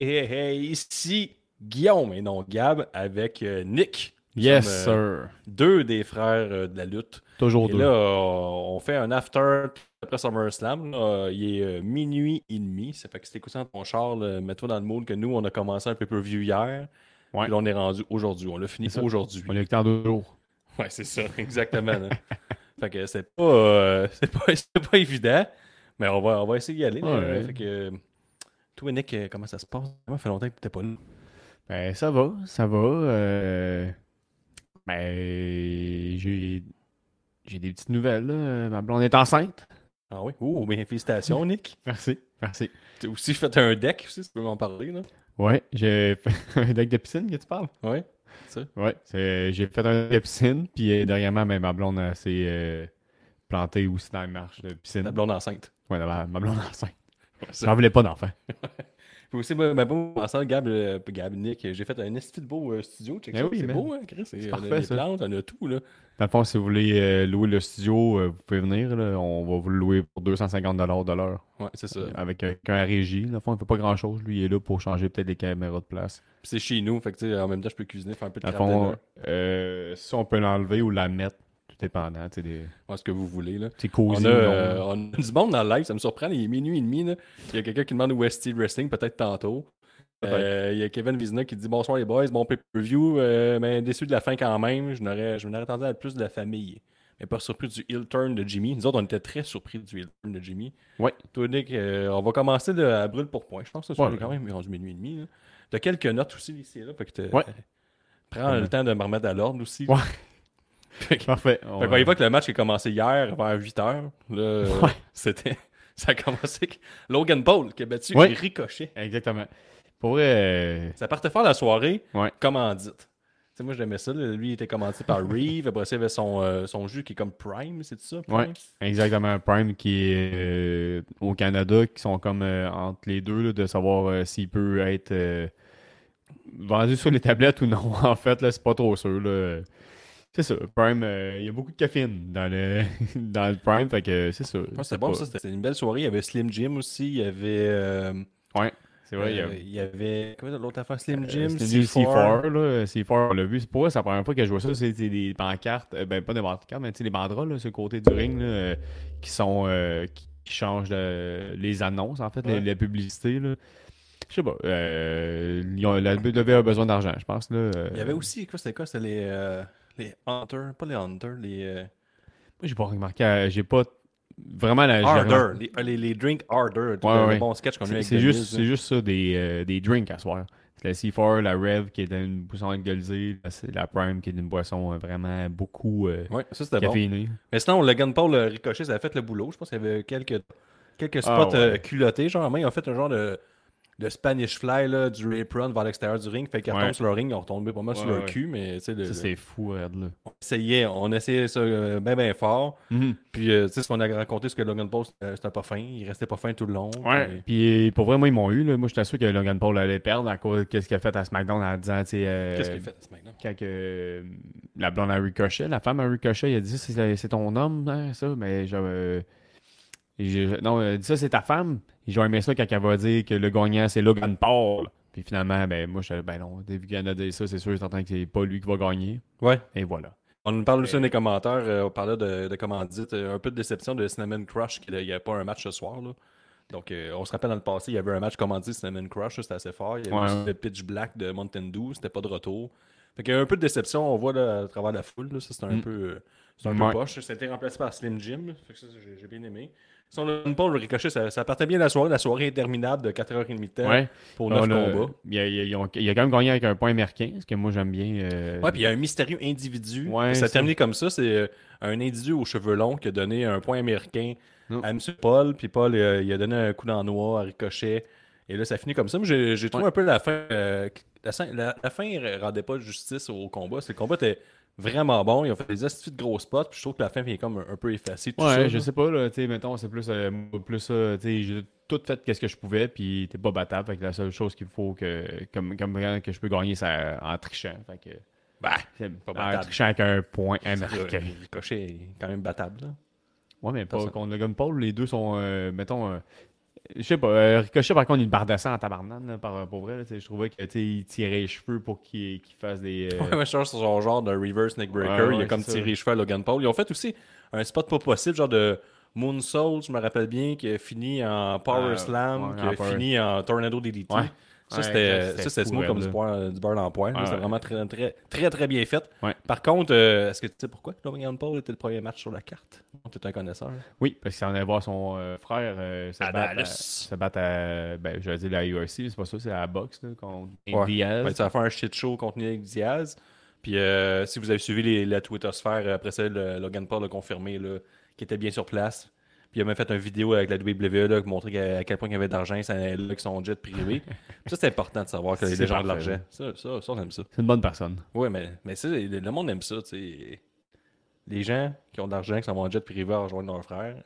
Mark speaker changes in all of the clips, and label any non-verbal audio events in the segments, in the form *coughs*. Speaker 1: Et Eh, ici, Guillaume et non Gab avec euh, Nick. Nous
Speaker 2: Yes,
Speaker 1: sommes, euh,
Speaker 2: sir.
Speaker 1: Deux des frères euh, de la lutte.
Speaker 2: Toujours
Speaker 1: Et
Speaker 2: deux.
Speaker 1: là, euh, on fait un after après SummerSlam. là. Il est euh, minuit et demi. Ça fait que si t'écoutes ça dans ton char, là, mets-toi dans le mood que nous, on a commencé un pay-per-view hier.
Speaker 2: Ouais.
Speaker 1: Puis là, on est rendu aujourd'hui. On l'a fini
Speaker 2: C'est ça.
Speaker 1: aujourd'hui.
Speaker 2: On est que en deux jours.
Speaker 1: *laughs* Ouais, c'est ça, exactement. là. *laughs* fait que c'est pas, euh, *laughs* c'est pas, c'est pas évident, mais on va, on va essayer d'y aller. là.
Speaker 2: Ouais.
Speaker 1: Fait que, euh, toi, Nick, euh, comment ça se passe? Ça fait longtemps que t'es pas là.
Speaker 2: Ben, ça va, ça va. euh, Ben, j'ai j'ai des petites nouvelles. là. Ma blonde est enceinte.
Speaker 1: Ah oui? Oh, bien, félicitations, Nick.
Speaker 2: Merci, merci.
Speaker 1: T'as aussi fait un deck, aussi, si tu peux m'en parler. Là.
Speaker 2: Ouais, j'ai fait *laughs* un deck de piscine que tu parles.
Speaker 1: Ouais.
Speaker 2: Ouais, c'est- j'ai fait un deck de piscine, puis euh, dernièrement, ben, ma blonde euh, s'est euh, plantée aussi dans la marche de piscine.
Speaker 1: La blonde enceinte.
Speaker 2: Ouais, ma, ma blonde enceinte.
Speaker 1: ça.
Speaker 2: J'en voulais pas d'enfant.
Speaker 1: Puis aussi, ma, ma beau enceinte, Gab, euh, Gab, Nick, j'ai fait un esti de beau euh, studio. Check
Speaker 2: Eh
Speaker 1: ça,
Speaker 2: oui,
Speaker 1: c'est
Speaker 2: man.
Speaker 1: beau, hein, Chris? C'est on a
Speaker 2: parfait,
Speaker 1: des
Speaker 2: ça.
Speaker 1: plantes, on a tout, là.
Speaker 2: Dans le fond, si vous voulez euh, louer le studio, euh, vous pouvez venir. là. On va vous le louer pour 250 de l'heure.
Speaker 1: Ouais, c'est ça.
Speaker 2: Euh, Avec un, avec un régie, dans le fond, il fait pas grand chose. Lui, il est là pour changer peut-être les caméras de place.
Speaker 1: Puis c'est chez nous, fait que, tu sais, en même temps, je peux cuisiner, faire un peu de
Speaker 2: Dans le
Speaker 1: crabe dinner,
Speaker 2: fond, euh, si on peut l'enlever ou la mettre, tout dépendant. tu sais, Des...
Speaker 1: ouais, ce que vous voulez, là.
Speaker 2: C'est
Speaker 1: On
Speaker 2: cosy.
Speaker 1: a,
Speaker 2: non?
Speaker 1: euh, on a du monde dans le live, ça me surprend, il est minuit et demi. là. Il y a quelqu'un qui demande où est Steel Wrestling, peut-être tantôt. Euh, il y a Kevin Vizina qui dit Bonsoir les boys, bon pay-per-view, euh, mais déçu de la fin quand même. Je n'aurais- je m'en attendais à plus de la famille. Mais pas surpris du heel turn de Jimmy. Nous autres, on était très surpris du heel turn de Jimmy.
Speaker 2: Ouais.
Speaker 1: Toi, Nick, euh, on va commencer là, à brûle pour point. Je pense que ça,
Speaker 2: Ouais,
Speaker 1: on est quand même rendu minuit et demi. Tu as quelques notes aussi ici et là. Fait que t'as-
Speaker 2: Ouais.
Speaker 1: Prends le temps de me remettre à l'ordre aussi.
Speaker 2: Ouais.
Speaker 1: Fait que-
Speaker 2: Parfait.
Speaker 1: fait qu'on y voit que le match qui a commencé hier vers 8 h Là, euh,
Speaker 2: Ouais.
Speaker 1: c'était. *laughs* Ça a commencé que Logan Paul qui a battu
Speaker 2: Ouais.
Speaker 1: Ricochet.
Speaker 2: Exactement. Pour vrai, euh,
Speaker 1: Ça partait fort la soirée,
Speaker 2: Ouais.
Speaker 1: commandite. Tu sais, moi, j'aimais ça. là. Lui, il était commandité
Speaker 2: *laughs*
Speaker 1: par Reeve. Après ça, il avait son, euh, son jus qui est comme Prime, c'est ça? Prime?
Speaker 2: Ouais. exactement. Prime qui est euh, au Canada, qui sont comme euh, entre les deux, là, de savoir euh, s'il peut être euh, vendu sur les tablettes ou non. *laughs* En fait, là, c'est pas trop sûr. là. C'est ça. Prime, euh, il y a beaucoup de caféine dans le, *laughs* dans le Prime, fait que c'est ça.
Speaker 1: Ouais,
Speaker 2: c'est
Speaker 1: c'était bon,
Speaker 2: pas-
Speaker 1: ça. C'était une belle soirée. Il y avait Slim Jim aussi. Il y avait. euh,
Speaker 2: C'est vrai, il y a-
Speaker 1: euh, il y avait. Comment était l'autre affaire? Slim Jim.
Speaker 2: Euh, C'était du
Speaker 1: C4.
Speaker 2: C4, là. C4, on l'a vu. C'est pour ça, c'est la première fois que je vois ça. C'est c'est des pancartes, euh, ben pas des pancartes, mais tu sais, des banderoles, là, sur le côté du ring, là, euh, qui sont. euh, qui, qui changent euh, les annonces, en fait,
Speaker 1: Ouais.
Speaker 2: les- la publicité, là. Je sais pas. euh, ils ont- la WWE a besoin d'argent, je pense, là. euh.
Speaker 1: Il y avait aussi. Quoi, c'était quoi? C'était les. euh, les Hunters. Pas les Hunters. Les. euh,
Speaker 2: Moi, j'ai pas remarqué, euh, j'ai pas vraiment la. j'ai remarqué-
Speaker 1: Harder, les, euh, les, les drinks harder, tout
Speaker 2: Euh, Ouais,
Speaker 1: le
Speaker 2: ouais.
Speaker 1: bon sketch qu'on a eu
Speaker 2: C'est
Speaker 1: avec hein.
Speaker 2: c'est
Speaker 1: Denise,
Speaker 2: juste,
Speaker 1: là.
Speaker 2: c'est juste ça, des, euh, des drinks à soir. C'est La C4, la Rev qui est une boisson alcoolisée, la, la Prime qui est une boisson euh, vraiment beaucoup euh,
Speaker 1: Ouais, ça c'était bon.
Speaker 2: caféinée.
Speaker 1: Mais sinon, Logan Paul euh, Ricochet, ça a fait le boulot. Je pense qu'il y avait quelques, quelques spots
Speaker 2: Ah, ouais.
Speaker 1: euh, culottés. Genre, mais ils ont fait un genre de, de Spanish fly là, du apron vers l'extérieur du ring. Fait qu'ils
Speaker 2: Ouais.
Speaker 1: retombent sur le ring, ils ont retombé pas mal sur
Speaker 2: Ouais,
Speaker 1: leur
Speaker 2: ouais.
Speaker 1: cul. Mais tu sais, le-
Speaker 2: Ça, c'est fou, Red, là.
Speaker 1: on essayait, on essayait ça euh, ben ben fort. Puis, euh, tu sais, ce qu'on a raconté, c'est que Logan Paul, euh, c'était pas fin. Il restait pas fin tout le long.
Speaker 2: Ouais.
Speaker 1: Puis- euh,
Speaker 2: Puis euh, pour vrai, moi, ils m'ont eu. Là. Moi, j'étais sûr que Logan Paul allait perdre à cause de ce qu'il a fait à SmackDown en disant, tu sais, euh,
Speaker 1: Qu'est-ce qu'il a fait ce mec-là?
Speaker 2: quand que, euh, la blonde à Ricochet, la femme à Ricochet, il a dit, c'est c'est ton homme, hein, ça, mais genre. euh, j'ai- non, il a dit ça, c'est ta femme. Et J'ai aimé ça quand elle va dire que le gagnant, c'est Logan Paul. Puis finalement, ben, moi, je suis ben non, dès qu'elle a dit ça, c'est sûr, j'entends que c'est pas lui qui va gagner.
Speaker 1: Ouais.
Speaker 2: Et voilà.
Speaker 1: On nous parle aussi dans les commentaires, euh, on parlait de, de commandite, euh, un peu de déception de Cinnamon Crush, qu'il n'y a pas un match ce soir. là. Donc, euh, on se rappelle dans le passé, il y avait un match commandite Cinnamon Crush, là, c'était assez fort. Il y avait
Speaker 2: Ouais,
Speaker 1: aussi
Speaker 2: ouais.
Speaker 1: le Pitch Black de Mountain Dew, c'était pas de retour. Fait qu'il y a un peu de déception, on voit là, à travers la foule, là, ça c'est un
Speaker 2: Mm.
Speaker 1: peu... euh, c'est un
Speaker 2: Ouais.
Speaker 1: peu poche. C'était remplacé par Slim Jim. là. Fait que ça, j'ai j'ai bien aimé. Son Logan Paul Ricochet, ça, ça partait bien la soirée. La soirée interminable de 4h30 de temps
Speaker 2: Ouais.
Speaker 1: pour 9
Speaker 2: On a-
Speaker 1: combats.
Speaker 2: Ah, il y a- il y a- ils ont- il a quand même gagné avec un point américain, ce que moi, j'aime bien. euh,
Speaker 1: Ouais, puis il y a un mystérieux individu.
Speaker 2: Ouais,
Speaker 1: ça a
Speaker 2: ça.
Speaker 1: terminé comme ça. C'est euh, un individu aux cheveux longs qui a donné un point américain
Speaker 2: Non.
Speaker 1: à M. Paul. Puis Paul, euh, il a donné un coup dans le noir à Ricochet. Et là, ça finit comme ça. Mais j'ai j'ai trouvé un peu la fin. euh, la, scène- la- la fin ne rendait pas justice au combat. C'est le combat était vraiment bon. Ils ont fait des astuces de gros spots. Puis je trouve que la fin vient comme un, un peu effacée. Tout
Speaker 2: Ouais,
Speaker 1: ça,
Speaker 2: je
Speaker 1: là.
Speaker 2: sais pas, là, tu sais, mettons, c'est plus, euh, moi, plus ça, tu sais, j'ai tout fait qu'est-ce que je pouvais, puis t'es pas battable, fait que la seule chose qu'il faut que, comme, comme vraiment que je peux gagner, c'est euh, en trichant, fait que,
Speaker 1: Bah,
Speaker 2: c'est-
Speaker 1: pas
Speaker 2: en
Speaker 1: battable.
Speaker 2: trichant avec un point américain.
Speaker 1: euh, Ricochet est quand même battable. là.
Speaker 2: Ouais, mais pas
Speaker 1: Personne.
Speaker 2: contre Logan Paul, les deux sont, euh, mettons, euh, Je sais pas, euh, Ricochet, par contre, il bardassait en tabarnane, là, par, pour vrai. là, tu sais, je trouvais qu'il tirait les cheveux pour qu'il qu'il fasse des. euh,
Speaker 1: Ouais, mais je pense que c'est son genre de reverse neckbreaker.
Speaker 2: Ouais, ouais,
Speaker 1: il a comme
Speaker 2: c'est
Speaker 1: tiré
Speaker 2: ça.
Speaker 1: les cheveux à Logan Paul. Ils ont fait aussi un spot pas possible, genre de Moonsault, je me rappelle bien, qui a fini en Power
Speaker 2: Ouais,
Speaker 1: Slam,
Speaker 2: Ah, ouais,
Speaker 1: qui a
Speaker 2: en power.
Speaker 1: fini en Tornado DDT.
Speaker 2: Ouais.
Speaker 1: Ça,
Speaker 2: Ouais,
Speaker 1: c'était
Speaker 2: ça, c'était
Speaker 1: ça, c'était
Speaker 2: fou,
Speaker 1: smooth comme
Speaker 2: raide, là.
Speaker 1: du beurre, du beurre dans le poing. là.
Speaker 2: Ouais,
Speaker 1: C'était
Speaker 2: ouais.
Speaker 1: vraiment très, très, très, très bien fait.
Speaker 2: Ouais.
Speaker 1: Par contre, euh, est-ce que tu sais pourquoi Logan Paul était le premier match sur la carte? Tu es un connaisseur.
Speaker 2: Oui, parce qu'il en allait voir son euh, frère euh, se,
Speaker 1: À
Speaker 2: battre à,
Speaker 1: Dallas.
Speaker 2: se battre à. Ben, j'allais dire la UFC, mais c'est pas ça, c'est à la boxe, là, contre
Speaker 1: Ouais.
Speaker 2: Diaz.
Speaker 1: Ben, ça a fait un shit show contre Nick Diaz. Puis euh, si vous avez suivi les, la Twittosphère, euh, après ça, le- Logan Paul a confirmé là, qu'il était bien sur place. Puis il a même fait une vidéo avec la WWE là, pour montrer qu'à- à, quel point il y avait d'argent, ça allait là, avec son jet
Speaker 2: *laughs*
Speaker 1: privé. Puis ça, c'est important de savoir que
Speaker 2: C'est
Speaker 1: les gens ont de
Speaker 2: parfait,
Speaker 1: l'argent. Ça, ça, ça, on aime ça.
Speaker 2: C'est une bonne personne.
Speaker 1: Oui, mais, mais ça, le le monde aime ça, tu sais. Les gens qui ont de l'argent, qui sont en jet privé à rejoindre leur frère,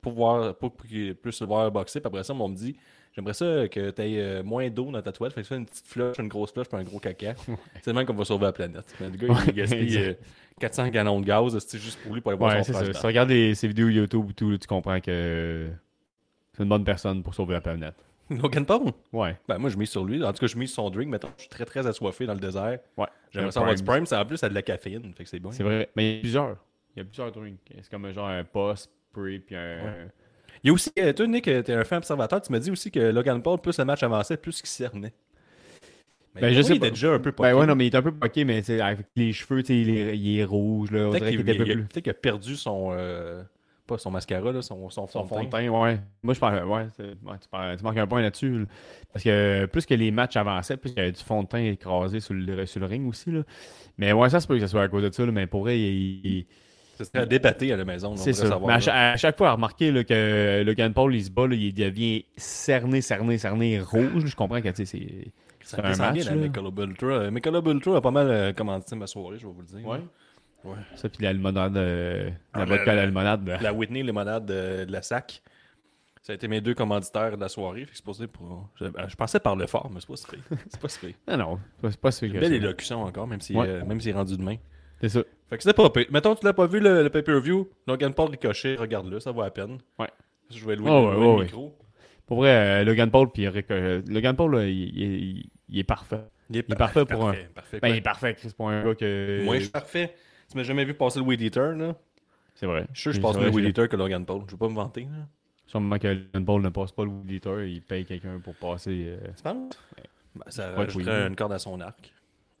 Speaker 1: pour, voir, pour, pour qu'ils puissent le voir boxer. Puis après ça, on me dit J'aimerais ça que tu aies euh, moins d'eau dans ta toilette. Fait que tu fais une petite flush, une grosse flush, puis un
Speaker 2: *laughs*
Speaker 1: gros caca. C'est le même qu'on va sauver la planète. Mais le gars, il
Speaker 2: Ouais,
Speaker 1: gaspille euh, 400 gallons de gaz, c'est juste pour lui, pour aller voir
Speaker 2: Ouais,
Speaker 1: son
Speaker 2: c'est ça.
Speaker 1: frère.
Speaker 2: Si
Speaker 1: se
Speaker 2: tu
Speaker 1: battre.
Speaker 2: regardes les- ses vidéos YouTube et tout, là, tu comprends que euh, c'est une bonne personne pour sauver la planète.
Speaker 1: Logan Paul
Speaker 2: Ouais.
Speaker 1: Ben, moi, je mise sur lui. En tout cas, je mise sur son drink. Maintenant, je suis très, très assoiffé dans le désert.
Speaker 2: Ouais.
Speaker 1: J'aimerais
Speaker 2: Le
Speaker 1: ça avoir du
Speaker 2: Prime.
Speaker 1: prime. Ça, en plus, ça a de la caféine. Fait que c'est bon.
Speaker 2: C'est vrai. Mais il y a plusieurs. Il y a plusieurs trucs. C'est comme un genre un post, spray, puis un.
Speaker 1: Il y a aussi, euh, toi, Nick, euh, t'es un fan observateur, tu me dis aussi que Logan Paul, plus le match avançait, plus il cernait. Mais
Speaker 2: Ben, je
Speaker 1: Logan,
Speaker 2: sais
Speaker 1: il était
Speaker 2: pas.
Speaker 1: déjà un peu
Speaker 2: Ben
Speaker 1: poqué.
Speaker 2: ouais, non, mais il est un peu poqué, mais tu sais, avec les cheveux, tu sais, il est, il est rouge, là. On
Speaker 1: Peut-être
Speaker 2: dirait
Speaker 1: qu'il
Speaker 2: qu'il était un peu
Speaker 1: il a-
Speaker 2: plus.
Speaker 1: peut-être qu'il a perdu son. euh, pas son mascara, là, son, son,
Speaker 2: Son
Speaker 1: fond
Speaker 2: fond de
Speaker 1: de teint.
Speaker 2: teint, ouais. Moi, je parle. Ouais, c'est- ouais, tu, parles- tu marques un point là-dessus. là. Parce que euh, plus que les matchs avançaient, plus il y avait du fond de teint écrasé sur le, sur le ring aussi, là. Mais ouais, ça se peut que ce soit à cause de ça, là, mais pour vrai, il- il
Speaker 1: Ça serait débatté à la maison.
Speaker 2: C'est ça. Mais à, cha- à chaque fois, à remarquer là, que Logan Paul, il se bat, là, il devient cerné, cerné, cerné, rouge. Je comprends que tu sais, c'est.
Speaker 1: ça
Speaker 2: c'est
Speaker 1: un
Speaker 2: un
Speaker 1: match.
Speaker 2: match,
Speaker 1: Bien,
Speaker 2: là.
Speaker 1: la Michelob Ultra. Euh, Michelob Ultra a pas mal euh, commenté ma soirée, je vais vous le dire. Ouais.
Speaker 2: Ça, puis la limonade. euh,
Speaker 1: Ah,
Speaker 2: la
Speaker 1: ben.
Speaker 2: vodka à
Speaker 1: la-
Speaker 2: la limonade.
Speaker 1: La Whitney Limonade euh, de, de la SAC. Ça a été mes deux commanditaires de la soirée. Fait que c'est pour ça pour- Je, euh, je pensais par le fort, mais c'est pas si pire.
Speaker 2: *laughs*
Speaker 1: C'est pas si pire.
Speaker 2: Non, non. c'est pas- C'est pas sûr que
Speaker 1: Belle
Speaker 2: ça.
Speaker 1: élocution encore, même si,
Speaker 2: Ouais.
Speaker 1: euh, même s'il est rendu demain.
Speaker 2: C'est ça.
Speaker 1: Fait que c'était pas pire. Mettons, tu l'as pas vu le, le pay-per-view, Logan Paul ricochet, regarde-le, ça vaut la peine.
Speaker 2: Ouais.
Speaker 1: Je vais louer,
Speaker 2: Oh, ouais,
Speaker 1: louer
Speaker 2: ouais,
Speaker 1: le
Speaker 2: ouais.
Speaker 1: micro.
Speaker 2: Pour vrai, euh, Logan Paul, puis Rick, euh, Logan Paul, là, il, il- il est parfait. Il est parfait pour
Speaker 1: parfait, Parfait,
Speaker 2: Ben,
Speaker 1: quoi.
Speaker 2: il est parfait, Chris, pour un gars que.
Speaker 1: Moi, je suis parfait. Tu m'as jamais vu passer le Weed Eater, là.
Speaker 2: C'est vrai.
Speaker 1: Je suis sûr que je
Speaker 2: C'est
Speaker 1: passe
Speaker 2: vrai,
Speaker 1: le
Speaker 2: je-
Speaker 1: Weed Eater que Logan Paul. Je vais pas me vanter, là.
Speaker 2: Sûrement que Logan Paul ne passe pas le Woody Eater, il paye quelqu'un pour passer. euh,
Speaker 1: Tu penses? Ben, ça
Speaker 2: Je crois que oui,
Speaker 1: rajouterait
Speaker 2: oui.
Speaker 1: une corde à son arc.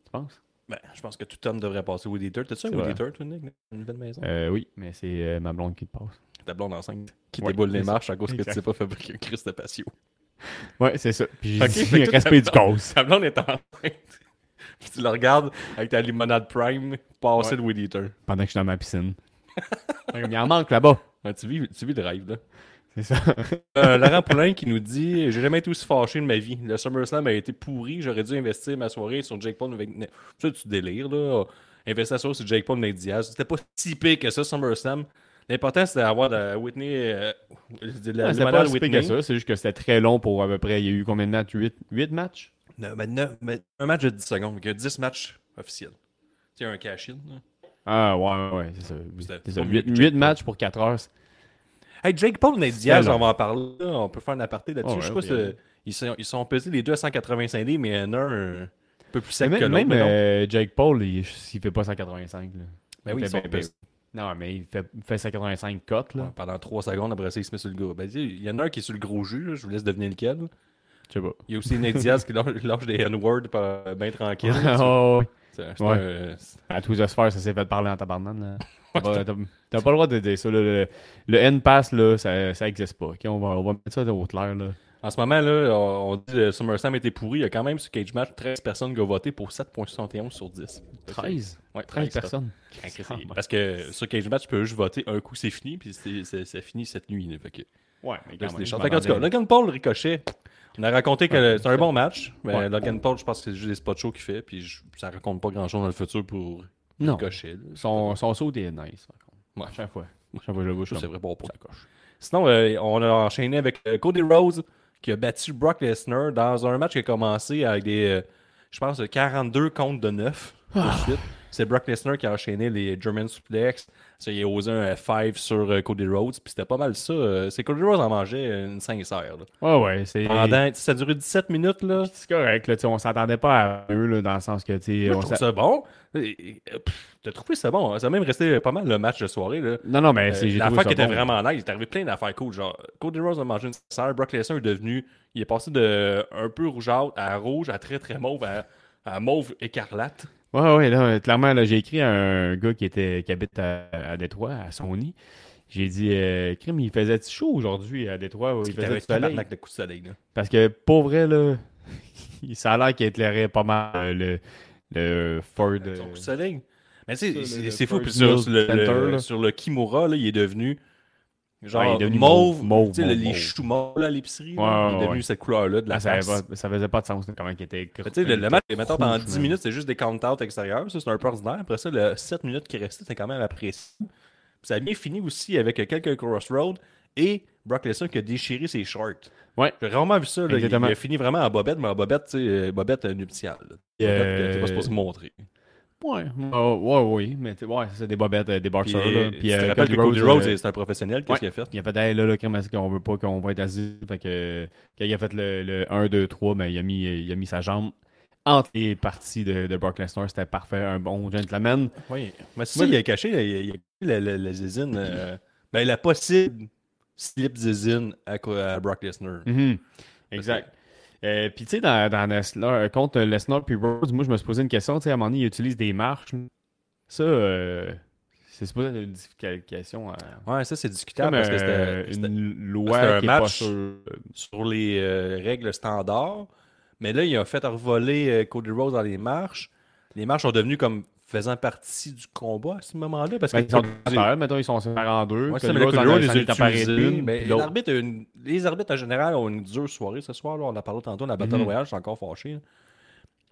Speaker 2: tu penses
Speaker 1: Ben, je pense que tout homme devrait passer Weed Eater. T'as-tu un
Speaker 2: C'est
Speaker 1: Weed
Speaker 2: vrai.
Speaker 1: Eater, toi, Nick? Une belle maison?
Speaker 2: Euh, Oui, mais c'est euh, ma blonde qui le passe.
Speaker 1: Ta blonde enceinte qui
Speaker 2: ouais,
Speaker 1: déboule les
Speaker 2: c'est ça.
Speaker 1: marches à cause que tu
Speaker 2: Exact.
Speaker 1: sais pas fabriquer un Christ de patio.
Speaker 2: Ouais, c'est ça. Puis j'ai
Speaker 1: Ok,
Speaker 2: dit,
Speaker 1: fait que toi,
Speaker 2: respect du
Speaker 1: t'as-
Speaker 2: cause.
Speaker 1: Ta blonde est enceinte. *laughs* Puis tu la regardes avec ta limonade prime passer
Speaker 2: Ouais.
Speaker 1: le Weed Eater.
Speaker 2: pendant que je suis dans ma piscine. *laughs* Il en manque là-bas.
Speaker 1: Ouais, tu, vis, tu vis le rêve, là.
Speaker 2: C'est ça.
Speaker 1: Euh, Laurent Poulain qui nous dit J'ai jamais été aussi fâché de ma vie. Le SummerSlam a été pourri. J'aurais dû investir ma soirée sur Jake Paul. Avec... Ça, tu délires, là. Investir la soirée sur Jake Paul, Nate Diaz. C'était pas si pire que ça, SummerSlam. L'important, c'était d'avoir de Whitney. euh, de la
Speaker 2: C'était
Speaker 1: limonade
Speaker 2: pas si pire
Speaker 1: Whitney.
Speaker 2: que ça. C'est juste que c'était très long pour à peu près. Il y a eu combien de matchs 8, matchs
Speaker 1: Non, mais neuf- mais un match de 10 secondes. Il y a 10 matchs officiels. C'est un cash-in. là.
Speaker 2: Ah, ouais, ouais, ouais, c'est ça.
Speaker 1: C'était
Speaker 2: C'est ça.
Speaker 1: pas mieux
Speaker 2: 8,
Speaker 1: que Jake Paul.
Speaker 2: matchs pour 4 heures. c'est-
Speaker 1: Hey, Jake Paul, Nate Diaz,
Speaker 2: long.
Speaker 1: on va en parler. là. On peut faire un aparté là-dessus.
Speaker 2: Oh,
Speaker 1: Je sais
Speaker 2: Ben ouais, oui,
Speaker 1: pas si. euh,
Speaker 2: oui.
Speaker 1: Ils sont, ils sont pesés les deux à 185 livres, mais il y en a un, un peu plus sec que
Speaker 2: Même,
Speaker 1: l'autre.
Speaker 2: même
Speaker 1: mais non.
Speaker 2: euh, Jake Paul, il, il fait pas 185. Là.
Speaker 1: Ben
Speaker 2: Il
Speaker 1: oui, ils
Speaker 2: fait
Speaker 1: sont
Speaker 2: bien-
Speaker 1: pesés.
Speaker 2: Non, mais il fait, il fait 185 cotes.
Speaker 1: Ouais,
Speaker 2: là.
Speaker 1: pendant 3 secondes, après ça, il se met sur le gros. Ben, dis, il y en a un qui est sur le gros jus, là, je vous laisse deviner lequel.
Speaker 2: Je *laughs* sais pas.
Speaker 1: Il y a aussi Nate Diaz qui lâche, lâche des N-words par- ben tranquille.
Speaker 2: Oh, ouais.
Speaker 1: C'est- c'est
Speaker 2: Ouais.
Speaker 1: un- c'est-
Speaker 2: À tous les sphères, ça s'est fait parler en tabarnane.
Speaker 1: *laughs*
Speaker 2: là. T'as pas, t'as- t'as pas le droit de dire ça. là. Le, le N-Pass, là, ça, ça existe pas. Ok, on, va, on va mettre ça au clair. Là.
Speaker 1: En ce moment, là, on, on dit que SummerSlam était pourri. Il y a quand même sur Cage Match 13 personnes qui ont voté pour 7,71 sur 10. Fait que-
Speaker 2: 13
Speaker 1: Ouais,
Speaker 2: 13
Speaker 1: 13
Speaker 2: personnes.
Speaker 1: personnes. Parce que sur Cage Match, tu peux juste voter un coup, c'est fini, puis c'est- c'est c'est fini cette nuit. là. Fait que-
Speaker 2: Ah, Ouais, mais quand
Speaker 1: Là, c'est
Speaker 2: même,
Speaker 1: des
Speaker 2: je
Speaker 1: chances. Fait qu'en
Speaker 2: m'attendais-
Speaker 1: tout cas, Logan Paul ricochet. On a raconté que le- c'est un bon match. Mais
Speaker 2: Ouais.
Speaker 1: Logan Paul, je pense que c'est juste des spots chauds qu'il fait. Puis je- ça raconte pas grand chose dans le futur pour
Speaker 2: Non.
Speaker 1: ricochet. là.
Speaker 2: Son, son saut est nice, par contre.
Speaker 1: Ouais.
Speaker 2: À chaque fois. À chaque fois, je le vois, je
Speaker 1: Ça,
Speaker 2: suis
Speaker 1: c'est
Speaker 2: comme,
Speaker 1: vrai bon point.
Speaker 2: ça coche.
Speaker 1: Sinon, euh, on a enchaîné avec euh, Cody Rhodes qui a battu Brock Lesnar dans un match qui a commencé avec des, euh, je pense, 42 comptes de 9. de suite. C'est Brock Lesnar qui a enchaîné les German Suplex. Ça, il a osé un 5 sur euh, Cody Rhodes. Puis c'était pas mal ça. euh, C'est Cody Rhodes en mangeait une sincère. Là.
Speaker 2: Ouais, ouais, c'est.
Speaker 1: Pendant, ça a duré 17 minutes. Là.
Speaker 2: C'est correct, là, tu sais, on s'attendait pas à eux, là, dans le sens que, tu sais,
Speaker 1: Moi,
Speaker 2: on
Speaker 1: je trouve
Speaker 2: s'a-
Speaker 1: ça bon. Et- et- pff, T'as trouvé ça bon. hein. Ça a même resté pas mal le match de soirée. Là.
Speaker 2: Non, non, mais c'est.
Speaker 1: Euh,
Speaker 2: j'ai
Speaker 1: L'affaire
Speaker 2: trouvé
Speaker 1: qui
Speaker 2: ça
Speaker 1: était
Speaker 2: bon.
Speaker 1: vraiment nice, il est arrivé plein d'affaires cool. Genre, Cody Rose a mangé une serre, Brock Lesnar est devenu. Il est passé de un peu rougeâtre à rouge, à très très mauve, à, à mauve écarlate.
Speaker 2: Ouais, ouais, là, euh, clairement, là, j'ai écrit à un gars qui, était, qui habite à, à Détroit, à Sony. J'ai dit, euh, Crime, il faisait chaud aujourd'hui à Détroit, ouais, il
Speaker 1: T'avais
Speaker 2: faisait du
Speaker 1: un
Speaker 2: soleil.
Speaker 1: tabarnak de coups de soleil. là.
Speaker 2: Parce que, pour vrai, là, *laughs* ça a l'air qu'il éclairait pas mal euh, le, le Ford.
Speaker 1: Son
Speaker 2: euh,
Speaker 1: coup de soleil. Mais tu sais,
Speaker 2: Ça,
Speaker 1: c'est-
Speaker 2: le-
Speaker 1: c'est
Speaker 2: le
Speaker 1: fou. Puis
Speaker 2: First
Speaker 1: sur,
Speaker 2: World
Speaker 1: sur le,
Speaker 2: Center,
Speaker 1: le-
Speaker 2: là.
Speaker 1: sur le Kimura, là, il est devenu. Genre
Speaker 2: Ouais, il est devenu mauve,
Speaker 1: mauve,
Speaker 2: mauve,
Speaker 1: tu sais,
Speaker 2: mauve,
Speaker 1: les
Speaker 2: mauve.
Speaker 1: choux mauves à l'épicerie, là,
Speaker 2: Ouais, ouais,
Speaker 1: il est devenu
Speaker 2: ouais.
Speaker 1: cette couleur-là de la
Speaker 2: ah, ça,
Speaker 1: face.
Speaker 2: avait pas- ça faisait pas de sens, là, comment il était. euh,
Speaker 1: Mais tu sais, le, le match, mettons, pendant
Speaker 2: rouge,
Speaker 1: 10
Speaker 2: man.
Speaker 1: minutes, c'est juste des count-outs extérieurs. Ça, c'est un peu ordinaire. Après ça, le 7 minutes qui restait, c'était quand même apprécié. Puis ça a bien fini aussi avec quelques crossroads et Brock Lesnar qui a déchiré ses shorts.
Speaker 2: Ouais.
Speaker 1: J'ai rarement vu ça. là. Il,
Speaker 2: Exactement.
Speaker 1: il a fini vraiment en bobette, mais en bobette, tu sais, euh, bobette euh, nuptiale. là. Bobette que T'es pas
Speaker 2: Euh,
Speaker 1: supposé montrer.
Speaker 2: Ouais, ouais, ouais, oui, mais tu- ouais, c'est des bobettes, euh, des
Speaker 1: Puis,
Speaker 2: boxeurs,
Speaker 1: euh,
Speaker 2: là. Puis,
Speaker 1: tu te
Speaker 2: euh,
Speaker 1: rappelles que Cody
Speaker 2: euh,
Speaker 1: Rhodes, c'est un professionnel. Qu'est-ce
Speaker 2: ouais.
Speaker 1: qu'il a fait?
Speaker 2: Il a fait, hey, là, là, crème, est-ce qu'on veut pas qu'on va être assis? Fait que, quand il a fait le, le 1, 2, 3, ben, il, a mis, il a mis sa jambe entre les parties de, de Brock Lesnar. C'était parfait, un bon gentleman.
Speaker 1: Oui. Mais c'est ça, il a caché, il a, il a caché la, la, la zizine, euh, ben, la possible slip zizine à, co- à Brock Lesnar.
Speaker 2: Mhm. Exact. Euh, puis, tu sais, dans, dans Lesnar, euh, contre Lesnar puis Rhodes, moi, je me suis posé une question. Tu sais, à un moment donné, il utilise des marches. Ça, euh, c'est supposé être une disqualification. à-
Speaker 1: Ouais, ça, c'est discutable
Speaker 2: Comme
Speaker 1: parce que
Speaker 2: euh,
Speaker 1: c'était- c'était.
Speaker 2: une
Speaker 1: c'était un
Speaker 2: loi qui est pas
Speaker 1: match. Ben,
Speaker 2: sûre.
Speaker 1: sur les euh, règles standards. Mais là, il a fait revoler euh, Cody Rhodes dans les marches. Les marches sont devenues comme faisant partie du combat à ce moment-là. Parce
Speaker 2: Ben,
Speaker 1: que
Speaker 2: ils sont
Speaker 1: Cody-
Speaker 2: à terre, mettons, ils sont séparés en deux.
Speaker 1: Ouais,
Speaker 2: que
Speaker 1: ça, mais là,
Speaker 2: l'autre
Speaker 1: Cody
Speaker 2: en a-
Speaker 1: Rhodes
Speaker 2: s'en
Speaker 1: les
Speaker 2: est
Speaker 1: a
Speaker 2: apparé
Speaker 1: utilisés,
Speaker 2: une,
Speaker 1: mais
Speaker 2: puis l'autre-
Speaker 1: l'arbitre a une- Les arbitres en général ont une dure soirée ce soir. là. on en parlé tantôt, la Battle
Speaker 2: Mhm.
Speaker 1: Royale, je suis encore fâché. là.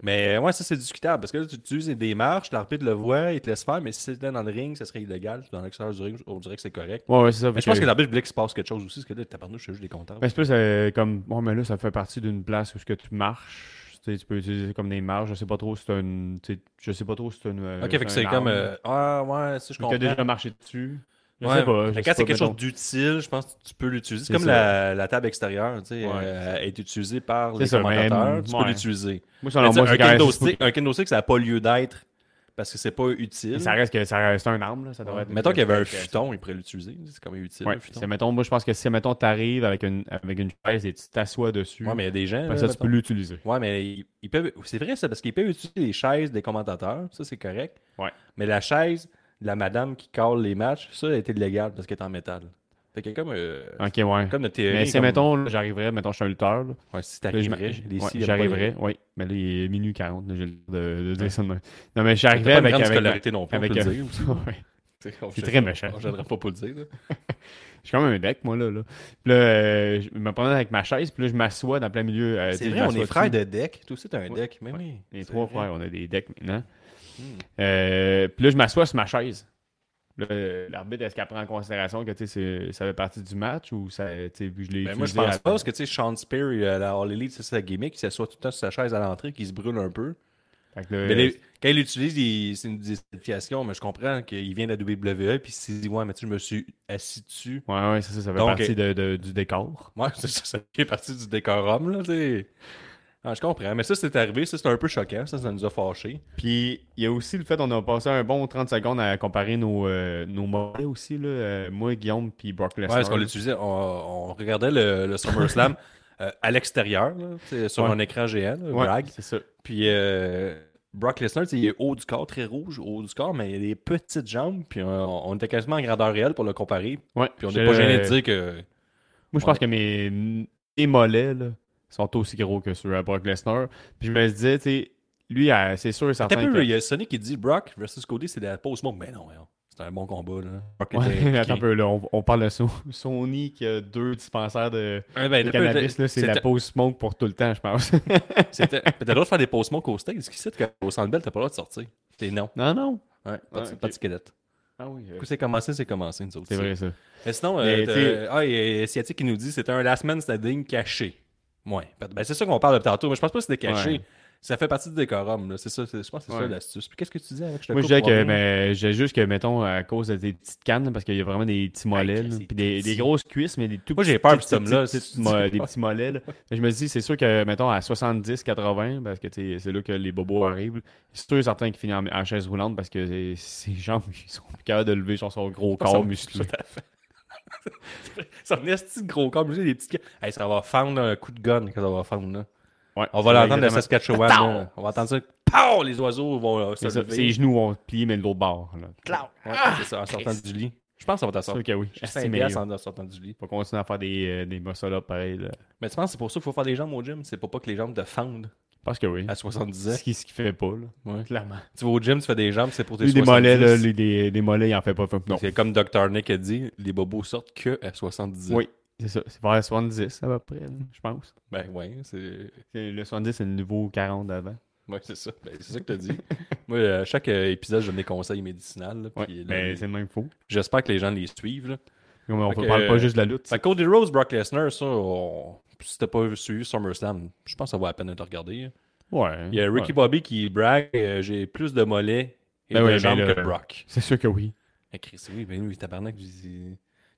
Speaker 1: Mais euh, ouais, ça c'est discutable parce que là, tu utilises des marches, l'arbitre le voit, il te laisse faire, mais si c'était dans le ring, ça serait illégal. Dans l'extérieur du ring, on dirait que c'est correct.
Speaker 2: Ouais, ouais, c'est ça.
Speaker 1: Mais
Speaker 2: fait
Speaker 1: je pense que
Speaker 2: que-
Speaker 1: l'arbitre voulait qu'il se passe quelque chose aussi, parce que là, tabarnouche, c'est juste des comptables.
Speaker 2: Ben, c'est plus euh, comme, bon, mais là, ça fait partie d'une place où ce que tu marches, tu sais, tu peux utiliser comme des marches. Je sais pas trop si c'est une. tu sais, Je sais pas trop si c'est une. euh,
Speaker 1: Ok, fait que c'est
Speaker 2: un
Speaker 1: comme.
Speaker 2: arbre.
Speaker 1: euh, ah ouais, ça je
Speaker 2: Ou t'as
Speaker 1: comprends.
Speaker 2: déjà marché dessus. Je
Speaker 1: Ouais,
Speaker 2: sais pas.
Speaker 1: mais
Speaker 2: je sais
Speaker 1: quand c'est
Speaker 2: pas,
Speaker 1: quelque
Speaker 2: mettons.
Speaker 1: chose d'utile, je pense que tu peux l'utiliser. C'est
Speaker 2: C'est
Speaker 1: comme
Speaker 2: ça.
Speaker 1: la, la table extérieure, tu sais,
Speaker 2: Ouais.
Speaker 1: euh, elle est utilisée par
Speaker 2: C'est
Speaker 1: les
Speaker 2: ça, mais,
Speaker 1: commentateurs, tu
Speaker 2: ouais.
Speaker 1: peux l'utiliser.
Speaker 2: Moi,
Speaker 1: Mais
Speaker 2: selon
Speaker 1: tu sais,
Speaker 2: moi,
Speaker 1: Un
Speaker 2: c'est quand
Speaker 1: kendo
Speaker 2: même-
Speaker 1: stick, un kendo stick, ça n'a pas lieu d'être parce que c'est pas utile.
Speaker 2: mais Ça reste que ça reste un arbre, là. Ça devrait
Speaker 1: Ouais.
Speaker 2: être.
Speaker 1: Mettons qu'il y avait un futon, il pourrait l'utiliser. C'est quand même utile,
Speaker 2: Ouais,
Speaker 1: un futon.
Speaker 2: c'est, mettons, moi, je pense que si, mettons, t'arrives avec une, avec une chaise et tu t'assois dessus,
Speaker 1: Ouais, mais il y a des gens.
Speaker 2: après
Speaker 1: là,
Speaker 2: ça, tu peux
Speaker 1: mettons.
Speaker 2: l'utiliser.
Speaker 1: Ouais, mais ils, ils peuvent. C'est vrai, ça, parce qu'ils peuvent utiliser les chaises des commentateurs. Ça, c'est correct.
Speaker 2: Ouais.
Speaker 1: Mais la chaise de la madame qui call les matchs, ça, a été illégal parce qu'elle est en métal. Fait que comme. euh,
Speaker 2: Ok, ouais.
Speaker 1: Comme notre théorie.
Speaker 2: Mais si,
Speaker 1: comme-
Speaker 2: mettons, là, j'arriverais, mettons, je suis un lutteur, là.
Speaker 1: Ouais, si
Speaker 2: Là, je
Speaker 1: t'arriverais,
Speaker 2: m'a-
Speaker 1: les
Speaker 2: ouais,
Speaker 1: filles,
Speaker 2: j'arriverais, oui. Mais là, il est minuit 40, là, j'ai le droit de, de dire ça de même. Non, mais
Speaker 1: elles ont
Speaker 2: j'arrivais
Speaker 1: pas une
Speaker 2: avec.
Speaker 1: grande
Speaker 2: avec,
Speaker 1: scolarité non plus, on
Speaker 2: avec
Speaker 1: peut le
Speaker 2: un-
Speaker 1: dire aussi.
Speaker 2: *laughs* Ouais.
Speaker 1: C'est
Speaker 2: C'est très méchant.
Speaker 1: Je n'aimerais pas pour le dire. là.
Speaker 2: Je suis quand même un deck, moi, là. là. Puis là, euh, je me prends avec ma chaise, puis là, je m'assois dans plein milieu. euh, tu
Speaker 1: C'est
Speaker 2: sais, je
Speaker 1: vrai, on
Speaker 2: m'assois
Speaker 1: est frères
Speaker 2: dessus.
Speaker 1: de deck. Toi aussi, t'as un
Speaker 2: Ouais.
Speaker 1: deck. Mais
Speaker 2: Ouais.
Speaker 1: oui.
Speaker 2: Les
Speaker 1: c'est
Speaker 2: trois
Speaker 1: vrai.
Speaker 2: frères, on a des decks maintenant.
Speaker 1: Hmm.
Speaker 2: Euh, puis là, je m'assois sur ma chaise. Le- L'arbitre, est-ce qu'elle prend en considération que tu sais, c'est- ça fait partie du match ou ça, tu sais, puis je l'ai
Speaker 1: Ben, moi, je
Speaker 2: utilisé
Speaker 1: pense
Speaker 2: à-
Speaker 1: pas parce que, tu sais, Sean Spear, il, à la All Elite, c'est sa gimmick. Il s'assoit tout le temps sur sa chaise à l'entrée, qu'il se brûle un peu.
Speaker 2: Fait que là,
Speaker 1: Mais les- quand il l'utilise, il- c'est une disqualification. Mais je comprends qu'il vient de la WWE, puis il s'est dit, ouais, mais tu sais, je me suis assis dessus.
Speaker 2: Ouais, ouais, c'est ça, ça fait
Speaker 1: Donc, euh,
Speaker 2: partie de- de- du décor.
Speaker 1: Ouais, *laughs* c'est ça, ça fait partie du décorum, là, tu sais. Ah, je comprends. Mais ça, c'est arrivé. Ça, c'est un peu choquant. Ça, ça nous a fâchés.
Speaker 2: Puis il y a aussi le fait qu'on a passé un bon 30 secondes à comparer nos, euh, nos mollets aussi, là, euh, moi, Guillaume, puis Brock
Speaker 1: Ouais,
Speaker 2: Lesnar.
Speaker 1: parce qu'on l'utilisait, on, on regardait le, le SummerSlam
Speaker 2: *laughs*
Speaker 1: euh, à l'extérieur, là, tu sais, sur
Speaker 2: Ouais.
Speaker 1: un écran géant, là,
Speaker 2: Ouais,
Speaker 1: brag.
Speaker 2: c'est ça.
Speaker 1: Puis euh, Brock Lesnar, tu sais, il est haut du corps, très rouge, haut du corps, mais il a des petites jambes. Puis on, on était quasiment en grandeur réelle pour le comparer.
Speaker 2: Ouais,
Speaker 1: Puis on
Speaker 2: je-
Speaker 1: n'est pas gêné de dire que.
Speaker 2: Moi, je pense que mes, mes mollets là, sont aussi gros que ceux à Brock Lesnar. Puis je me disais, tu sais, lui, euh, c'est sûr et
Speaker 1: T'as
Speaker 2: certain
Speaker 1: peu,
Speaker 2: que...
Speaker 1: il y a Sonic qui dit Brock versus Cody, c'est de la pause monde. Mais non, voyons, c'était un bon combat. Là. Brock
Speaker 2: Ouais,
Speaker 1: était
Speaker 2: *laughs*
Speaker 1: impliqué.
Speaker 2: attends un peu, là, on, on parle de So- Sony qui a deux dispensaires de,
Speaker 1: Ouais, ben,
Speaker 2: de
Speaker 1: t'as peu,
Speaker 2: cannabis. là, C'est
Speaker 1: c'était-
Speaker 2: la pause smoke pour tout le temps, je pense.
Speaker 1: c'était- T'as le droit de faire des pauses mondes au stage. Ce qui c'est qu'au centre belle, t'as pas le droit de sortir. C'est non.
Speaker 2: non, non.
Speaker 1: Ouais, pas de
Speaker 2: Ouais, ok.
Speaker 1: pas de ticket.
Speaker 2: Ah oui,
Speaker 1: Du coup, c'est commencé, c'est commencé, nous autres.
Speaker 2: c'est vrai ça.
Speaker 1: Mais sinon,
Speaker 2: Mais,
Speaker 1: euh, t'as-
Speaker 2: tu sais-
Speaker 1: ah, il y a Asiatique ben, qui nous dit c'était un last man standing caché. Ouais. Ben, c'est ça qu'on parle de tantôt, mais je pense pas que c'était caché.
Speaker 2: Ouais.
Speaker 1: Ça fait partie du décorum, là. C'est ça, c'est- je pense que c'est ça
Speaker 2: Ouais.
Speaker 1: l'astuce. Puis qu'est-ce que tu disais avec je te
Speaker 2: Moi, je
Speaker 1: coupe
Speaker 2: dirais
Speaker 1: pour
Speaker 2: que, ben-
Speaker 1: revenir?
Speaker 2: mais, je dirais juste que, mettons, à cause des petites cannes, parce qu'il y a vraiment des petits mollets,
Speaker 3: que
Speaker 2: là,
Speaker 3: c'est
Speaker 2: puis des, des
Speaker 3: petit.
Speaker 2: grosses cuisses, mais des tout
Speaker 1: Moi, j'ai
Speaker 2: petits-
Speaker 1: peur de
Speaker 2: petits-
Speaker 1: cet homme-là,
Speaker 2: petits-
Speaker 1: si
Speaker 2: petits-
Speaker 1: tu dis
Speaker 2: mo-
Speaker 1: pas.
Speaker 2: Des petits mollets, là. Mais Je me dis, c'est sûr que, mettons, à 70, 80, parce que tu sais, c'est là que les bobos arrivent, c'est sûr et certain qu'ils finissent en, en chaise roulante parce que euh, ses jambes, *laughs* ils sont plus capables de lever sur son gros
Speaker 1: Ça *laughs*
Speaker 2: corps
Speaker 1: me-
Speaker 2: musclé.
Speaker 1: Tout à fait. *laughs* ça me laisse gros corps, j'ai des petites. Hey, ça va fendre un coup de gun que ça va fendre là.
Speaker 2: Ouais,
Speaker 1: On va
Speaker 2: c'est
Speaker 1: l'entendre de
Speaker 2: exactement-
Speaker 1: Saskatchewan. là. On va entendre ça. Pow! Les oiseaux vont euh, se
Speaker 2: C'est ça,
Speaker 1: lever.
Speaker 2: Ses genoux vont plier, mais de l'autre bord. Là.
Speaker 1: Ouais, c'est ça, en sortant du lit. Je pense que ça va
Speaker 2: Ah, C'est
Speaker 1: t'assortir.
Speaker 2: sûr que oui.
Speaker 1: Je suis
Speaker 2: Asti, mais
Speaker 1: piastres
Speaker 2: il
Speaker 1: en en sortant du lit.
Speaker 2: faut continuer à faire des, euh, des muscle-ups pareil. là.
Speaker 1: Mais tu penses que c'est pour ça qu'il faut faire des jambes au gym? C'est pour pas que les jambes te fendent
Speaker 2: Parce que oui.
Speaker 1: à 70 ans.
Speaker 2: Ce qui, ce qui fait pas, là.
Speaker 1: Ouais.
Speaker 2: Clairement.
Speaker 1: Tu vas au gym, tu fais des jambes, c'est pour tes
Speaker 2: Lui, des
Speaker 1: 70.
Speaker 2: mollets, là, lui, des, des mollets, il en fait pas. fait- Non.
Speaker 1: C'est comme Dr. Nick a dit, les bobos sortent que à 70 ans.
Speaker 2: Oui, c'est ça. C'est vers 70 à peu près, là, je pense.
Speaker 1: Ben ouais, c'est.
Speaker 2: C'est- Le 70, c'est le niveau 40 d'avant.
Speaker 1: Ouais, c'est ça. Ben, c'est ça que
Speaker 2: *laughs*
Speaker 1: t'as dit. Moi, euh, à chaque euh, épisode, je donne des conseils médicinaux. là,
Speaker 2: Ouais.
Speaker 1: puis là,
Speaker 2: Ben,
Speaker 1: les-
Speaker 2: c'est le même faux.
Speaker 1: J'espère que les gens les suivent. Là.
Speaker 2: Comme on
Speaker 1: Fait
Speaker 2: peut
Speaker 1: que- euh,
Speaker 2: parle pas juste de la lutte.
Speaker 1: Fait que Cody Rose, Brock Lesnar, ça, on- si t'as pas suivi SummerSlam, je pense que ça vaut la peine de te regarder.
Speaker 2: Ouais.
Speaker 1: Il y a Ricky
Speaker 2: ouais.
Speaker 1: Bobby qui brague euh, j'ai plus de mollets et
Speaker 2: Ben
Speaker 1: de
Speaker 2: oui, mais
Speaker 1: jambes
Speaker 2: là-
Speaker 1: que Brock.
Speaker 2: C'est sûr que oui.
Speaker 1: Eh, Chris, oui, ben oui, tabarnak, c'est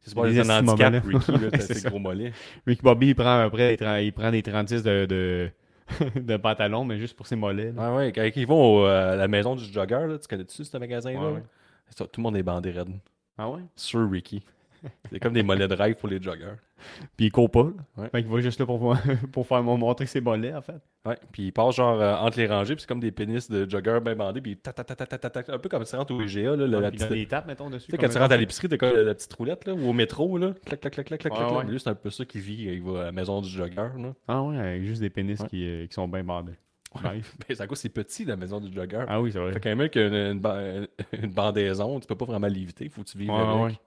Speaker 1: c'est pas
Speaker 2: Les
Speaker 1: un
Speaker 2: estimants
Speaker 1: handicap,
Speaker 2: mollets. *laughs*
Speaker 1: Ricky, là, t'as
Speaker 2: Ouais, c'est
Speaker 1: ses
Speaker 2: ça.
Speaker 1: gros mollets.
Speaker 2: Ricky Bobby, il prend après, il, tra- il prend des 36 de, de... *laughs* de pantalon, mais juste pour ses mollets. là.
Speaker 1: Ouais, ouais, quand ils vont au, euh, à la maison du jogger, là, tu connais-tu ce magasin-là?
Speaker 2: Ouais, ouais.
Speaker 1: Ça, Tout le monde est bandé raide.
Speaker 2: Ah ouais?
Speaker 1: Sur Ricky. C'est comme des mollets de rêve pour les joggers.
Speaker 2: Puis il court pas, là.
Speaker 1: Ouais.
Speaker 2: Fait qu'il va juste là pour, voir- *laughs* pour faire mon montrer ses mollets, en fait.
Speaker 1: Ouais, puis il passe genre euh, entre les rangées, puis c'est comme des pénis de joggers bien bandés, puis tac, tac, tac, tac, tac, tac, un peu comme si tu rentres au IGA, là, la, la
Speaker 2: Puis il
Speaker 1: petite...
Speaker 2: donne des
Speaker 1: Tu
Speaker 2: tapes, mettons, dessus.
Speaker 1: sais,
Speaker 2: comme
Speaker 1: quand tu
Speaker 2: un-
Speaker 1: rentres à l'épicerie, t'as comme la, la petite roulette, là, ou au métro, là, clac, clac, clac, clac, clac,
Speaker 2: Ouais,
Speaker 1: clac, là.
Speaker 2: ouais.
Speaker 1: Lui, c'est un peu ça qu'il vit, il va à la maison du jogger, là. Ben,
Speaker 2: Ah ouais, avec juste des pénis
Speaker 1: Ouais.
Speaker 2: qui, euh, qui sont bien bandés. Nice.
Speaker 1: Ben, c'est à quoi c'est petit, la maison du jogger.
Speaker 2: Ah oui, c'est vrai.
Speaker 1: Fait qu'un mec qui a une, une ba- *laughs* une bandaison, tu peux pas vraiment l'éviter, faut que tu vives
Speaker 2: Ouais,
Speaker 1: avec.
Speaker 2: ouais.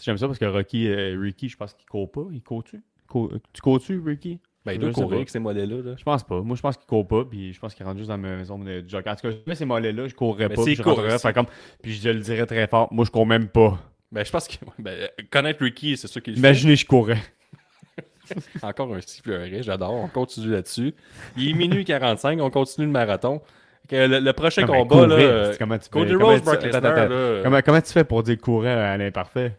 Speaker 2: J'aime ça parce que Rocky, euh, Ricky, je pense qu'il court pas. Il court-tu? Court- tu cours-tu, Ricky?
Speaker 1: Ben, il
Speaker 2: Je
Speaker 1: doit
Speaker 2: sais
Speaker 1: courir
Speaker 2: pas.
Speaker 1: avec ces modèles-là, là.
Speaker 2: Je pense pas. Moi, je pense qu'il court pas, puis je pense qu'il rentre juste dans ma maison de jogger. En tout cas, je mets ces mollets-là, je courrais
Speaker 1: Mais
Speaker 2: pas, puis
Speaker 1: s'il
Speaker 2: je
Speaker 1: court,
Speaker 2: rentrerais,
Speaker 1: s'il-
Speaker 2: fait comme... Puis je le dirais très fort, moi, je cours même pas.
Speaker 1: Ben, je pense que, ben, connaître Ricky, c'est sûr qu'il
Speaker 2: Imaginez, je courais.
Speaker 1: Encore un siffleuret, j'adore. On continue là-dessus. Il est minuit 45, on continue le marathon. Que Le, le prochain
Speaker 2: Comment
Speaker 1: combat, là,
Speaker 2: courir?
Speaker 1: euh,
Speaker 2: Comment tu fais?
Speaker 1: Cody
Speaker 2: Comment
Speaker 1: Rose,
Speaker 2: tu-
Speaker 1: Brock
Speaker 2: attends,
Speaker 1: Lesnar,
Speaker 2: attends, attends.
Speaker 1: là.
Speaker 2: Comment, comment tu fais pour dire courir à l'imparfait?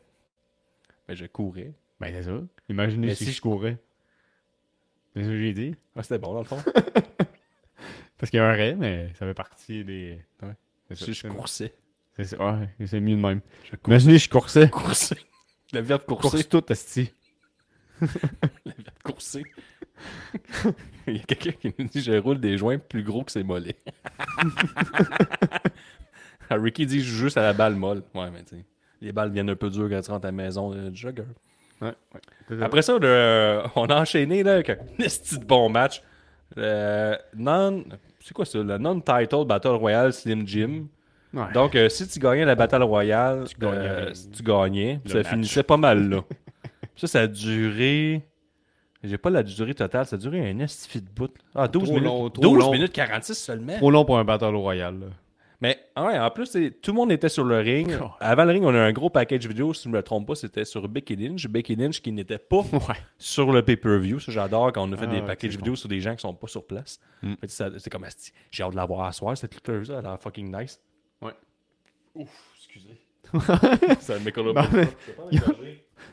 Speaker 1: Ben, je courais.
Speaker 2: Ben, c'est ça. Imaginez
Speaker 1: Mais
Speaker 2: si,
Speaker 1: si
Speaker 2: je courais. C'est ce que j'ai dit.
Speaker 1: Ah, c'était bon, dans le fond.
Speaker 2: Parce qu'il y a un rêve, mais ça fait partie des...
Speaker 1: Ouais.
Speaker 2: C'est ça,
Speaker 1: si je
Speaker 2: c'est-
Speaker 1: coursais.
Speaker 2: c'est ça. Ouais, c'est mieux de même.
Speaker 1: Je cours-
Speaker 2: Imaginez, je coursais.
Speaker 1: *laughs* coursais. Le verbe
Speaker 2: Course
Speaker 1: courser.
Speaker 2: tout, esti.
Speaker 1: Le verbe courser. Il y a quelqu'un qui nous dit Je roule des joints plus gros que ses mollets. Ah, Ricky dit Je joue juste à la balle molle. Ouais, mais tu sais. Les balles viennent un peu dures quand tu rentres à la maison euh, du jogger. Après ça, le- euh, on a enchaîné là, avec un *laughs* esti de bon match. Le non, c'est quoi ça? Le non-title Battle Royale Slim Jim.
Speaker 2: Ouais.
Speaker 1: Donc, euh, si tu gagnais la Battle Royale,
Speaker 2: Tu gagnais.
Speaker 1: euh, si tu gagnais,
Speaker 2: Le
Speaker 1: ça
Speaker 2: match.
Speaker 1: finissait pas mal là. *laughs* ça, ça a duré. J'ai pas la durée totale, ça a duré un estifi de bout. Ah, 12
Speaker 2: Trop
Speaker 1: minutes.
Speaker 2: long, trop
Speaker 1: 12
Speaker 2: long.
Speaker 1: minutes 46 seulement.
Speaker 2: Trop long pour un Battle Royale. là.
Speaker 1: Mais ouais, en plus, c'est- tout le monde était sur le ring.
Speaker 2: Oh.
Speaker 1: Avant le ring, on a un gros package vidéo, si je ne me trompe pas, c'était sur Becky Lynch. Becky Lynch qui n'était pas sur le pay-per-view. Ça, j'adore quand on a fait
Speaker 2: Ah,
Speaker 1: des
Speaker 2: ouais,
Speaker 1: packages
Speaker 2: c'est
Speaker 1: vidéo sur des gens qui sont pas sur place.
Speaker 2: Mm.
Speaker 1: Fait que ça- C'est comme, asti, j'ai hâte de la voir à soir, cette lutteuse elle a l'air fucking nice.
Speaker 2: Ouais.
Speaker 1: Ouf, *laughs* excusez. ça m'écoule
Speaker 2: Non, mais-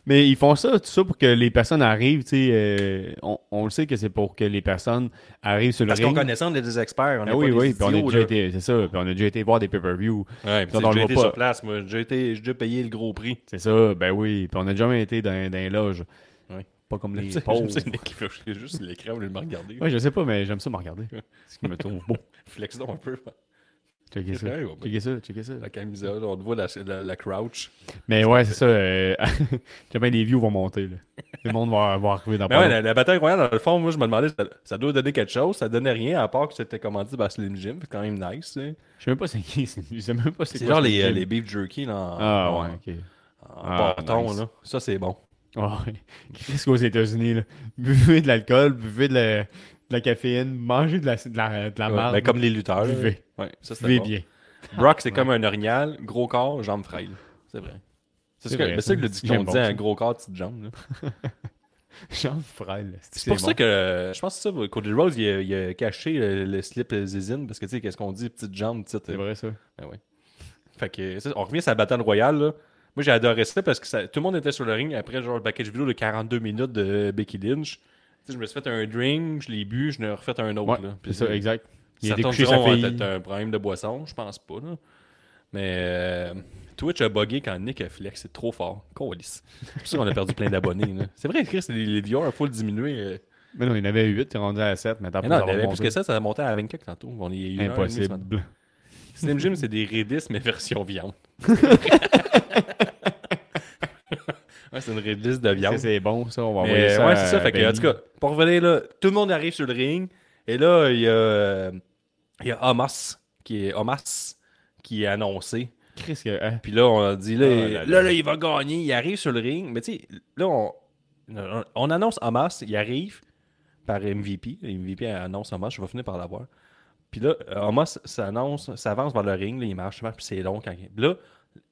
Speaker 2: Mais ils font ça, tout ça, pour que les personnes arrivent. tu sais, euh, on, on le sait que c'est pour que les personnes arrivent sur le
Speaker 1: Parce
Speaker 2: ring.
Speaker 1: qu'on connaissait, on est des experts. On
Speaker 2: Ah
Speaker 1: est
Speaker 2: oui,
Speaker 1: pas
Speaker 2: oui,
Speaker 1: des
Speaker 2: puis on a
Speaker 1: idiots,
Speaker 2: déjà
Speaker 1: là.
Speaker 2: été, c'est ça, puis on a déjà été voir des pay-per-view.
Speaker 1: Ouais, puis
Speaker 2: Non, non,
Speaker 1: j'ai
Speaker 2: on
Speaker 1: été
Speaker 2: va pas.
Speaker 1: sur place, moi. J'ai été, j'ai déjà payé le gros prix.
Speaker 2: C'est ça, ben oui, puis on a jamais été dans, dans les loges.
Speaker 1: Ouais.
Speaker 2: Pas comme
Speaker 1: Tu
Speaker 2: les
Speaker 1: sais,
Speaker 2: pauvres.
Speaker 1: *laughs* c'est Nick qui fait juste l'écran, au lieu de me regarder.
Speaker 2: Ouais, je sais pas, mais j'aime ça me regarder. Ce qui me trouve beau.
Speaker 1: Flex donc un peu.
Speaker 2: Checker ça.
Speaker 1: Ouais, ouais, ouais.
Speaker 2: Checker ça, checker ça.
Speaker 1: La camisole, on te voit la, la, la crouch.
Speaker 2: Mais ouais, c'est ça. Euh... *laughs* jamais les views vont monter. Là. Le monde va, va arriver dans
Speaker 1: Mais Ben
Speaker 2: pas
Speaker 1: ouais, la, la bataille royale, dans le fond, moi, je me demandais, ça, ça doit donner quelque chose. Ça donnait rien, à part que c'était commandé par Slim Jim. C'est quand même nice. hein.
Speaker 2: Je sais même pas c'est qui. c'est- Je sais même pas c'est
Speaker 1: C'est
Speaker 2: quoi
Speaker 1: genre
Speaker 2: ce
Speaker 1: les, euh,
Speaker 2: film.
Speaker 1: les beef jerky là, en,
Speaker 2: Ah
Speaker 1: en-
Speaker 2: ouais, ok.
Speaker 1: en
Speaker 2: Ah,
Speaker 1: bâton.
Speaker 2: nice.
Speaker 1: Là. Ça, c'est bon.
Speaker 2: Ah ouais. *laughs* Qu'est-ce qu'aux États-Unis, là? Buvez de l'alcool, buvez de la, de la caféine, mangez de la, de la, de la
Speaker 1: Ouais,
Speaker 2: marde,
Speaker 1: ben, comme les lutteurs. là.
Speaker 2: Buvez.
Speaker 1: Ouais, ça, c'était
Speaker 2: buvez
Speaker 1: bon.
Speaker 2: bien. *laughs*
Speaker 1: Brock, c'est comme un orignal, gros corps, jambes frêles. C'est vrai. C'est
Speaker 2: C'est
Speaker 1: ce que,
Speaker 2: vrai,
Speaker 1: mais c'est
Speaker 2: ça.
Speaker 1: que le dit hein,
Speaker 2: J'aime
Speaker 1: qu'on
Speaker 2: bon
Speaker 1: dit,
Speaker 2: ça.
Speaker 1: un gros corps, petite jambe. là.
Speaker 2: Jean Frel.
Speaker 1: C'est pour ça que euh, je pense que c'est ça. Cody Rose, il a, il a caché euh, le, slip euh, Zizine parce que tu sais, qu'est-ce qu'on dit, petite jambe, petite.
Speaker 2: C'est
Speaker 1: euh,
Speaker 2: vrai, ça.
Speaker 1: ben ouais. Fait que, ça, on revient à la bataille royale. Là. Moi, j'ai adoré ça parce que ça- tout le monde était sur le ring après genre le package vidéo de 42 minutes de Becky Lynch. Tu sais, je me suis fait un drink, je l'ai bu, je n'ai refait un
Speaker 2: Ouais,
Speaker 1: autre. là.
Speaker 2: c'est
Speaker 1: Puis,
Speaker 2: ça, exact. Il a
Speaker 1: Certains
Speaker 2: découché sa
Speaker 1: diront, Ah,
Speaker 2: fille.
Speaker 1: t'as un problème de boisson, je pense pas. Là. Mais euh, Twitch a bugué quand Nick a flex, c'est trop fort. Calice. C'est pour ça qu'on a perdu plein d'abonnés. là. C'est vrai, Chris, les, les viewers, il faut le diminuer. euh.
Speaker 2: Mais non, il y en avait 8, t'es rendu à 7, mais t'as
Speaker 1: Mais non, mais plus que ça, ça a monté à 24 tantôt. On y est une heure et demie ce matin.
Speaker 2: Impossible.
Speaker 1: Slim Jim, c'est des Redis, mais version
Speaker 2: *laughs*
Speaker 1: viande. ouais, c'est une Redis de
Speaker 2: Ça,
Speaker 1: viande.
Speaker 2: C'est bon, ça, on va envoyer
Speaker 1: Mais,
Speaker 2: ça.
Speaker 1: ouais, c'est ça.
Speaker 2: à
Speaker 1: Fait que, en
Speaker 2: Benny.
Speaker 1: tout cas, pour revenir là, tout le monde arrive sur le ring. Et là, il y a, euh, il y a Hamas qui est Hamas qui est annoncé.
Speaker 2: Chris, que- hein,
Speaker 1: Puis là, on a dit là,
Speaker 2: Ah là
Speaker 1: là,
Speaker 2: là.
Speaker 1: là, il va gagner. Il arrive sur le ring. Mais tu sais, là, on, on- on annonce Hamas. Il arrive par MVP. MVP annonce Hamas. Je vais finir par l'avoir. Puis là, Hamas s'annonce, s'avance vers le ring. là, il marche, il marche, puis c'est long. Quand... Puis là,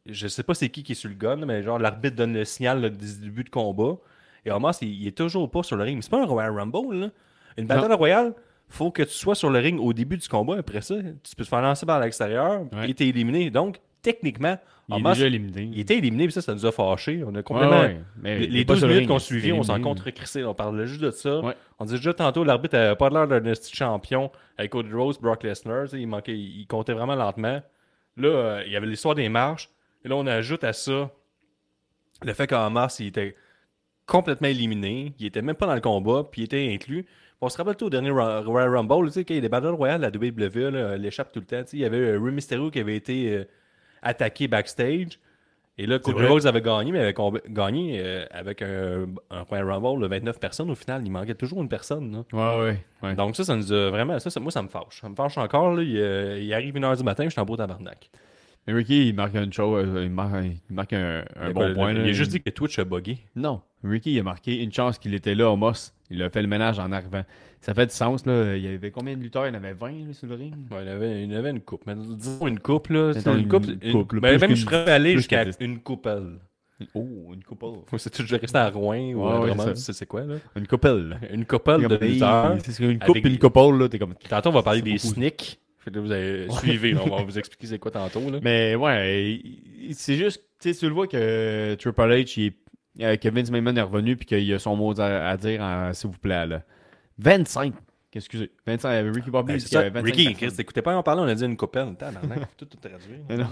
Speaker 1: je sais pas c'est qui qui est sur le gun, mais genre l'arbitre donne le signal là, du début de combat. Et Hamas, il, il est toujours pas sur le ring. Mais C'est pas un Royal Rumble, là. Une bataille royale, faut que tu sois sur le ring au début du combat. Après ça, tu peux te faire lancer par l'extérieur
Speaker 2: Ouais.
Speaker 1: et t'es éliminé. Donc, techniquement,
Speaker 2: il est
Speaker 1: Hamas,
Speaker 2: déjà éliminé.
Speaker 1: il était éliminé, puis ça, ça nous a fâchés. On a
Speaker 2: Ouais,
Speaker 1: complètement.
Speaker 2: ouais, mais
Speaker 1: Les-
Speaker 2: Ben, il est
Speaker 1: Les
Speaker 2: pas
Speaker 1: 12
Speaker 2: sur le
Speaker 1: minutes
Speaker 2: ring, il
Speaker 1: qu'on
Speaker 2: est
Speaker 1: suivait, on s'en
Speaker 2: éliminé.
Speaker 1: contre-crissait. On parlait juste de ça.
Speaker 2: Ouais.
Speaker 1: On disait déjà tantôt, l'arbitre n'avait pas l'air d'un petit champion avec Cody Rose, Brock Lesnar. tu sais, Il, manquait, il il comptait vraiment lentement. Là, euh, il y avait l'histoire des marches. Et là, on ajoute à ça le fait qu'en mars, il était complètement éliminé. Il était même pas dans le combat, puis il était inclus. On se rappelle tout au dernier Ro- Royal Rumble, tu sais, quand il y a des Battle Royale, la WWE là, elle échappe tout le temps. tu sais. Il y avait euh, Rey Mysterio qui avait été euh, attaqué backstage. Et là, Cody
Speaker 2: vrai.
Speaker 1: Rhodes avait gagné, mais avait comb- gagné euh, avec un, un Royal Rumble de 29 personnes. Au final, il manquait toujours une personne. là.
Speaker 2: Ouais, ouais. ouais.
Speaker 1: Donc ça, ça nous a vraiment... Ça, ça- moi, ça me fâche. Ça me fâche encore. là. Il, euh, il arrive 1h du matin, je suis en beau tabarnak.
Speaker 2: Mais Ricky, il marque une chose, euh, il marque, un- il marque un, un
Speaker 1: Il a
Speaker 2: bon
Speaker 1: pas- le-
Speaker 2: point.
Speaker 1: Il
Speaker 2: là.
Speaker 1: a juste dit que Twitch a buggé.
Speaker 2: Non. Ricky, il a marqué une chance qu'il était là, Homos. Il a fait le ménage en arrivant. Ça fait du sens, là. Il y avait combien de lutteurs Il y en avait 20 là, sur le ring.
Speaker 1: Ouais, il, avait, il avait une coupe. Mais disons une coupe, là.
Speaker 2: Mettons
Speaker 1: c'est une
Speaker 2: une
Speaker 1: coupe.
Speaker 2: coupe,
Speaker 1: une-
Speaker 2: là, plus
Speaker 1: ben, même
Speaker 2: qu'une-
Speaker 1: je pourrais aller
Speaker 2: plus
Speaker 1: jusqu'à
Speaker 2: qu'une-
Speaker 1: une coupelle.
Speaker 2: Oh, une couple.
Speaker 1: Faut c'est tout, je rester à Rouen ou
Speaker 2: Ouais,
Speaker 1: à
Speaker 2: ouais,
Speaker 1: Drummond,
Speaker 2: c'est ça.
Speaker 1: tu sais c'est quoi, là.
Speaker 2: Une couple.
Speaker 1: Une coupelle de lutteurs.
Speaker 2: C'est une coupe
Speaker 1: Avec-
Speaker 2: et une couple, là. T'es comme.
Speaker 1: Tantôt, on va parler
Speaker 2: C'est
Speaker 1: des
Speaker 2: beaucoup.
Speaker 1: snicks. Fait que là, vous allez suivez, là, on va vous expliquer c'est quoi tantôt, là.
Speaker 2: Mais ouais, il- il- c'est juste, tu sais, tu le vois que euh, Triple H, il est- euh, que Vince McMahon est revenu puis qu'il a son mot à, à dire, en- s'il vous plaît, là. 25! Excusez, 25, euh, Ricky Bobby,
Speaker 1: Ben,
Speaker 2: il
Speaker 1: c'est
Speaker 2: y
Speaker 1: ça.
Speaker 2: avait 25
Speaker 1: Ricky,
Speaker 2: personnes.
Speaker 1: Chris, t'écoutais pas en parler, on a dit une coupelle. Tabarnak, faut tout traduit.
Speaker 2: Mais non.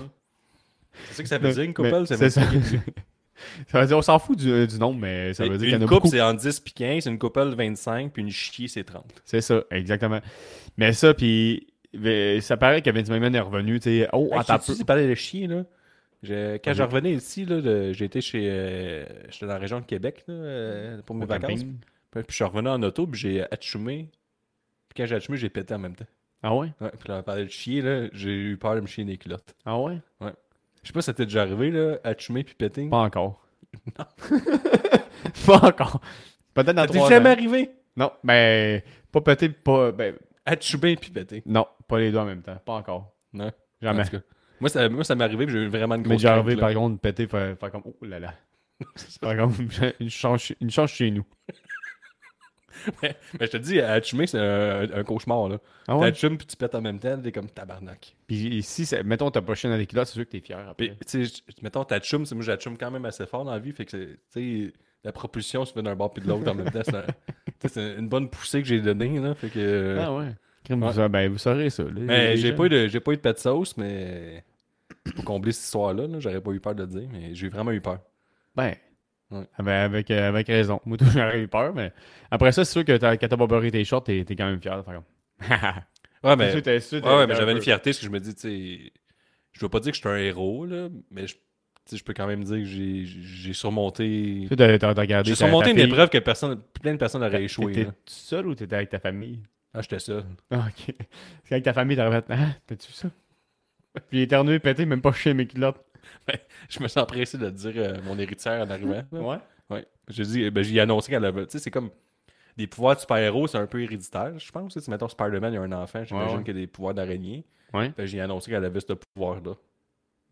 Speaker 1: C'est ça que ça veut dire, une
Speaker 2: Mais
Speaker 1: coupelle? Ça
Speaker 2: c'est
Speaker 1: veut
Speaker 2: ça.
Speaker 1: dire-
Speaker 2: *laughs* ça veut dire, on s'en fout du, euh, du nombre, mais ça veut dire qu'il y en
Speaker 1: Une
Speaker 2: a
Speaker 1: coupe,
Speaker 2: beaucoup.
Speaker 1: c'est en 10 puis 15, une coupelle 25, puis une chier, c'est 30.
Speaker 2: C'est ça, exactement. Mais ça, puis ben, ça paraît que Vince McMahon est revenu, tu sais, oh,
Speaker 1: Hey,
Speaker 2: attends un
Speaker 1: sais-tu,
Speaker 2: peu.
Speaker 1: tu parlais de chier, là. Je- quand
Speaker 2: Ah,
Speaker 1: je
Speaker 2: oui.
Speaker 1: revenais ici, là, de- j'ai été chez. euh, J'étais dans la région de Québec là, euh, pour mes
Speaker 2: Au
Speaker 1: vacances.
Speaker 2: camping.
Speaker 1: Puis je suis revenu en auto, puis j'ai atchoumé. Puis quand j'ai atchoumé, j'ai pété en même temps.
Speaker 2: Ah ouais?
Speaker 1: Ouais, puis là, on parlait de chier, là, j'ai eu peur de me chier des culottes.
Speaker 2: Ah ouais?
Speaker 1: Je sais pas si ça t'est déjà arrivé, là, atchoumé puis péter.
Speaker 2: Pas encore. *laughs* pas encore. Peut-être dans
Speaker 1: Ça t'est
Speaker 2: trois
Speaker 1: jamais
Speaker 2: ans.
Speaker 1: arrivé?
Speaker 2: Non, mais pas pété, pas. Ben,
Speaker 1: Atchoumé puis péter.
Speaker 2: non, pas les deux en même temps. Pas encore.
Speaker 1: Non.
Speaker 2: Jamais.
Speaker 1: En tout cas, moi, ça, moi, ça m'est arrivé, puis j'ai eu vraiment une
Speaker 2: Mais
Speaker 1: grosse
Speaker 2: déjà arrivé,
Speaker 1: crainte, là.
Speaker 2: par contre, pété, faire, faire comme. Oh
Speaker 1: *laughs*
Speaker 2: là là. Faire comme *laughs* une chance, une chance chez nous.
Speaker 1: Mais je te dis, atchoumé, c'est un, un cauchemar, là.
Speaker 2: Ah ouais?
Speaker 1: T'atchoumes puis tu pètes en même temps, t'es comme tabarnak.
Speaker 2: Puis si, ça- mettons, t'as pas chien dans les culottes, c'est sûr que t'es fier après.
Speaker 1: Puis, tu sais, je- mettons, t'achum, c'est moi, j'achum quand même assez fort dans la vie, fait que, c'est- tu sais, la propulsion se fait d'un bord puis de l'autre en même temps. C'est un- *laughs* tu sais, c'est une bonne poussée que j'ai donnée, là, fait que...
Speaker 2: Ah ouais. Crime,
Speaker 1: euh, Ouais.
Speaker 2: Vous, sa- ben, vous saurez ça. là,
Speaker 1: mais
Speaker 2: les
Speaker 1: j'ai
Speaker 2: gens.
Speaker 1: pas, eu de- j'ai pas eu de pet de sauce, mais pour combler cette histoire-là, là, j'aurais pas eu peur de le dire, mais j'ai vraiment eu peur.
Speaker 2: Ben.
Speaker 1: Ouais.
Speaker 2: Avec, avec, euh, avec raison. Moi, *laughs* toujours, j'aurais eu peur, mais après ça, c'est sûr que t'as- quand t'as pas beurré tes shorts, t'es t'es quand même fier. de faire
Speaker 1: *laughs*
Speaker 2: comme.
Speaker 1: Ouais,
Speaker 2: C'est
Speaker 1: mais,
Speaker 2: sûr, t'es- c'est sûr, t'es-
Speaker 1: Ben, ouais, ouais,
Speaker 2: t'es
Speaker 1: mais
Speaker 2: un
Speaker 1: j'avais une
Speaker 2: peu-
Speaker 1: fierté, parce que je me dis, tu sais, je veux pas dire que je suis un héros, là, mais je, tu sais, je peux quand même dire que j'ai- j'ai surmonté...
Speaker 2: Tu sais, t'as- t'as t'as regardé.
Speaker 1: J'ai
Speaker 2: ta- ta
Speaker 1: surmonté une
Speaker 2: fille.
Speaker 1: épreuve que personne, plein de personnes auraient échoué.
Speaker 2: T'étais
Speaker 1: là.
Speaker 2: tout seul ou t'étais avec ta famille?
Speaker 1: Ah, j'étais seul.
Speaker 2: Ah, ok. C'est quand ta famille t'aurait fait Ah, t'as-tu vu ça? Puis éternué, pété, même pas chez mes culottes.
Speaker 1: Je me sens pressé de le dire euh, mon héritière en arrivant. là.
Speaker 2: Ouais.
Speaker 1: Ouais. J'ai dit, ben, j'ai annoncé qu'elle avait. Tu sais, c'est comme des pouvoirs de super-héros, c'est un peu héréditaire, je pense. Si mettons Spider-Man, il y a un enfant, j'imagine
Speaker 2: Ouais, ouais.
Speaker 1: qu'il a des pouvoirs d'araignée.
Speaker 2: Ouais.
Speaker 1: Fait que j'ai annoncé qu'elle avait ce pouvoir-là.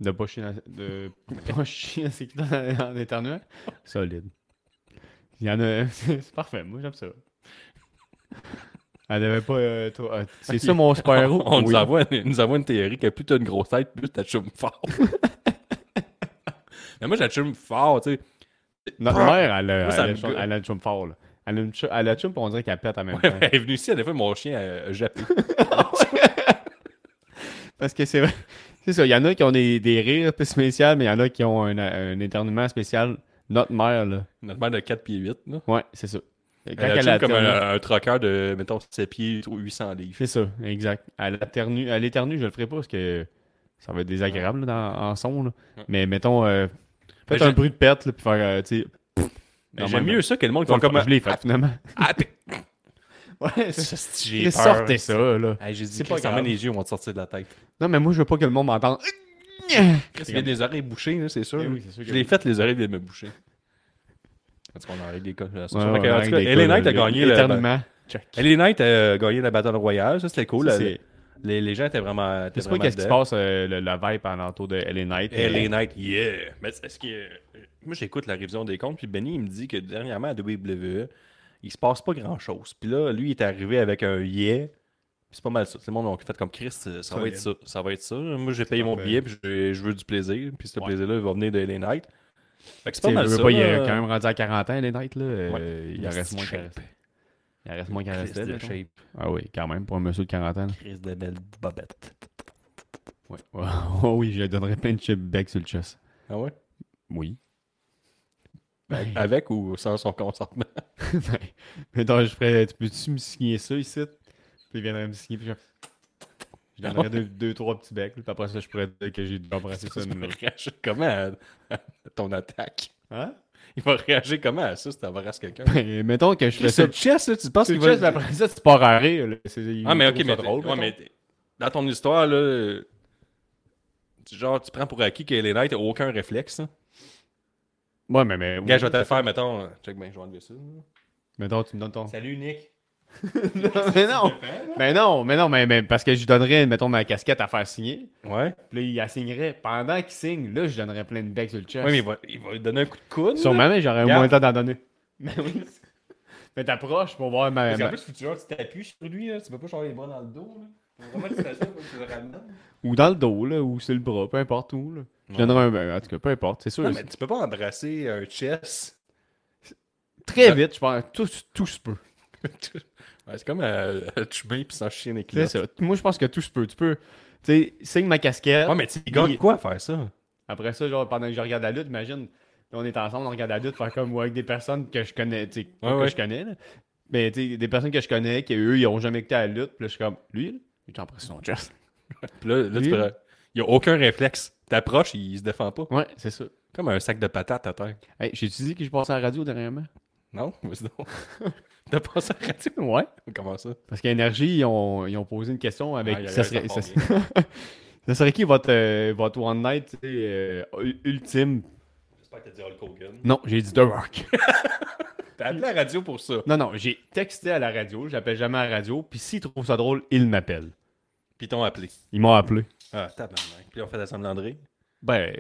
Speaker 2: De
Speaker 1: *laughs*
Speaker 2: pas chier dans, de pas chier dans ses culottes en éternuant. Solide. Il y en a. *laughs* c'est parfait, moi j'aime ça. Elle avait pas. euh, trop- euh, c'est ça mon *laughs* super-héros.
Speaker 1: *laughs* On
Speaker 2: Oui.
Speaker 1: nous, envoie, nous envoie une théorie que plus t'as une grosse tête, plus t'achoumes
Speaker 2: *laughs*
Speaker 1: fort. Mais moi, j'achoume fort, tu sais.
Speaker 2: Notre mère, elle, a-
Speaker 1: Moi, ça
Speaker 2: elle, a
Speaker 1: me
Speaker 2: chum-
Speaker 1: gueule.
Speaker 2: elle a une chum fort. là. Elle a une chum, elle a une chum, puis on dirait qu'elle pète en même
Speaker 1: Ouais,
Speaker 2: temps.
Speaker 1: Elle est venue ici, elle a fait mon chien à jappé.
Speaker 2: Parce que c'est vrai. *laughs* C'est ça. Il y en a qui ont des, des rires plus spéciaux, mais il y en a qui ont un, un éternuement spécial. Notre mère, là.
Speaker 1: Notre mère de 4 pieds 8, là.
Speaker 2: Ouais, c'est ça. Quand
Speaker 1: Elle, achoum comme
Speaker 2: alterne-
Speaker 1: un, un troqueur de, mettons, 7 pieds, 800 livres.
Speaker 2: C'est ça, exact. À l'éternue, à l'éternue, je le ferai pas parce que ça va être désagréable là, dans- en son. là.
Speaker 1: Ouais.
Speaker 2: Mais mettons, euh, faites
Speaker 1: Mais
Speaker 2: un
Speaker 1: je-
Speaker 2: bruit de pète, là, puis faire, euh, tu sais,
Speaker 1: Mais
Speaker 2: Non,
Speaker 1: J'aime
Speaker 2: mais-
Speaker 1: mieux ça que le monde qui
Speaker 2: comme
Speaker 1: font comme...
Speaker 2: je l'ai fait
Speaker 1: *laughs*
Speaker 2: finalement.
Speaker 1: Ah, t'es-
Speaker 2: Ouais,
Speaker 1: Ça, c'est-
Speaker 2: Et
Speaker 1: j'ai peur.
Speaker 2: sortez ça, là.
Speaker 1: Hey, J'ai dit,
Speaker 2: C'est pas
Speaker 1: Chris, ferme
Speaker 2: grave.
Speaker 1: les yeux, on va te sortir de la tête.
Speaker 2: Non, mais moi, je veux pas que le monde m'entende.
Speaker 1: Chris, il y a des oreilles bouchées, là, c'est sûr.
Speaker 2: Eh oui, c'est sûr que
Speaker 1: je l'ai
Speaker 2: oui.
Speaker 1: fait, les oreilles viennent me boucher. Parce qu'on en règle des cas.
Speaker 2: Ouais,
Speaker 1: en tout
Speaker 2: ouais,
Speaker 1: cas,
Speaker 2: avec des
Speaker 1: LA Knight a
Speaker 2: cols,
Speaker 1: gagné le-
Speaker 2: l'éternuement. Check.
Speaker 1: LA Knight euh, a gagné la Battle Royale, ça c'était cool.
Speaker 2: Ça,
Speaker 1: là.
Speaker 2: c'est-
Speaker 1: les, les gens étaient vraiment.
Speaker 2: Je
Speaker 1: étaient
Speaker 2: sais pas
Speaker 1: vraiment
Speaker 2: qu'est-ce qui se
Speaker 1: dedans.
Speaker 2: passe, euh, le- la vibe alentour de LA Knight. euh,
Speaker 1: LA Knight, yeah! Mais est-ce que. euh, Moi j'écoute la révision des comptes, puis Benny il me dit que dernièrement à WWE, il se passe pas grand chose. Puis là, lui il est arrivé avec un yeah. Puis C'est pas mal ça. C'est le monde qui fait comme Chris, ça va
Speaker 2: Solide.
Speaker 1: être ça. Ça va être ça. Moi j'ai payé mon
Speaker 2: Parfait.
Speaker 1: billet, puis j'ai- je veux du plaisir. Puis ce
Speaker 2: Ouais.
Speaker 1: plaisir-là il va venir de LA Knight. Fait que
Speaker 2: Tu
Speaker 1: c'est pas
Speaker 2: sais,
Speaker 1: mal
Speaker 2: je veux
Speaker 1: ça.
Speaker 2: pas, il est
Speaker 1: là.
Speaker 2: quand même rendu à 40 ans, LA Knight, là. euh, Il en
Speaker 1: Nasty
Speaker 2: reste moins qu'à
Speaker 1: shape.
Speaker 2: rester. Il en reste moins qu'à
Speaker 1: Chris
Speaker 2: rester,
Speaker 1: de
Speaker 2: mettons.
Speaker 1: shape.
Speaker 2: Ah oui, quand même, pour un monsieur de 40 ans. là.
Speaker 1: Chris de belle bobette.
Speaker 2: Ouais. *laughs* Oh oui, je lui donnerais plein de chips bags sur le chest.
Speaker 1: Ah ouais?
Speaker 2: *laughs* Oui.
Speaker 1: Avec ou sans son consentement?
Speaker 2: Mais attends, Ben, je ferais. Tu peux-tu me signer ça ici? Puis il viendrait me signer. Puis je, je donnerais deux, deux, trois petits becs. là, Puis après ça, je pourrais dire que j'ai déjà embrassé
Speaker 1: *laughs*
Speaker 2: ça.
Speaker 1: Il va
Speaker 2: une-
Speaker 1: réagir comment à, à ton attaque?
Speaker 2: Hein?
Speaker 1: Il va réagir comment à ça si t'embrasses quelqu'un?
Speaker 2: Ben, mettons que je fais
Speaker 1: C'est
Speaker 2: ça.
Speaker 1: le chest, là, tu penses
Speaker 2: Tu
Speaker 1: qu'il
Speaker 2: le chest, puis
Speaker 1: va...
Speaker 2: après ça, tu pars à rire. là. C'est-
Speaker 1: Ah, mais
Speaker 2: il
Speaker 1: ok,
Speaker 2: trouve
Speaker 1: mais,
Speaker 2: ça drôle,
Speaker 1: ouais,
Speaker 2: mettons.
Speaker 1: mais t'es- dans ton histoire, là, euh, tu- genre, tu prends pour acquis que les Knight n'a aucun réflexe. Hein.
Speaker 2: Ouais, mais. mais
Speaker 1: Gars, je vais te le faire, mettons. euh, Check bien, je vais enlever ça. là.
Speaker 2: Mettons, tu me donnes ton.
Speaker 1: Salut, Nick.
Speaker 2: *laughs* mais non! Mais non, mais non, mais, mais parce que je lui donnerais, mettons, ma casquette à faire signer.
Speaker 1: Ouais.
Speaker 2: Puis là, il la signerait. Pendant qu'il signe, là, je donnerais plein de becs sur le chest.
Speaker 1: Ouais, mais il va, il va lui donner un coup de coude.
Speaker 2: Sûrement,
Speaker 1: là.
Speaker 2: mais j'aurais
Speaker 1: Regarde.
Speaker 2: moins le temps d'en *laughs* donner. Mais Ben oui. Mais t'approches pour voir ma.
Speaker 1: Parce
Speaker 2: ma-
Speaker 1: qu'en plus, faut que tu genre, tu t'appuies sur lui, là, tu peux pas changer les bras dans le dos. Là. Faut Vraiment, que tu t'assures pour que tu le ramènes.
Speaker 2: Ou dans le dos, là, ou sur le bras, peu importe où. Là. Je
Speaker 1: Ouais.
Speaker 2: donnerais un. ben, En tout cas, peu importe, c'est sûr.
Speaker 1: Non, mais tu peux pas embrasser un chest.
Speaker 2: Très vite, je pense. Tout, tout se peut.
Speaker 1: *laughs* Ouais, c'est comme euh, *laughs* chumer puis sans chien avec
Speaker 2: C'est ça. Moi, je pense que tout se peut. Tu peux. Tu sais, signe ma casquette.
Speaker 1: Ouais, mais tu
Speaker 2: Il-
Speaker 1: gagnes quoi à faire ça?
Speaker 2: Après ça, genre, pendant que je regarde la lutte, imagine, là, on est ensemble, on regarde la lutte, faire comme moi avec des personnes que je connais, tu sais, pas
Speaker 1: Ouais,
Speaker 2: que
Speaker 1: ouais.
Speaker 2: je connais, là. Mais tu sais, des personnes que je connais, qui eux, ils ont jamais écouté la lutte, puis là, je suis comme, lui, là, il est en pression de chest.
Speaker 1: Puis là, là,
Speaker 2: Lui-
Speaker 1: tu peux... Il y a aucun réflexe. T'approches, il se défend pas.
Speaker 2: Ouais, c'est ça.
Speaker 1: Comme un sac de patates à terre.
Speaker 2: Hey, j'ai-tu dit que je passais à la radio dernièrement?
Speaker 1: Non? *laughs* Mais sinon... *laughs* T'as pas ça à la radio?
Speaker 2: *laughs* Ouais.
Speaker 1: Comment ça?
Speaker 2: Parce qu'Énergie, ils ont, ils ont posé une question avec.
Speaker 1: Aïe, aïe,
Speaker 2: ça, serait,
Speaker 1: aïe, ça
Speaker 2: ça- ça serait qui votre, euh, votre One Night tu sais, euh, u- ultime
Speaker 1: J'espère que t'as dit Hulk Hogan.
Speaker 2: Non, j'ai dit The Rock.
Speaker 1: T'as appelé la radio pour ça.
Speaker 2: *laughs* non, non, j'ai texté à la radio, j'appelle jamais à la radio, puis s'ils trouvent ça drôle, ils m'appellent.
Speaker 1: Puis ils t'ont appelé.
Speaker 2: Ils m'ont appelé.
Speaker 1: Ah, tabarnak. Puis on fait la semblant de rire.
Speaker 2: Ben,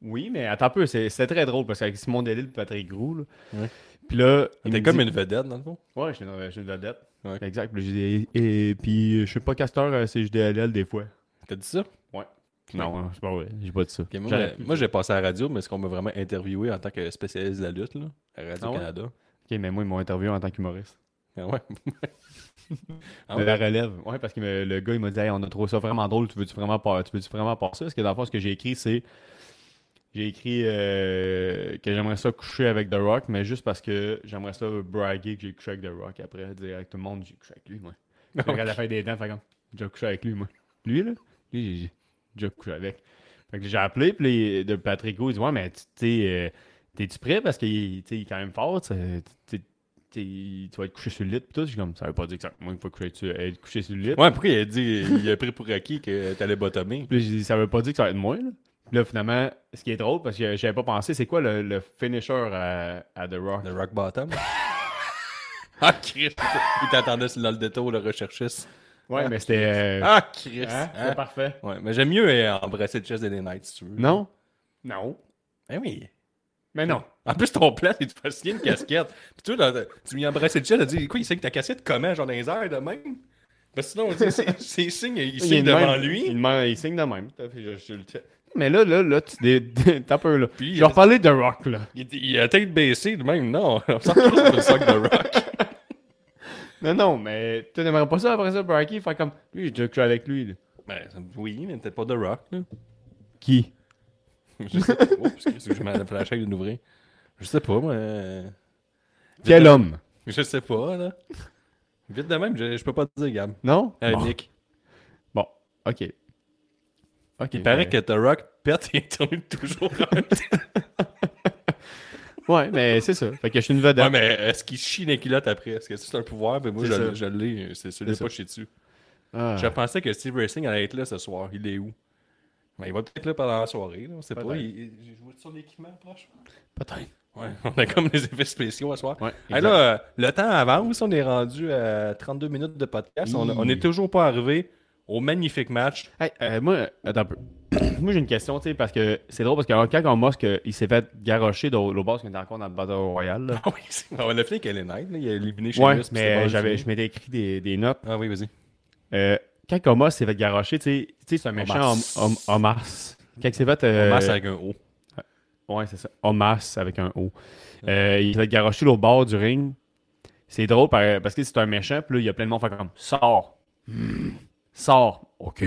Speaker 2: oui, mais attends un peu, c'est- c'était très drôle parce qu'avec Simon Delille et Patrick Groux, là.
Speaker 1: Ouais.
Speaker 2: Puis là. il
Speaker 1: T'es
Speaker 2: me
Speaker 1: comme
Speaker 2: dit-
Speaker 1: une vedette, dans le fond.
Speaker 2: Ouais, je suis une, je suis une vedette.
Speaker 1: Ouais.
Speaker 2: Exact. Puis là, j'ai dit, et, et- puis, je suis pas casteur euh, à CJDLL des fois.
Speaker 1: T'as dit ça?
Speaker 2: Non, hein, c'est pas vrai, j'ai pas dit ça.
Speaker 1: Ok, moi,
Speaker 2: J'aurais
Speaker 1: euh,
Speaker 2: pu.
Speaker 1: moi, j'ai passé à la radio, mais ce qu'on m'a vraiment interviewé en tant que spécialiste de la lutte, là, à Radio-Canada.
Speaker 2: Ok, mais moi, ils m'ont interviewé en tant qu'humoriste.
Speaker 1: Ah ouais? Ah
Speaker 2: De
Speaker 1: ouais.
Speaker 2: la relève. Ouais, parce que me- le gars, il m'a dit, Hey, on a trouvé ça vraiment drôle, tu veux-tu vraiment pas, tu veux-tu vraiment pas ça? Parce que dans le fond, ce que j'ai écrit, c'est. J'ai écrit euh, que j'aimerais ça coucher avec The Rock, mais juste parce que j'aimerais ça braguer que j'ai couché avec The Rock. Après, dire à tout le monde, j'ai couché avec lui, moi. Je regarde la fin des dents, fait comme, j'ai déjà couché avec lui, moi. Lui, là, lui, j'ai- j'ai déjà couché avec. Fait que j'ai appelé, puis les- de Patrick Gou, il dit, ouais, mais tu sais, euh, t'es-tu prêt? Parce qu'il tu sais, il est quand même fort, tu sais, tu- tu tu vas être couché sur le lit, puis tout. Je suis comme, ça veut pas dire que ça, moi, il faut coucher, dessus- être couché sur le lit.
Speaker 1: Ouais, pourquoi il a dit, il a pris pour acquis que t'allais bottomer?
Speaker 2: Puis là, j'ai dit, ça veut pas dire que ça va être moi, là. Puis là, finalement, ce qui est drôle, parce que j'avais pas pensé, c'est quoi le, le finisher à, à The Rock?
Speaker 1: Le rock bottom? *laughs* ah, Chris! Il t'attendait sur- dans le détour, le recherchiste.
Speaker 2: Ouais, mais c'était. euh,
Speaker 1: Ah, Chris!
Speaker 2: hein,
Speaker 1: hein?
Speaker 2: c'était parfait.
Speaker 1: Ouais, mais j'aime mieux euh, embrasser le chest des Nights, si tu veux.
Speaker 2: Non? Non.
Speaker 1: Eh oui!
Speaker 2: Mais non.
Speaker 1: En plus, ton plan, c'est de faire signer une
Speaker 2: *laughs*
Speaker 1: casquette. Puis tu, vois, dans- tu lui embrassais le chat, il a dit Quoi, il sait que ta casquette comment Genre dans les airs de même Parce que sinon, tu
Speaker 2: *laughs*
Speaker 1: sais, c'est- c'est il signe, il
Speaker 2: est
Speaker 1: signe
Speaker 2: de
Speaker 1: devant
Speaker 2: même. Il,
Speaker 1: lui.
Speaker 2: demande- il signe de même. T'as fait, je- je le euh, check. Mais là, là, là, tu dé- dé- t'as peur, là.
Speaker 1: Puis,
Speaker 2: je vais reparler de Rock, là.
Speaker 1: Il, il a la tête baissée de même. Non, *laughs* on s'en fout de sac de rock.
Speaker 2: Non, non, mais tu n'aimerais pas ça après ça, Barky, faire comme. Lui, j'ai déjà couché avec lui, là.
Speaker 1: Ben, oui, mais peut-être pas de rock. Là.
Speaker 2: Qui
Speaker 1: Je sais pas. Oh, excusez, je m'en flashé de l'ouvrir. Je sais pas, moi. euh,
Speaker 2: Quel homme
Speaker 1: Je sais pas, là. Vite de même, je, je peux pas te dire, Gab.
Speaker 2: Non
Speaker 1: Euh,
Speaker 2: bon.
Speaker 1: Nick.
Speaker 2: Bon, ok. Ok.
Speaker 1: Il paraît
Speaker 2: ben-
Speaker 1: que The Rock pète et *laughs*
Speaker 2: *laughs*
Speaker 1: tourne toujours en même temps.
Speaker 2: Ouais, mais c'est ça. Fait que je suis une vedette.
Speaker 1: Ouais, mais est-ce qu'il chie dans les culottes après? Est-ce que c'est un pouvoir? Ben moi,
Speaker 2: C'est ça.
Speaker 1: je, je l'ai. C'est sûr, je l'ai
Speaker 2: C'est
Speaker 1: pas
Speaker 2: ça.
Speaker 1: chez dessus.
Speaker 2: Ah.
Speaker 1: Je pensais que Steve Racing allait être là ce soir. Il est où? Ben, il va peut-être là pendant la soirée. Là. On sait
Speaker 2: Peut-être.
Speaker 1: pas. Il, il- il joue sur l'équipement proche.
Speaker 2: Peut-être.
Speaker 1: Ouais, *laughs* on a comme des effets spéciaux à soir.
Speaker 2: Ouais,
Speaker 1: Hey, là, euh, le temps avance. On est rendu à 32 minutes de podcast. On
Speaker 2: Hi.
Speaker 1: on est toujours pas arrivé au magnifique match.
Speaker 2: Hey, euh, moi, attends un peu. *clears throat* moi, j'ai une question, tu sais, parce que c'est drôle, parce que alors, quand on Musk, euh, il s'est fait garrocher de l'autre bord, qu'on était encore dans le Battle Royale. là.
Speaker 1: Ah oui, c'est- on a fini qu'elle est nette. là. Il a éliminé chez
Speaker 2: Ouais, mais j'avais, je m'étais écrit des, des notes.
Speaker 1: Ah oui, vas-y.
Speaker 2: Euh, quand Omos s'est fait garrocher, tu sais, tu sais, c'est un méchant
Speaker 1: Omas.
Speaker 2: Om- Om- Omas. Quand il s'est fait. euh,
Speaker 1: Masse avec un O.
Speaker 2: Ouais, c'est ça. Omas avec un O. Euh, il s'est fait garrocher l'autre bord du ring. C'est drôle par- parce que c'est un méchant, puis là, il y a plein de monde qui font comme Sors. Hmm. Sors. OK.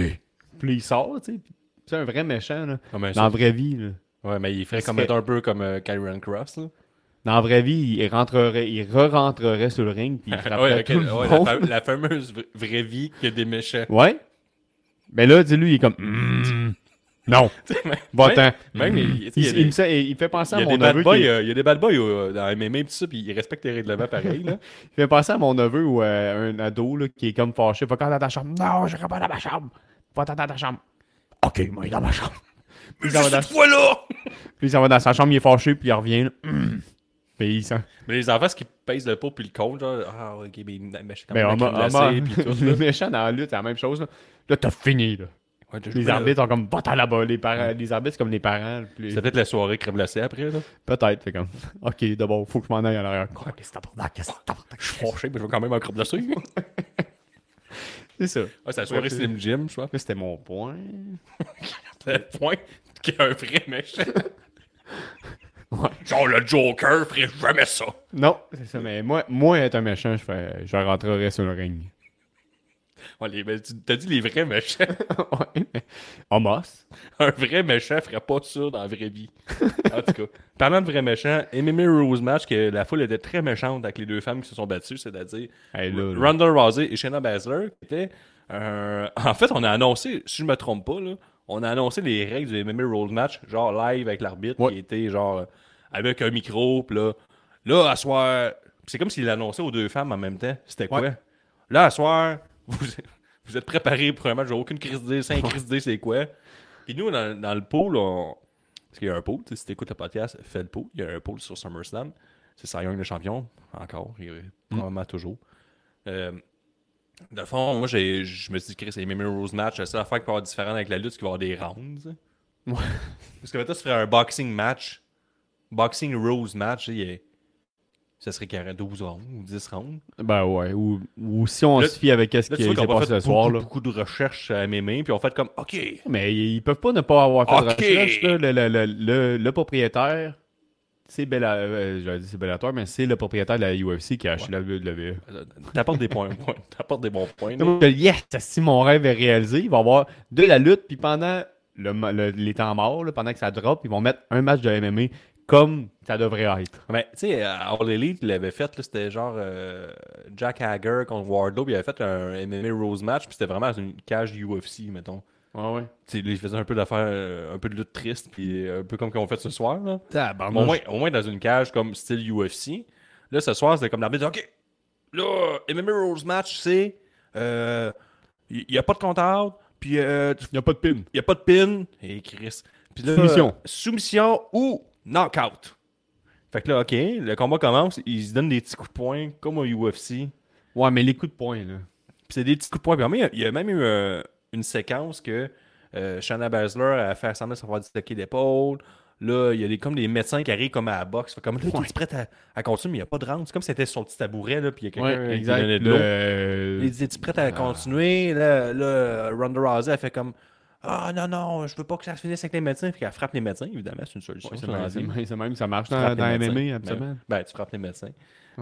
Speaker 2: Puis il sort, tu sais. puis C'est un vrai méchant, là.
Speaker 1: Ah, mais
Speaker 2: Dans la
Speaker 1: ça-
Speaker 2: vraie vie, là.
Speaker 1: Ouais, mais il ferait
Speaker 2: Parce
Speaker 1: comme
Speaker 2: que-
Speaker 1: être un peu comme euh, Kyron Cross. là.
Speaker 2: Dans la vraie vie, il rentrerait, il re-rentrerait sur le ring puis il
Speaker 1: *laughs* Ah Ouais,
Speaker 2: frapperait
Speaker 1: ok,
Speaker 2: tout le
Speaker 1: ouais, la,
Speaker 2: monde.
Speaker 1: fa- la fameuse vra- vraie vie que des
Speaker 2: *laughs*
Speaker 1: méchants.
Speaker 2: Ouais. Mais là, dis-lui, il est comme Hmm.
Speaker 1: *laughs*
Speaker 2: non, va-t'en.
Speaker 1: Même, il, il,
Speaker 2: Il,
Speaker 1: y a
Speaker 2: il
Speaker 1: des-
Speaker 2: me sait- il fait penser
Speaker 1: il y
Speaker 2: à
Speaker 1: a
Speaker 2: mon
Speaker 1: des bad
Speaker 2: neveu.
Speaker 1: boys,
Speaker 2: qui-
Speaker 1: euh, il y a des bad boys euh, dans MMA pis tout ça, puis ils respectent les règlements pareil.
Speaker 2: *laughs*
Speaker 1: Là.
Speaker 2: Il fait penser à mon neveu ou à un ado là, qui est comme fâché. Va quand dans ta chambre. Non, je rentre pas dans ma chambre. Va dans ta chambre. Ok, moi, il est dans ma
Speaker 1: *laughs*
Speaker 2: chambre. Mais
Speaker 1: Juste cette fois-là!
Speaker 2: Puis il s'en va dans sa chambre, il est fâché, puis il revient. là. Hmm. Puis il s'en-
Speaker 1: Mais les enfants, ce qui pèsent le pot puis le compte, genre, ah, ok, mais mais- mais je suis quand
Speaker 2: Mais
Speaker 1: même
Speaker 2: on
Speaker 1: un
Speaker 2: m'a- on m'a-
Speaker 1: glacé puis
Speaker 2: *laughs*
Speaker 1: tout. là.
Speaker 2: ben, le méchant dans la lutte, c'est la même chose. Là, là t'as fini. Là.
Speaker 1: Ouais, je-
Speaker 2: *laughs*
Speaker 1: je-
Speaker 2: Les arbitres sont comme, va-t'en là-bas. Les, parents, les arbitres, c'est comme les parents. puis les-
Speaker 1: C'est peut-être la soirée crème glacée après, là.
Speaker 2: Peut-être. Fait comme, *laughs* ok, d'abord, faut que je m'en aille à l'arrière.
Speaker 1: Oh, Je suis fâché, mais je vais quand même en
Speaker 2: *laughs*
Speaker 1: crème glacée.
Speaker 2: C'est ça.
Speaker 1: Ah, c'est la soirée
Speaker 2: Ouais,
Speaker 1: Slim Jim, je crois.
Speaker 2: Là, c'était mon point.
Speaker 1: C'est le point *laughs* qu'il y a un vrai méchant.
Speaker 2: Ouais.
Speaker 1: Genre, le Joker ferait jamais ça.
Speaker 2: Non, c'est ça. Mais moi, moi être un méchant, je, fais, je rentrerai sur le
Speaker 1: *laughs*
Speaker 2: ring.
Speaker 1: Ouais, les- ben, tu- T'as dit les vrais méchants. *laughs*
Speaker 2: ouais, mais. Homos.
Speaker 1: Un vrai méchant ferait pas ça dans la vraie vie. En tout cas, parlant de vrai méchant, MMA Rose match, que la foule était très méchante avec les deux femmes qui se sont battues, c'est-à-dire
Speaker 2: Hey, là, là.
Speaker 1: Ronda Rousey et Shayna Baszler, qui étaient. euh, *laughs* En fait, on a annoncé, si je me trompe pas, là, on a annoncé les règles du MMA Rose match, genre live avec l'arbitre,
Speaker 2: Ouais.
Speaker 1: qui était genre euh, avec un micro, pis là, là, à soir. C'est comme s'il l'annonçait aux deux femmes en même temps. C'était quoi?
Speaker 2: Ouais.
Speaker 1: Là, à soir, *laughs* vous, vous êtes préparés pour un match, j'ai aucune crise d'idée, sans crise d'idée, c'est quoi? Puis nous, dans, dans le pool, on... parce qu'il y a un pool, tu sais, si tu écoutes le podcast, fais le pool. Il y a un pool sur SummerSlam. C'est Cy Young le champion, encore, et
Speaker 2: Mm.
Speaker 1: euh, probablement toujours. Euh, de fond, moi, j'ai- je me suis dit, Chris, c'est MMA Rose match. La seule affaire qui peut avoir différent avec la lutte, c'est qu'il va y avoir des rounds. tu sais.
Speaker 2: Ouais.
Speaker 1: Parce que maintenant, tu ferais un boxing match, boxing Rose match, tu sais, il y a- ça serait carré 12 rounds ou 10 rounds.
Speaker 2: Ben ouais. Ou, ou si on
Speaker 1: Là-
Speaker 2: se fie avec ce
Speaker 1: Là,
Speaker 2: qui
Speaker 1: tu vois
Speaker 2: s'est
Speaker 1: qu'on a
Speaker 2: passé
Speaker 1: fait
Speaker 2: ce soir.
Speaker 1: beaucoup,
Speaker 2: Là.
Speaker 1: beaucoup de recherches à MMA, puis on fait comme, OK,
Speaker 2: Mais ils ils peuvent pas ne pas avoir fait
Speaker 1: Ok.
Speaker 2: de recherche. là. Le, le- le- le- le propriétaire, c'est Bella, euh, j'allais dire c'est Bellator, mais c'est le propriétaire de la UFC qui a acheté la WWE.
Speaker 1: t'apportes des points, *laughs* points, t'apportes des bons points. là.
Speaker 2: Donc, Yes, si mon rêve est réalisé, il va y avoir de la lutte, puis pendant le ma- le- les temps morts, là, pendant que ça drop, ils vont mettre un match de MMA comme ça devrait être.
Speaker 1: Mais tu sais, à All Elite, il l'avait fait, là, c'était genre euh, Jack Hager contre Wardlow, puis il avait fait un MMA Rose match, puis c'était vraiment dans une cage UFC, mettons.
Speaker 2: Ouais, ouais.
Speaker 1: Tu sais, là, il faisait un peu d'affaires, euh, un peu de lutte triste, puis euh, un peu comme qu'on fait ce soir. Là.
Speaker 2: Ah,
Speaker 1: Au, moins, au moins dans une cage comme style UFC. Là, ce soir, c'était comme l'arbitre dit, OK, là, MMA Rose match, c'est. euh, Il n'y a pas de compte-out, puis euh, tu
Speaker 2: Il n'y a pas de pin.
Speaker 1: Il n'y a pas de pin. Et Chris. Puis là,
Speaker 2: Soumission.
Speaker 1: soumission ou knockout. Fait que là, OK, le combat commence. Ils se donnent des petits coups de poing comme au UFC.
Speaker 2: Ouais, mais les coups de poing, là.
Speaker 1: Puis c'est des petits coups de poing. Puis, mais il y a même eu euh, une séquence que euh, Shanna Baszler a fait semblant de se faire disloquer l'épaule. Là, il y a des, comme des médecins qui arrivent comme à la boxe. Fait comme là, tu es prêt à, à continuer, mais il n'y a pas de rente. C'est comme si c'était sur le petit tabouret, là, puis il y a quelqu'un
Speaker 2: Ouais,
Speaker 1: qui
Speaker 2: exact.
Speaker 1: donnait de
Speaker 2: Le- Ah.
Speaker 1: l'eau. Il dit Es-tu prête à continuer Là, là Ronda Rousey, elle fait comme Ah non, non, je veux pas que ça se finisse avec les médecins. Puis qu'elle frappe les médecins, évidemment, c'est une solution.
Speaker 2: Ouais, c'est
Speaker 1: ça,
Speaker 2: même,
Speaker 1: dans
Speaker 2: c'est
Speaker 1: la vie.
Speaker 2: même- c'est même, ça marche
Speaker 1: Tu
Speaker 2: dans,
Speaker 1: frappes
Speaker 2: dans
Speaker 1: les médecins.
Speaker 2: MMA, absolument.
Speaker 1: Ben, ben, tu frappes les médecins.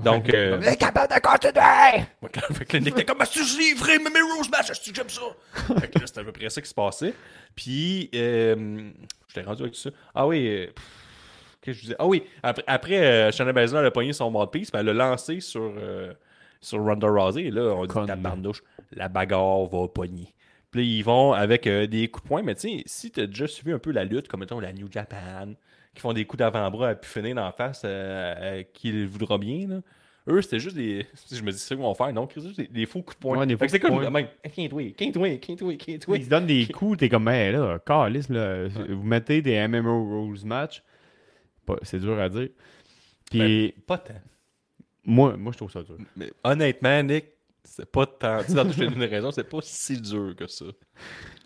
Speaker 1: Donc,
Speaker 2: *laughs*
Speaker 1: euh,
Speaker 2: est capable de continuer!
Speaker 1: fait que là, fait que le Nick était comme, si je livré, mais mes Rose match, est-ce que
Speaker 2: *laughs*
Speaker 1: j'aime ça? fait que là, c'était à peu près ça qui se passait. Puis, euh, j'étais rendu avec ça. Ah oui, euh, pff, qu'est-ce que je disais? Ah oui, après, après euh, Shayna Baszler, elle a pogné son mouthpiece, puis elle l'a lancé sur, euh, sur Ronda Rousey. Et là, on dit,
Speaker 2: Conne.
Speaker 1: tabarnouche, la bagarre va pogner. Puis là, ils vont avec euh, des coups de poing, mais tu sais, si t'as déjà suivi un peu la lutte, comme mettons la New Japan, qui font des coups d'avant-bras à pu finir d'en face euh, à qui le voudra bien, là. Eux, c'était juste des. *laughs* Je me dis, c'est ça qu'ils vont faire, non? Chris, juste des, des faux coups de poing.
Speaker 2: Ouais, des
Speaker 1: Fait que
Speaker 2: faux
Speaker 1: c'est
Speaker 2: coups de
Speaker 1: comme ben,
Speaker 2: poing.
Speaker 1: même. Can't wait, can't wait, can't wait, can't
Speaker 2: Ils
Speaker 1: wait.
Speaker 2: se donnent des coups, t'es comme, hey, là, calice, là, vous mettez des MMO Rules match. Pas- C'est dur à dire. Puis,
Speaker 1: Pas tant.
Speaker 2: moi, moi, je trouve ça dur.
Speaker 1: Mais honnêtement, Nick, c'est pas tant. Tu sais, dans toutes les raisons, c'est pas si dur que *laughs* ça.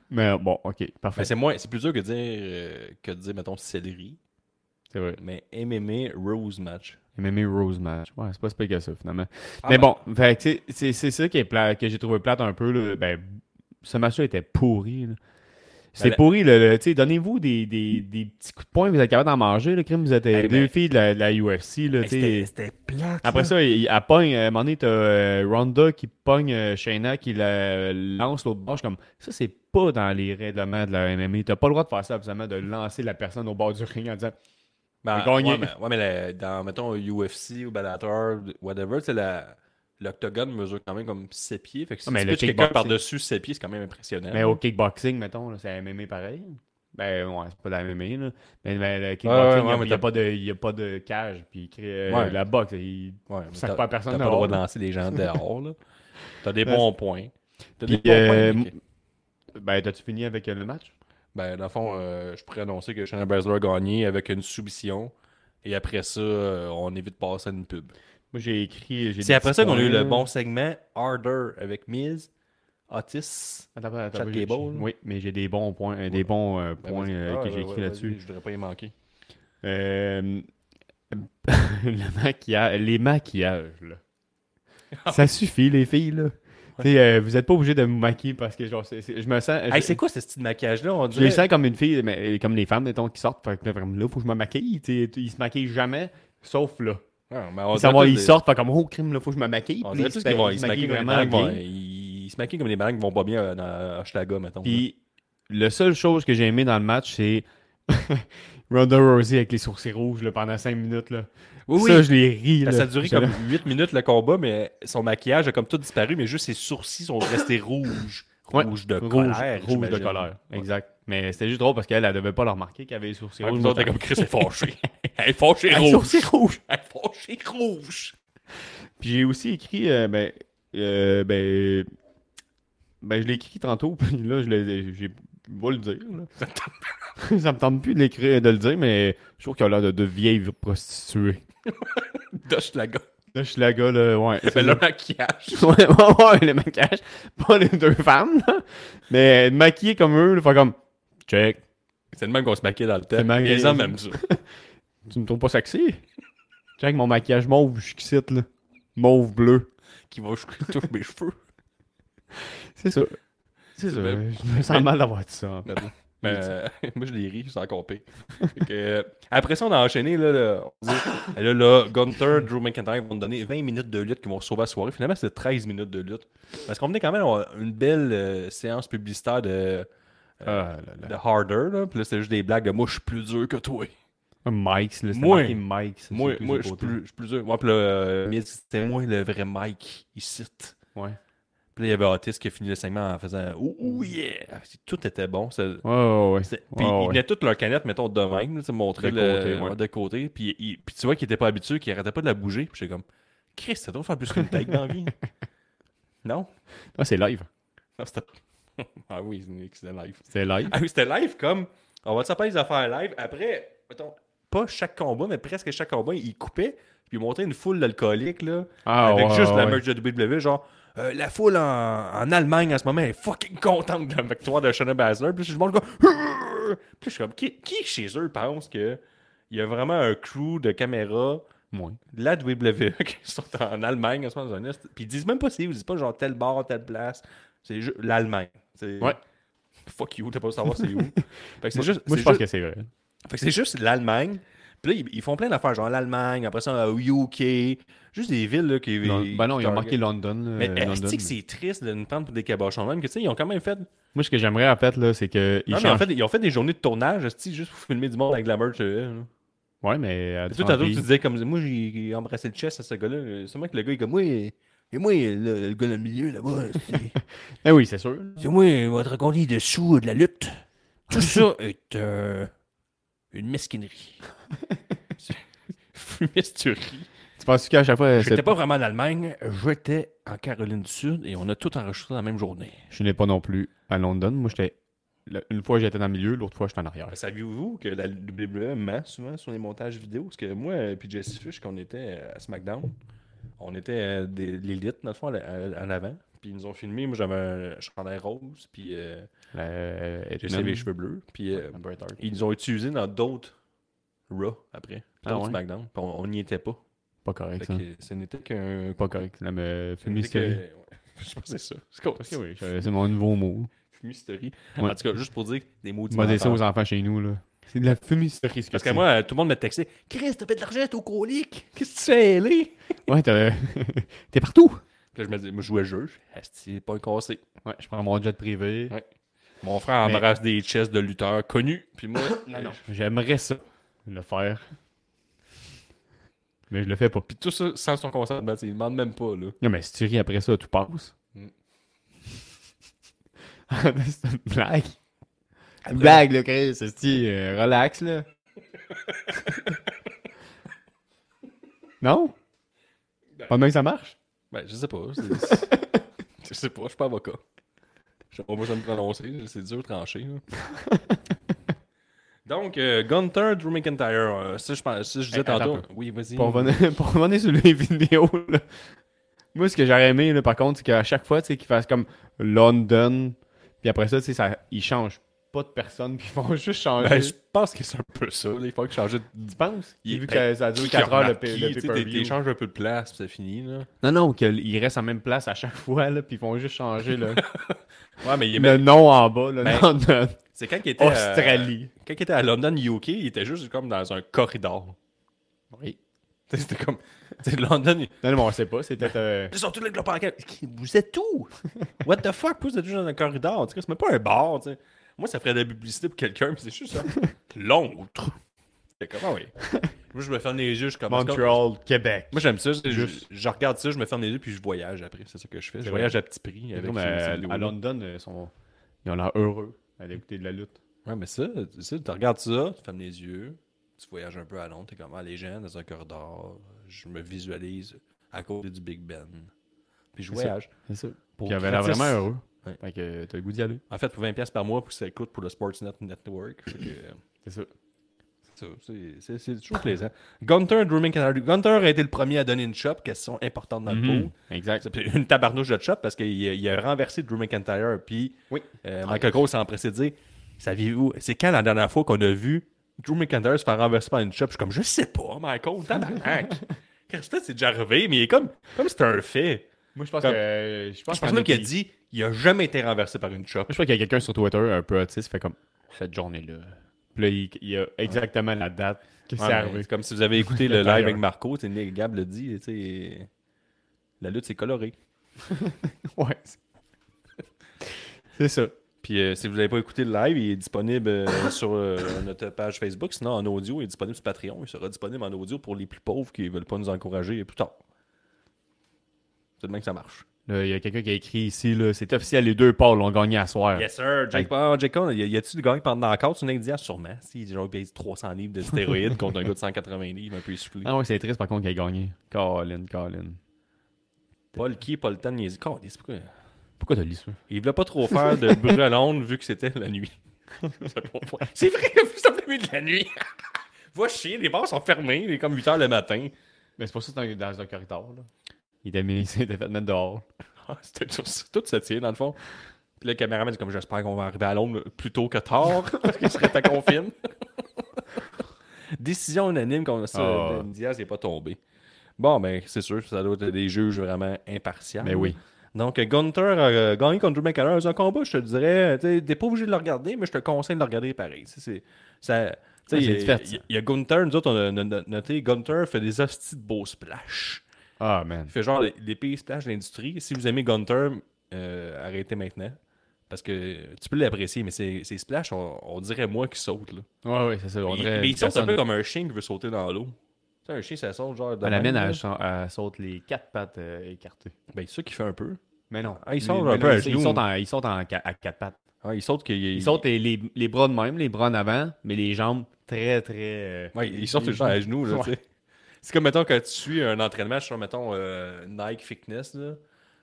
Speaker 2: Mais bon, ok, parfait.
Speaker 1: Ben, c'est moins. C'est plus dur que dire euh, que de dire, mettons, céleri.
Speaker 2: C'est vrai.
Speaker 1: Mais MMA Rose match.
Speaker 2: MMA Rose match. Ouais, c'est pas si pire que ça, finalement.
Speaker 1: Ah
Speaker 2: mais
Speaker 1: ben.
Speaker 2: bon, fait que c'est- c'est c'est ça qui est plat, que j'ai trouvé plate un peu. Là. Ben, ce match-là était pourri. là. C'était
Speaker 1: Ben, la-
Speaker 2: pourri. là, le- tu sais, Donnez-vous des, des, des petits coups de poing, vous êtes capable d'en manger. Le crime, vous êtes euh,
Speaker 1: ben.
Speaker 2: deux filles de la, de la UFC. Là, tu sais.
Speaker 1: Hey, C'était c'était plate.
Speaker 2: Après
Speaker 1: là.
Speaker 2: ça, il, elle pogne, à un moment donné, t'as euh, Ronda qui pogne euh, Shayna, qui la euh, lance l'autre bord. Je suis comme, ça, c'est pas dans les règlements de la MMA. T'as pas le droit de faire ça, absolument, de lancer la personne au bord du ring en disant,
Speaker 1: Ben,
Speaker 2: J'ai gagné.
Speaker 1: Ouais, mais, ouais, mais la- dans, mettons, UFC ou Bellator, whatever, tu sais, la- l'octogone mesure quand même comme 7 pieds. Fait que si
Speaker 2: Ah, mais
Speaker 1: tu
Speaker 2: le
Speaker 1: pitches quelqu'un
Speaker 2: kickboxing-
Speaker 1: par-dessus 7 pieds, c'est quand même impressionnant.
Speaker 2: mais au kickboxing, mettons, là, c'est MMA pareil. Ben, ouais, c'est pas de la MMA, là. Mais, mais le
Speaker 1: Ouais, ouais,
Speaker 2: kickboxing,
Speaker 1: ouais, mais
Speaker 2: il n'y
Speaker 1: t'as-
Speaker 2: a, pas de- il y a pas de cage, puis il crée, euh,
Speaker 1: Ouais.
Speaker 2: la boxe. il-
Speaker 1: Ouais,
Speaker 2: Ça
Speaker 1: t'as-
Speaker 2: fait pas personne
Speaker 1: T'as pas le droit de
Speaker 2: dehors,
Speaker 1: lancer des gens dehors, là. T'as des
Speaker 2: Ben,
Speaker 1: bons points. T'as des
Speaker 2: Puis,
Speaker 1: bons
Speaker 2: euh,
Speaker 1: points. Nick.
Speaker 2: ben, t'as-tu fini avec euh, le match?
Speaker 1: Ben, dans le fond, euh, je pourrais annoncer que Shayna Baszler a gagné avec une soumission. Et après ça, euh, on évite de passer à une pub.
Speaker 2: Moi, j'ai écrit. j'ai
Speaker 1: C'est
Speaker 2: des
Speaker 1: après
Speaker 2: petits
Speaker 1: ça qu'on a eu le
Speaker 2: points.
Speaker 1: bon segment Harder avec Miz, Otis.
Speaker 2: Attends, attends, attends,
Speaker 1: Chat
Speaker 2: oui,
Speaker 1: des
Speaker 2: j'ai-
Speaker 1: balles.
Speaker 2: Oui, mais j'ai des bons points, euh,
Speaker 1: Ouais.
Speaker 2: des bons euh,
Speaker 1: Ben,
Speaker 2: points
Speaker 1: vas-y.
Speaker 2: euh,
Speaker 1: Ah,
Speaker 2: que
Speaker 1: ouais,
Speaker 2: j'ai écrits
Speaker 1: ouais,
Speaker 2: là-dessus.
Speaker 1: vas-y, Je voudrais pas y manquer.
Speaker 2: Euh, *laughs* le maquilla- les maquillages,
Speaker 1: Ah
Speaker 2: là. Ça suffit, les filles, là. Tu sais, euh, vous n'êtes pas obligé de vous maquiller parce que genre, c'est- c'est- je me sens.
Speaker 1: Hey,
Speaker 2: je,
Speaker 1: c'est quoi ce style de maquillage-là? On
Speaker 2: je les
Speaker 1: dirait.
Speaker 2: sens comme une fille, mais, euh, comme les femmes, mettons, qui sortent. Fait que là, vraiment, là, faut que je me maquille. tu sais, Ils se maquillent jamais, sauf là.
Speaker 1: Ah, mais on
Speaker 2: Ils,
Speaker 1: dirait
Speaker 2: s'en vont-
Speaker 1: tous
Speaker 2: ils
Speaker 1: des-
Speaker 2: sortent, fait comme, oh, crime, là, faut que je me maquille.
Speaker 1: On
Speaker 2: Puis
Speaker 1: dirait
Speaker 2: ils
Speaker 1: tous
Speaker 2: se-
Speaker 1: qu'ils vont-
Speaker 2: ils
Speaker 1: ils se maquillent comme des malades qui vont- ils- ils se maquillent comme des malades qui vont pas bien euh, dans Hochelaga, mettons.
Speaker 2: Puis, la seule chose que j'ai aimé dans le match, c'est *laughs* Ronda Rousey avec les sourcils rouges là, pendant 5 minutes. Là.
Speaker 1: Oui, oui.
Speaker 2: ça, je l'ai ri. là.
Speaker 1: Ben, ça a duré
Speaker 2: J'étais
Speaker 1: comme
Speaker 2: là,
Speaker 1: 8 minutes le combat, mais son maquillage a comme tout disparu, mais juste ses sourcils sont restés rouges.
Speaker 2: Ouais,
Speaker 1: Rouge de
Speaker 2: rouge,
Speaker 1: colère.
Speaker 2: rouge de
Speaker 1: j'imagine.
Speaker 2: colère.
Speaker 1: Ouais.
Speaker 2: Exact. Mais c'était juste drôle parce qu'elle, elle devait pas le remarquer qu'elle avait les sourcils
Speaker 1: Ouais, puis
Speaker 2: rouges.
Speaker 1: nous autres, t'es comme Chris est *laughs* fâché. Elle est fâchée
Speaker 2: Les
Speaker 1: rouge.
Speaker 2: sourcils rouges.
Speaker 1: Elle est fâchée rouge.
Speaker 2: *laughs* Puis j'ai aussi écrit, euh, ben, euh, ben, ben, je l'ai écrit tantôt, *laughs* puis là, je l'ai, j'ai, je vais le dire. là. ça me tente plus de, l'écrire, de le dire, mais je trouve qu'il a l'air de, de vieilles prostituées.
Speaker 1: D'Hochelaga.
Speaker 2: Là, je suis la gars, là, ouais. c'est
Speaker 1: Mais le
Speaker 2: ça. *laughs*
Speaker 1: maquillage.
Speaker 2: ouais, ouais, ouais, le maquillage. *laughs* Pas les deux femmes, là. Mais euh, maquillées comme eux, là, fait comme, check,
Speaker 1: C'est le même qu'on se maquillait dans le
Speaker 2: C'est
Speaker 1: temps.
Speaker 2: marqué.
Speaker 1: Les hommes *laughs* aiment ça.
Speaker 2: tu me trouves pas sexy? Check mon maquillage mauve, je suis ici, là. Mauve bleu.
Speaker 1: Qui va jusqu'à toucher mes cheveux.
Speaker 2: C'est ça. C'est ça.
Speaker 1: Ben,
Speaker 2: Je me sens mal d'avoir dit ça. en fait.
Speaker 1: *laughs* Mais euh, moi, je les ris, je suis encore pire. Fait que, euh, après ça, on a enchaîné. Là, là, on dit, eh là, là, Gunther, Drew McIntyre vont nous donner 20 minutes de lutte qui vont sauver la soirée. Finalement, c'est 13 minutes de lutte. Parce qu'on venait quand même avoir une belle euh, séance publicitaire de,
Speaker 2: Ah, là, là.
Speaker 1: de Harder. Là. Puis là, c'était juste des blagues de moi, je suis plus dur que toi.
Speaker 2: Mike's, là, Ah, c'est
Speaker 1: Moi.
Speaker 2: marqué Mike's. ça,
Speaker 1: Moi,
Speaker 2: sur tous
Speaker 1: moi
Speaker 2: les
Speaker 1: je suis
Speaker 2: côtés.
Speaker 1: plus, je suis plus dur. Moi, puis là, euh, Miz, c'était moi le vrai Mike ici.
Speaker 2: Ouais.
Speaker 1: Puis là, il y avait Otis qui a fini le segment en faisant Ouh, ouh, yeah! Tout était bon. ça-
Speaker 2: Ouais, Ah, ouais, ouais.
Speaker 1: C'est-
Speaker 2: Ouais,
Speaker 1: Puis
Speaker 2: ouais.
Speaker 1: ils venaient toutes leurs canettes, mettons, de même, là, tu sais, montrer
Speaker 2: De
Speaker 1: le-
Speaker 2: côté, ouais.
Speaker 1: ouais, de côté. Puis, il- puis tu vois qu'ils n'étaient pas habitués, qu'ils arrêtaient pas de la bouger. Puis j'étais comme, Chris, ça doit faire plus qu'une tête dans la vie. non?
Speaker 2: Ah, c'est live.
Speaker 1: Non, c'était. ah oui, c'est- c'était live.
Speaker 2: C'est live.
Speaker 1: Ah oui, c'était live comme. On va s'appeler les affaires live. Après, mettons, pas chaque combat, mais presque chaque combat, ils coupaient. Puis ils montraient une foule d'alcooliques, là.
Speaker 2: Ah,
Speaker 1: avec
Speaker 2: ouais,
Speaker 1: juste
Speaker 2: ouais,
Speaker 1: la
Speaker 2: ouais.
Speaker 1: merch de WWE, genre. euh, la foule en, en Allemagne en ce moment est fucking contente de la victoire de Shannon Basler. *laughs* Puis je montre le gars, sûr. Puis je suis comme, qui, qui chez eux pense qu'il y a vraiment un crew de caméras
Speaker 2: Moins.
Speaker 1: de la WWE *laughs* qui sont en Allemagne en ce moment, dans un est- puis ils disent même pas c'est où, ils disent pas genre tel bar, telle place. C'est juste l'Allemagne. C'est-
Speaker 2: Ouais.
Speaker 1: Fuck you, t'as pas
Speaker 2: *laughs*
Speaker 1: savoir c'est où. fait que c'est juste,
Speaker 2: Moi,
Speaker 1: c'est
Speaker 2: je pense
Speaker 1: juste-
Speaker 2: que c'est vrai.
Speaker 1: fait que c'est juste l'Allemagne. Puis là, ils, ils font plein d'affaires, genre l'Allemagne, après ça, au UK. Juste des villes là, qui.
Speaker 2: Non, ben non,
Speaker 1: qui
Speaker 2: ils ont
Speaker 1: target-
Speaker 2: marqué London. là,
Speaker 1: Mais
Speaker 2: euh, London.
Speaker 1: est-ce que c'est triste de nous prendre pour des cabochons même? Que, tu sais, ils ont quand même fait.
Speaker 2: Moi, ce que j'aimerais, en fait, là, c'est que. ils
Speaker 1: Non, mais en
Speaker 2: changent-
Speaker 1: fait, ils ont fait des journées de tournage, esti, juste pour filmer du monde avec de la merch. euh, là.
Speaker 2: Ouais, mais. à
Speaker 1: Et toi,
Speaker 2: différents
Speaker 1: tantôt, tu
Speaker 2: pays.
Speaker 1: disais comme moi, j'ai j'ai embrassé le chest à ce gars-là. Euh, C'est moi que le gars est comme moi. Et et moi, le, le gars dans le milieu là-bas, *laughs* c'est-
Speaker 2: Eh oui, c'est sûr.
Speaker 1: c'est moi, on va te raconter dessous de la lutte. Tout ça est euh, une mesquinerie. Fumisterie.
Speaker 2: Tu penses qu'à chaque fois.
Speaker 1: J'étais
Speaker 2: c'est-
Speaker 1: pas vraiment en Allemagne, j'étais en Caroline du Sud et on a tout enregistré dans la même journée.
Speaker 2: Je n'ai pas non plus à London. Moi, j'étais. le- Une fois, j'étais dans le milieu, l'autre fois, j'étais en arrière.
Speaker 1: Euh, Saviez-vous que la WWE ment souvent sur les montages vidéo? Parce que moi et Jesse Fish, quand on était euh, à SmackDown, on était euh, des- l'élite, dans le fond, à la- à- en avant. Puis ils nous ont filmé. Moi, j'avais un chandail rose, puis euh,
Speaker 2: La- euh,
Speaker 1: Jesse
Speaker 2: Edmund,
Speaker 1: avait les cheveux bleus. Puis euh,
Speaker 2: Bret Hart.
Speaker 1: ils nous ont utilisé dans d'autres Raw après,
Speaker 2: Ah
Speaker 1: d'autres
Speaker 2: ouais?
Speaker 1: SmackDown. Puis on n'y était pas.
Speaker 2: Pas correct,
Speaker 1: Fait
Speaker 2: ça.
Speaker 1: que ce n'était qu'un.
Speaker 2: Pas correct. La me...
Speaker 1: ce n'était que-
Speaker 2: fumisterie.
Speaker 1: ouais. *laughs* Je pense que c'est ça. C'est quoi?
Speaker 2: Ok, oui, je- c'est mon nouveau mot.
Speaker 1: Fumisterie.
Speaker 2: Ouais.
Speaker 1: En tout cas, juste pour dire des mots
Speaker 2: Tu vas dire ça aux enfants chez nous, là. C'est de la fumisterie, ce que
Speaker 1: Parce que
Speaker 2: c'est.
Speaker 1: moi, euh, tout le monde me textait Chris, t'as fait de l'argent, t'es au colique. Qu'est-ce que tu fais, aller
Speaker 2: Ouais, t'as- *laughs* t'es partout.
Speaker 1: Puis là, je me dis, moi, je jouais le jeu. Asti, pas un cassé.
Speaker 2: Ouais, je prends mon jet privé.
Speaker 1: Ouais. Mon frère
Speaker 2: Mais-
Speaker 1: embrasse des chests de lutteurs connus. Puis moi,
Speaker 2: *laughs* Non, non. J'aimerais ça, le faire. Mais je le fais pas.
Speaker 1: Puis tout ça sans son consentement. tu sais, Il demande même pas, là.
Speaker 2: Non, mais si tu ris après ça, tout passe.
Speaker 1: Mm.
Speaker 2: *laughs* c'est une blague. Une blague, là, Chris. esti, euh, relax, là. *laughs* non? Pas même que ça marche?
Speaker 1: Ben, je sais pas.
Speaker 2: *laughs*
Speaker 1: c'est- je sais pas, je suis pas avocat. Je sais pas moi, ça me prononcer. C'est dur de
Speaker 2: *laughs*
Speaker 1: trancher. là. Donc, euh, Gunther, Drew McIntyre. euh, ça, je, pense- ça, je disais
Speaker 2: Hey, attends
Speaker 1: tantôt.
Speaker 2: un
Speaker 1: Oui, vas-y.
Speaker 2: Pour revenir, *laughs* pour revenir sur les vidéos, là, moi, ce que j'aurais aimé, là, par contre, c'est qu'à chaque fois, tu sais, qu'ils fassent comme London, puis après ça, tu sais, ça, ils changent pas de personne, *laughs* puis ils vont juste changer.
Speaker 1: Ben, je pense que c'est un peu ça. là. Il faut que je change de
Speaker 2: Tu penses?
Speaker 1: Il-
Speaker 2: vu que ça dure 4 heures le, pay- le pay-per-view.
Speaker 1: T'échanges un peu de place, puis c'est fini. Là.
Speaker 2: Non, non, qu'ils restent à même place à chaque *laughs* fois, là, puis ils vont juste changer le,
Speaker 1: Ouais, mais il
Speaker 2: le
Speaker 1: est
Speaker 2: nom en bas, le
Speaker 1: Ben,
Speaker 2: nom de
Speaker 1: C'est quand il était
Speaker 2: Australie.
Speaker 1: À, quand il était à London, UK, il était juste comme dans un corridor. *laughs*
Speaker 2: Oui.
Speaker 1: T'sais, C'était comme. t'sais, London. il-
Speaker 2: Non, non, mais on sait pas, c'était... euh,
Speaker 1: Ils sont tous les globes en quatre. Vous êtes où? *laughs* What the fuck? Pourquoi vous êtes juste dans un corridor? T'sais, C'est même pas un bar. t'sais. Moi, ça ferait de la publicité pour quelqu'un, mais c'est juste ça. *laughs* L'autre. C'est comme, ah oui. Moi, je me ferme les yeux, je commence.
Speaker 2: Montreal, Québec.
Speaker 1: Moi, j'aime ça. c'est- Je,
Speaker 2: Juste.
Speaker 1: je regarde ça, je me ferme les yeux, puis je voyage après. C'est ça que je fais. Je
Speaker 2: C'est
Speaker 1: voyage à petit prix. Avec
Speaker 2: Comme,
Speaker 1: ces- ces
Speaker 2: euh, à
Speaker 1: vidéos-là.
Speaker 2: London, ils, sont... ils ont l'air heureux à écouter de la lutte.
Speaker 1: Ouais, mais ça, tu sais, tu regardes ça, tu fermes les yeux, tu voyages un peu à Londres, t'es comme, ah, les gens dans un corridor, je me visualise à côté du Big Ben. Puis je
Speaker 2: C'est ça.
Speaker 1: voyage.
Speaker 2: C'est ça.
Speaker 1: Pour
Speaker 2: Puis ils avaient l'air
Speaker 1: gratis.
Speaker 2: vraiment heureux.
Speaker 1: Ouais.
Speaker 2: Fait que t'as le goût d'y aller.
Speaker 1: En fait, pour 20$ piastres par mois, pour que ça coûte pour le Sportsnet Network. Fait que, euh,
Speaker 2: C'est ça.
Speaker 1: ça, c'est- c'est c'est toujours plaisant. Gunther, Drew McIntyre. Gunther a été le premier à donner une chop, question importante dans
Speaker 2: Mhm.
Speaker 1: le pot.
Speaker 2: Mm. Exact.
Speaker 1: C'est Une tabarnouche de chop parce qu'il a- il a renversé Drew McIntyre. Puis
Speaker 2: Oui.
Speaker 1: euh, Michael Cole s'est empressé de dire Saviez-vous, c'est quand la dernière fois qu'on a vu Drew McIntyre se faire renverser par une chop Je suis comme Je sais pas, Michael,
Speaker 2: *laughs*
Speaker 1: tabarnak. Qu'est-ce que c'est déjà arrivé, mais il est comme comme c'est un fait.
Speaker 2: Moi, je pense
Speaker 1: Comme-
Speaker 2: que... Je pense,
Speaker 1: Je pense
Speaker 2: qu'en
Speaker 1: même qu'il a
Speaker 2: été-
Speaker 1: dit Il a jamais été renversé par une chop.
Speaker 2: Je crois qu'il y a quelqu'un sur Twitter, un peu autiste, fait comme cette journée-là. Puis là, il, il y a exactement la date que
Speaker 1: Ouais,
Speaker 2: c'est
Speaker 1: mais
Speaker 2: arrivé.
Speaker 1: c'est comme si vous avez écouté le live
Speaker 2: D'ailleurs.
Speaker 1: avec Marco, tu sais, Gab le dit, tu sais, la lutte c'est coloré.
Speaker 2: Ouais. c'est- C'est ça.
Speaker 1: Puis euh, si vous n'avez pas écouté le live, il est disponible euh, sur euh, notre page Facebook. Sinon, en audio, il est disponible sur Patreon. Il sera disponible en audio pour les plus pauvres qui ne veulent pas nous encourager plus tard. C'est de même que ça marche.
Speaker 2: Là, il y a quelqu'un qui a écrit ici, là, c'est officiel, les deux pôles ont gagné à soir.
Speaker 1: Yes, sir. Jake Paul, Jake Paul, y a- y a-tu du gagne pendant encore sur India? Sûrement. Si, genre, il pèse 300 livres de *laughs* stéroïdes contre un gars de 180 livres, un peu essoufflé.
Speaker 2: Ah ouais, c'est triste par contre qu'il a gagné. Colin, Colin.
Speaker 1: Pas le qui, pas le temps, il dit, Câlisse, pourquoi?
Speaker 2: Pourquoi t'as lu ça?
Speaker 1: Il voulait pas trop faire de bruit à Londres vu que c'était la nuit. Ça comprend. *laughs* c'est vrai, le plus la de la nuit. *laughs* Va chier, les bars sont fermés, il est comme 8 h le matin.
Speaker 2: Mais c'est pour ça que t'es dans un *laughs* corridor, là. Il t'a mis, il t'a fait mettre dehors.
Speaker 1: *laughs* Ah, c'était tout, ça- tout se tient dans le fond. Puis le caméraman dit comme j'espère qu'on va arriver à Londres plus tôt que tard, *laughs* parce que ce serait temps qu'on filme. Décision unanime qu'on a ça.
Speaker 2: Ah.
Speaker 1: Dan Diaz n'est pas tombé. Bon, ben, c'est sûr, ça doit être des juges vraiment impartiaux.
Speaker 2: Mais oui.
Speaker 1: Donc, Gunther a gagné contre Drew McAllen. C'est un combat, je te dirais. Tu n'es pas obligé de le regarder, mais je te conseille de le regarder pareil. Tu sais, C'est ça- tu sais,
Speaker 2: Ouais, c'est
Speaker 1: il y a-
Speaker 2: divertissant.
Speaker 1: Il y a Gunther, nous autres, on a no- noté Gunther fait des hosties de beaux splash.
Speaker 2: Ah, man.
Speaker 1: Il fait genre les, les pays splash de l'industrie. Si vous aimez Gunther, euh, arrêtez maintenant. Parce que tu peux l'apprécier, mais ces ces splash, on, on dirait moi qui saute. Là.
Speaker 2: Ouais, ouais, c'est ça. On
Speaker 1: Il-
Speaker 2: dirait
Speaker 1: mais il
Speaker 2: une
Speaker 1: saute un
Speaker 2: personne-
Speaker 1: peu comme un chien qui veut sauter dans l'eau. Tu sais, un chien, ça saute genre. de
Speaker 2: Ah, la
Speaker 1: même,
Speaker 2: mienne, elle,
Speaker 1: là.
Speaker 2: chan- elle saute les quatre pattes euh, écartées.
Speaker 1: Ben, c'est ça qui fait un peu.
Speaker 2: Mais non.
Speaker 1: Ah, ils
Speaker 2: Lui-
Speaker 1: sautent
Speaker 2: mais
Speaker 1: un
Speaker 2: non,
Speaker 1: peu à
Speaker 2: ils- Ils
Speaker 1: genoux.
Speaker 2: sautent en- ils sautent en ca- à quatre pattes.
Speaker 1: Ah, il saute qu'il.
Speaker 2: Ils sautent les, les- les bras de même, les bras en avant, mais les jambes très, très. euh,
Speaker 1: Ouais, ils sortent tout le temps à
Speaker 2: *laughs*
Speaker 1: genoux, là, tu sais. C'est comme, mettons, quand tu suis un entraînement, je sais, mettons, euh, Nike Fitness, là.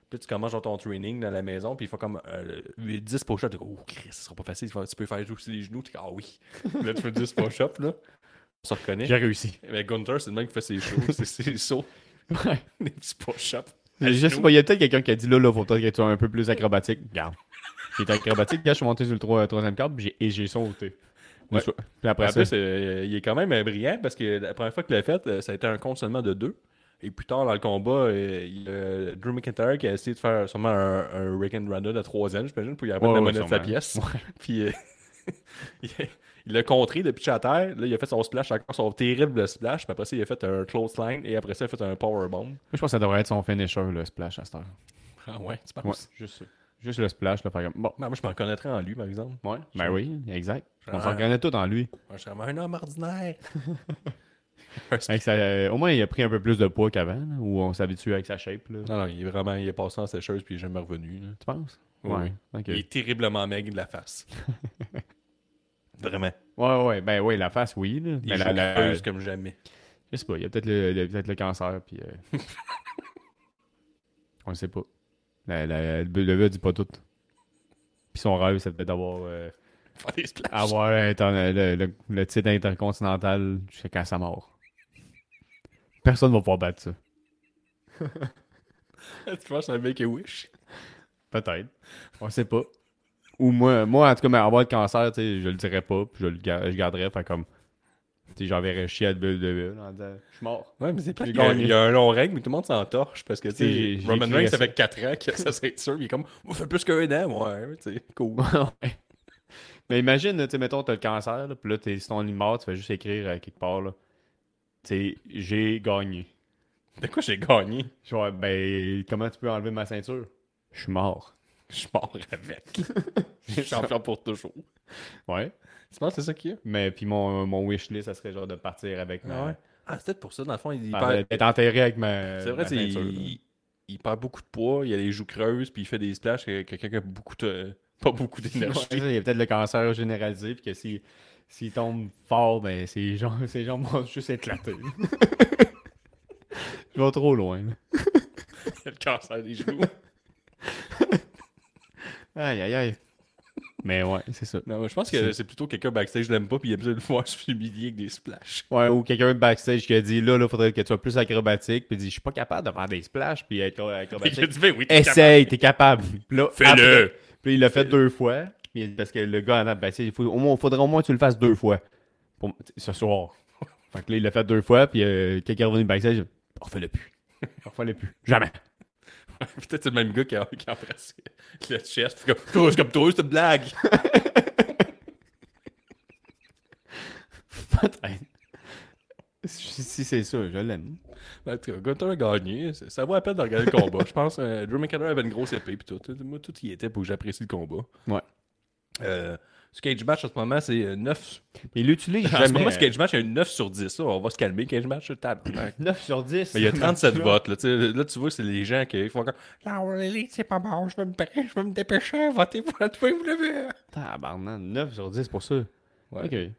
Speaker 1: Puis là, tu commences genre ton training dans la maison, puis il faut comme euh, le- 10 push-ups. T'es comme, oh, Chris, ça sera pas facile. Tu peux faire jouer aussi les genoux. T'es comme, ah oui. *laughs* Puis là, tu fais 10 push-ups, là. On se reconnaît.
Speaker 2: J'ai réussi.
Speaker 1: Mais Gunther, c'est le même qui fait ses choses. c'est *laughs* ses sauts,
Speaker 2: Ouais.
Speaker 1: des petits push-ups.
Speaker 2: Je sais pas, il y a peut-être quelqu'un qui a dit là, là, faut peut-être que tu sois un peu plus acrobatique. Regarde. J'étais acrobatique, quand je suis monté sur le troi- euh, troisième câble j'ai- et j'ai sauté.
Speaker 1: Ouais.
Speaker 2: Puis après
Speaker 1: En
Speaker 2: ça,
Speaker 1: plus, euh, il est quand même euh, brillant parce que la première fois qu'il l'a fait, euh, ça a été un conditionnement de deux. Et plus tard dans le combat, euh, il y a Drew McIntyre qui a essayé de faire sûrement un, un Rick and Randa de troisième, j'imagine, pour y avoir
Speaker 2: Ouais,
Speaker 1: la
Speaker 2: ouais,
Speaker 1: monnaie de sa
Speaker 2: sûrement.
Speaker 1: pièce. *laughs* Puis euh, il a- il l'a contré, le pitch à terre. Là, il a fait son splash, encore son terrible splash. Puis après ça, il a fait un close line et après ça, il a fait un powerbomb.
Speaker 2: moi, je pense que ça devrait être son finisher, le splash à cette heure.
Speaker 1: Ah ouais, tu penses?
Speaker 2: Ouais, juste, juste le splash, là, par exemple. Bon,
Speaker 1: Ben, moi, je m'en connaîtrais en lui, par exemple.
Speaker 2: ouais, Ah. ben oui, exact. On
Speaker 1: Ouais.
Speaker 2: s'en reconnaît tout en lui.
Speaker 1: Moi, je serais vraiment un
Speaker 2: *laughs*
Speaker 1: homme ordinaire.
Speaker 2: Avec sa- euh, au moins, il a pris un peu plus de poids qu'avant, là, où on s'habitue avec sa shape, là.
Speaker 1: non, non, il est vraiment il est passé en sécheuse puis il est jamais revenu. là.
Speaker 2: Tu penses?
Speaker 1: Oui, oui.
Speaker 2: Ok.
Speaker 1: Il est terriblement maigre de la face. *laughs* Vraiment.
Speaker 2: Ouais, ouais, ben oui, la face, oui. là.
Speaker 1: Il
Speaker 2: Mais
Speaker 1: est
Speaker 2: la, la-
Speaker 1: joueuse comme jamais. *laughs*
Speaker 2: Je sais pas, il y a peut-être le, le- peut-être le cancer, puis. euh, *laughs* on le sait pas. La- la- le le gars dit pas tout. Puis son rêve, c'est peut-être d'avoir euh,
Speaker 1: Faire des splashs.
Speaker 2: avoir l'inter- le, le- le titre intercontinental jusqu'à sa mort. Personne va pouvoir battre ça.
Speaker 1: *laughs* tu penses que c'est un mec et wish?
Speaker 2: Peut-être. On sait pas. Ou moi, moi en tout cas, mais avoir le cancer, tu sais, je le dirais pas, puis je le ga- je garderais, fait comme. Tu sais, j'enverrais chier à WWE en disant, je suis mort.
Speaker 1: Ouais, mais c'est pas.
Speaker 2: J'ai
Speaker 1: Il y, a,
Speaker 2: gagné.
Speaker 1: il y a un long règne, mais tout le monde s'en torche parce que, tu
Speaker 2: Tu sais, j'ai-
Speaker 1: sais,
Speaker 2: j'ai
Speaker 1: Roman
Speaker 2: écrit
Speaker 1: Reigns,
Speaker 2: ça.
Speaker 1: ça fait 4 ans qu'il a sa ceinture, puis il est comme, on fait plus qu'un an, ouais, tu sais, cool.
Speaker 2: Ouais. *laughs* Mais imagine, là, tu sais, mettons, t'as le cancer, là, puis là, t'es, si ton lit mort, tu fais juste écrire euh, quelque part, là. Tu sais, j'ai gagné.
Speaker 1: De quoi j'ai gagné?
Speaker 2: Genre, ben, comment tu peux enlever ma ceinture? Je suis mort.
Speaker 1: Je suis mort *laughs* avec. Je suis champion pour toujours.
Speaker 2: Ouais.
Speaker 1: Tu penses que c'est ça qu'il y a?
Speaker 2: Mais puis mon, mon wish list, ça serait genre de partir avec ma.
Speaker 1: Ah, c'est peut-être pour ça, dans le fond, il
Speaker 2: Enfin,
Speaker 1: perd-
Speaker 2: d'être enterré avec ma.
Speaker 1: C'est vrai,
Speaker 2: ma
Speaker 1: c'est-
Speaker 2: ceinture, là.
Speaker 1: il, il perd beaucoup de poids, il a les joues creuses, puis il fait des splashes que quelqu'un qui a beaucoup de, *laughs* pas beaucoup d'énergie.
Speaker 2: *laughs* Ouais, il y a peut-être le cancer généralisé, puis que si, s'il tombe fort, ben, ses *laughs* jambes, ses jambes vont juste éclater. *laughs* Je vais trop loin, là.
Speaker 1: *laughs* le cancer des genoux.
Speaker 2: Aïe, aïe, aïe. Mais ouais, c'est ça.
Speaker 1: non, mais je pense que
Speaker 2: C'est-
Speaker 1: c'est plutôt quelqu'un backstage, je l'aime pas, puis il a besoin de le voir s'humilier avec des splashes.
Speaker 2: Ouais, ou quelqu'un de backstage qui a dit là, là, faudrait que tu sois plus acrobatique. Puis il dit, je suis pas capable de faire des splashs. Puis être
Speaker 1: *laughs*
Speaker 2: euh,
Speaker 1: *laughs* Il a
Speaker 2: acrobatique.
Speaker 1: dit, ben oui, t'es
Speaker 2: Essaye, t'es capable. Puis là,
Speaker 1: Fais-le.
Speaker 2: après- Puis il l'a fait deux fois. Puis il- parce que le gars, en ben, tu sais, il faut, au moins, faudrait au moins que tu le fasses deux fois. Pour, ce
Speaker 1: *laughs*
Speaker 2: soir. Fait que là, il l'a fait deux fois. Puis euh, quelqu'un est revenu backstage. il a dit, On refait le plus. On refait le plus. Jamais. *laughs*
Speaker 1: capable. *laughs* Peut-être c'est le même gars qui a, qui a embrassé le chest. C'est comme, Toi, c'est comme toi, c'est une *laughs* blague.
Speaker 2: Peut-être. Si, si c'est ça, je l'aime.
Speaker 1: Ben, En tout cas, Gunther a gagné. Ça ça vaut la peine de regarder le combat. Je pense que Drew McIntyre avait une grosse épée. Puis tout. Moi, tout y était pour que j'apprécie le combat.
Speaker 2: Ouais.
Speaker 1: Euh, ce cage match en ce moment, c'est euh, 9.
Speaker 2: Mais il l'utilise
Speaker 1: *laughs* En ce
Speaker 2: jamais. euh,
Speaker 1: moment, ce cage match, il y a une 9 sur 10. là. On va se calmer. Cage match, tabarnak.
Speaker 2: 9 sur 10.
Speaker 1: Mais il y a 37 votes. Là, tu sais, là, tu vois, c'est les gens qui font comme La Elite, c'est pas mort, je vais me, pré- je vais me dépêcher, votez pour la WWE.
Speaker 2: Tabarnak, 9 sur 10 pour ça.
Speaker 1: Ouais.
Speaker 2: Ok.
Speaker 1: Ouais,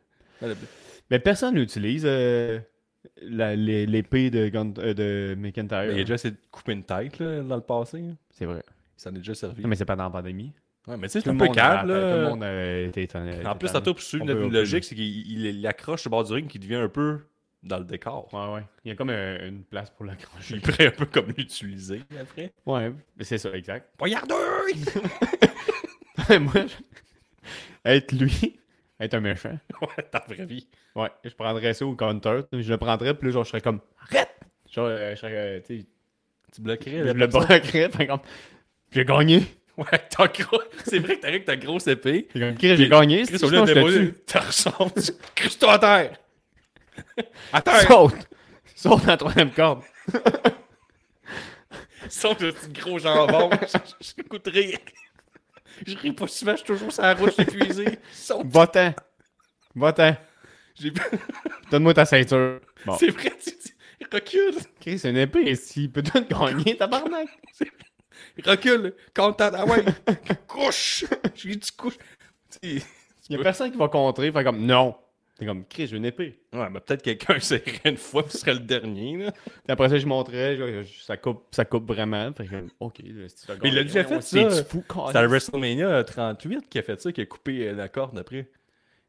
Speaker 2: Mais personne n'utilise euh, la- les- l'épée de, Gun- euh, de
Speaker 1: mais Il a
Speaker 2: McIntyre.
Speaker 1: déjà essayé de couper une tête là, dans le passé. là.
Speaker 2: C'est vrai.
Speaker 1: Il s'en est déjà servi.
Speaker 2: Non, mais c'est pas dans la pandémie.
Speaker 1: Ouais, mais tu sais, c'est
Speaker 2: Tout
Speaker 1: un
Speaker 2: le
Speaker 1: peu
Speaker 2: monde
Speaker 1: calme.
Speaker 2: a- Tout le
Speaker 1: là.
Speaker 2: monde euh, a été étonné.
Speaker 1: En plus,
Speaker 2: ça
Speaker 1: tantôt, pour suivre
Speaker 2: On peut-
Speaker 1: notre
Speaker 2: on peut-
Speaker 1: logique, c'est qu'il il l'accroche au bord du ring qui devient un peu dans le décor.
Speaker 2: Ouais, ouais. Il y a comme euh, une place pour la cranger.
Speaker 1: Il *laughs* pourrait un peu comme l'utiliser après.
Speaker 2: Ouais, c'est ça, exact.
Speaker 1: Regardez!
Speaker 2: *laughs* moi, je- être lui, être un méchant.
Speaker 1: Ouais, dans la vraie vie.
Speaker 2: Ouais, je prendrais ça au counter. Je le prendrais, puis là, genre, je serais comme arrête! Genre, euh, je serais, euh, tu sais,
Speaker 1: Tu bloquerais
Speaker 2: je
Speaker 1: la
Speaker 2: le
Speaker 1: personne.
Speaker 2: bloquerais, par exemple. J'ai gagné.
Speaker 1: Ouais, t'as gros... C'est vrai que t'as avec ta grosse épée.
Speaker 2: J'ai comme, Chris, j'ai gagné.
Speaker 1: Chris,
Speaker 2: c'est
Speaker 1: au
Speaker 2: sinon,
Speaker 1: lieu de
Speaker 2: je te tue.
Speaker 1: déposer, t'as ressort. Crise-toi à terre! À terre!
Speaker 2: Saute! Saute dans la troisième corde.
Speaker 1: Sauf que petit gros jambon. *laughs* je, je, je coûte rire. Je ris pas souvent, je suis toujours sur la route, je suis épuisé. Saute!
Speaker 2: Va-t'en. Va-t'en.
Speaker 1: J'ai-
Speaker 2: Donne-moi ta ceinture. Bon.
Speaker 1: C'est vrai, tu dis. Recule!
Speaker 2: Chris, c'est une épée. Il peut tout gagner, tabarnak.
Speaker 1: Recule! Content! Ah ouais! couche! Je lui dis couche! Tu-
Speaker 2: Il y a personne qui va contrer. Fait comme, non. T'es comme, Chris, j'ai une épée.
Speaker 1: Ouais, mais peut-être quelqu'un serrait une fois, puis ce serait le dernier, là.
Speaker 2: Puis après ça, je montrais, je- je- ça, coupe, ça coupe vraiment. Fait que, ok, là, si tu as
Speaker 1: Mais il l'a
Speaker 2: gagné,
Speaker 1: déjà fait,
Speaker 2: ouais, c'est
Speaker 1: ça.
Speaker 2: fou,
Speaker 1: C'est à
Speaker 2: câlisse.
Speaker 1: WrestleMania 38 qui a fait ça, qui a coupé euh, la corde après.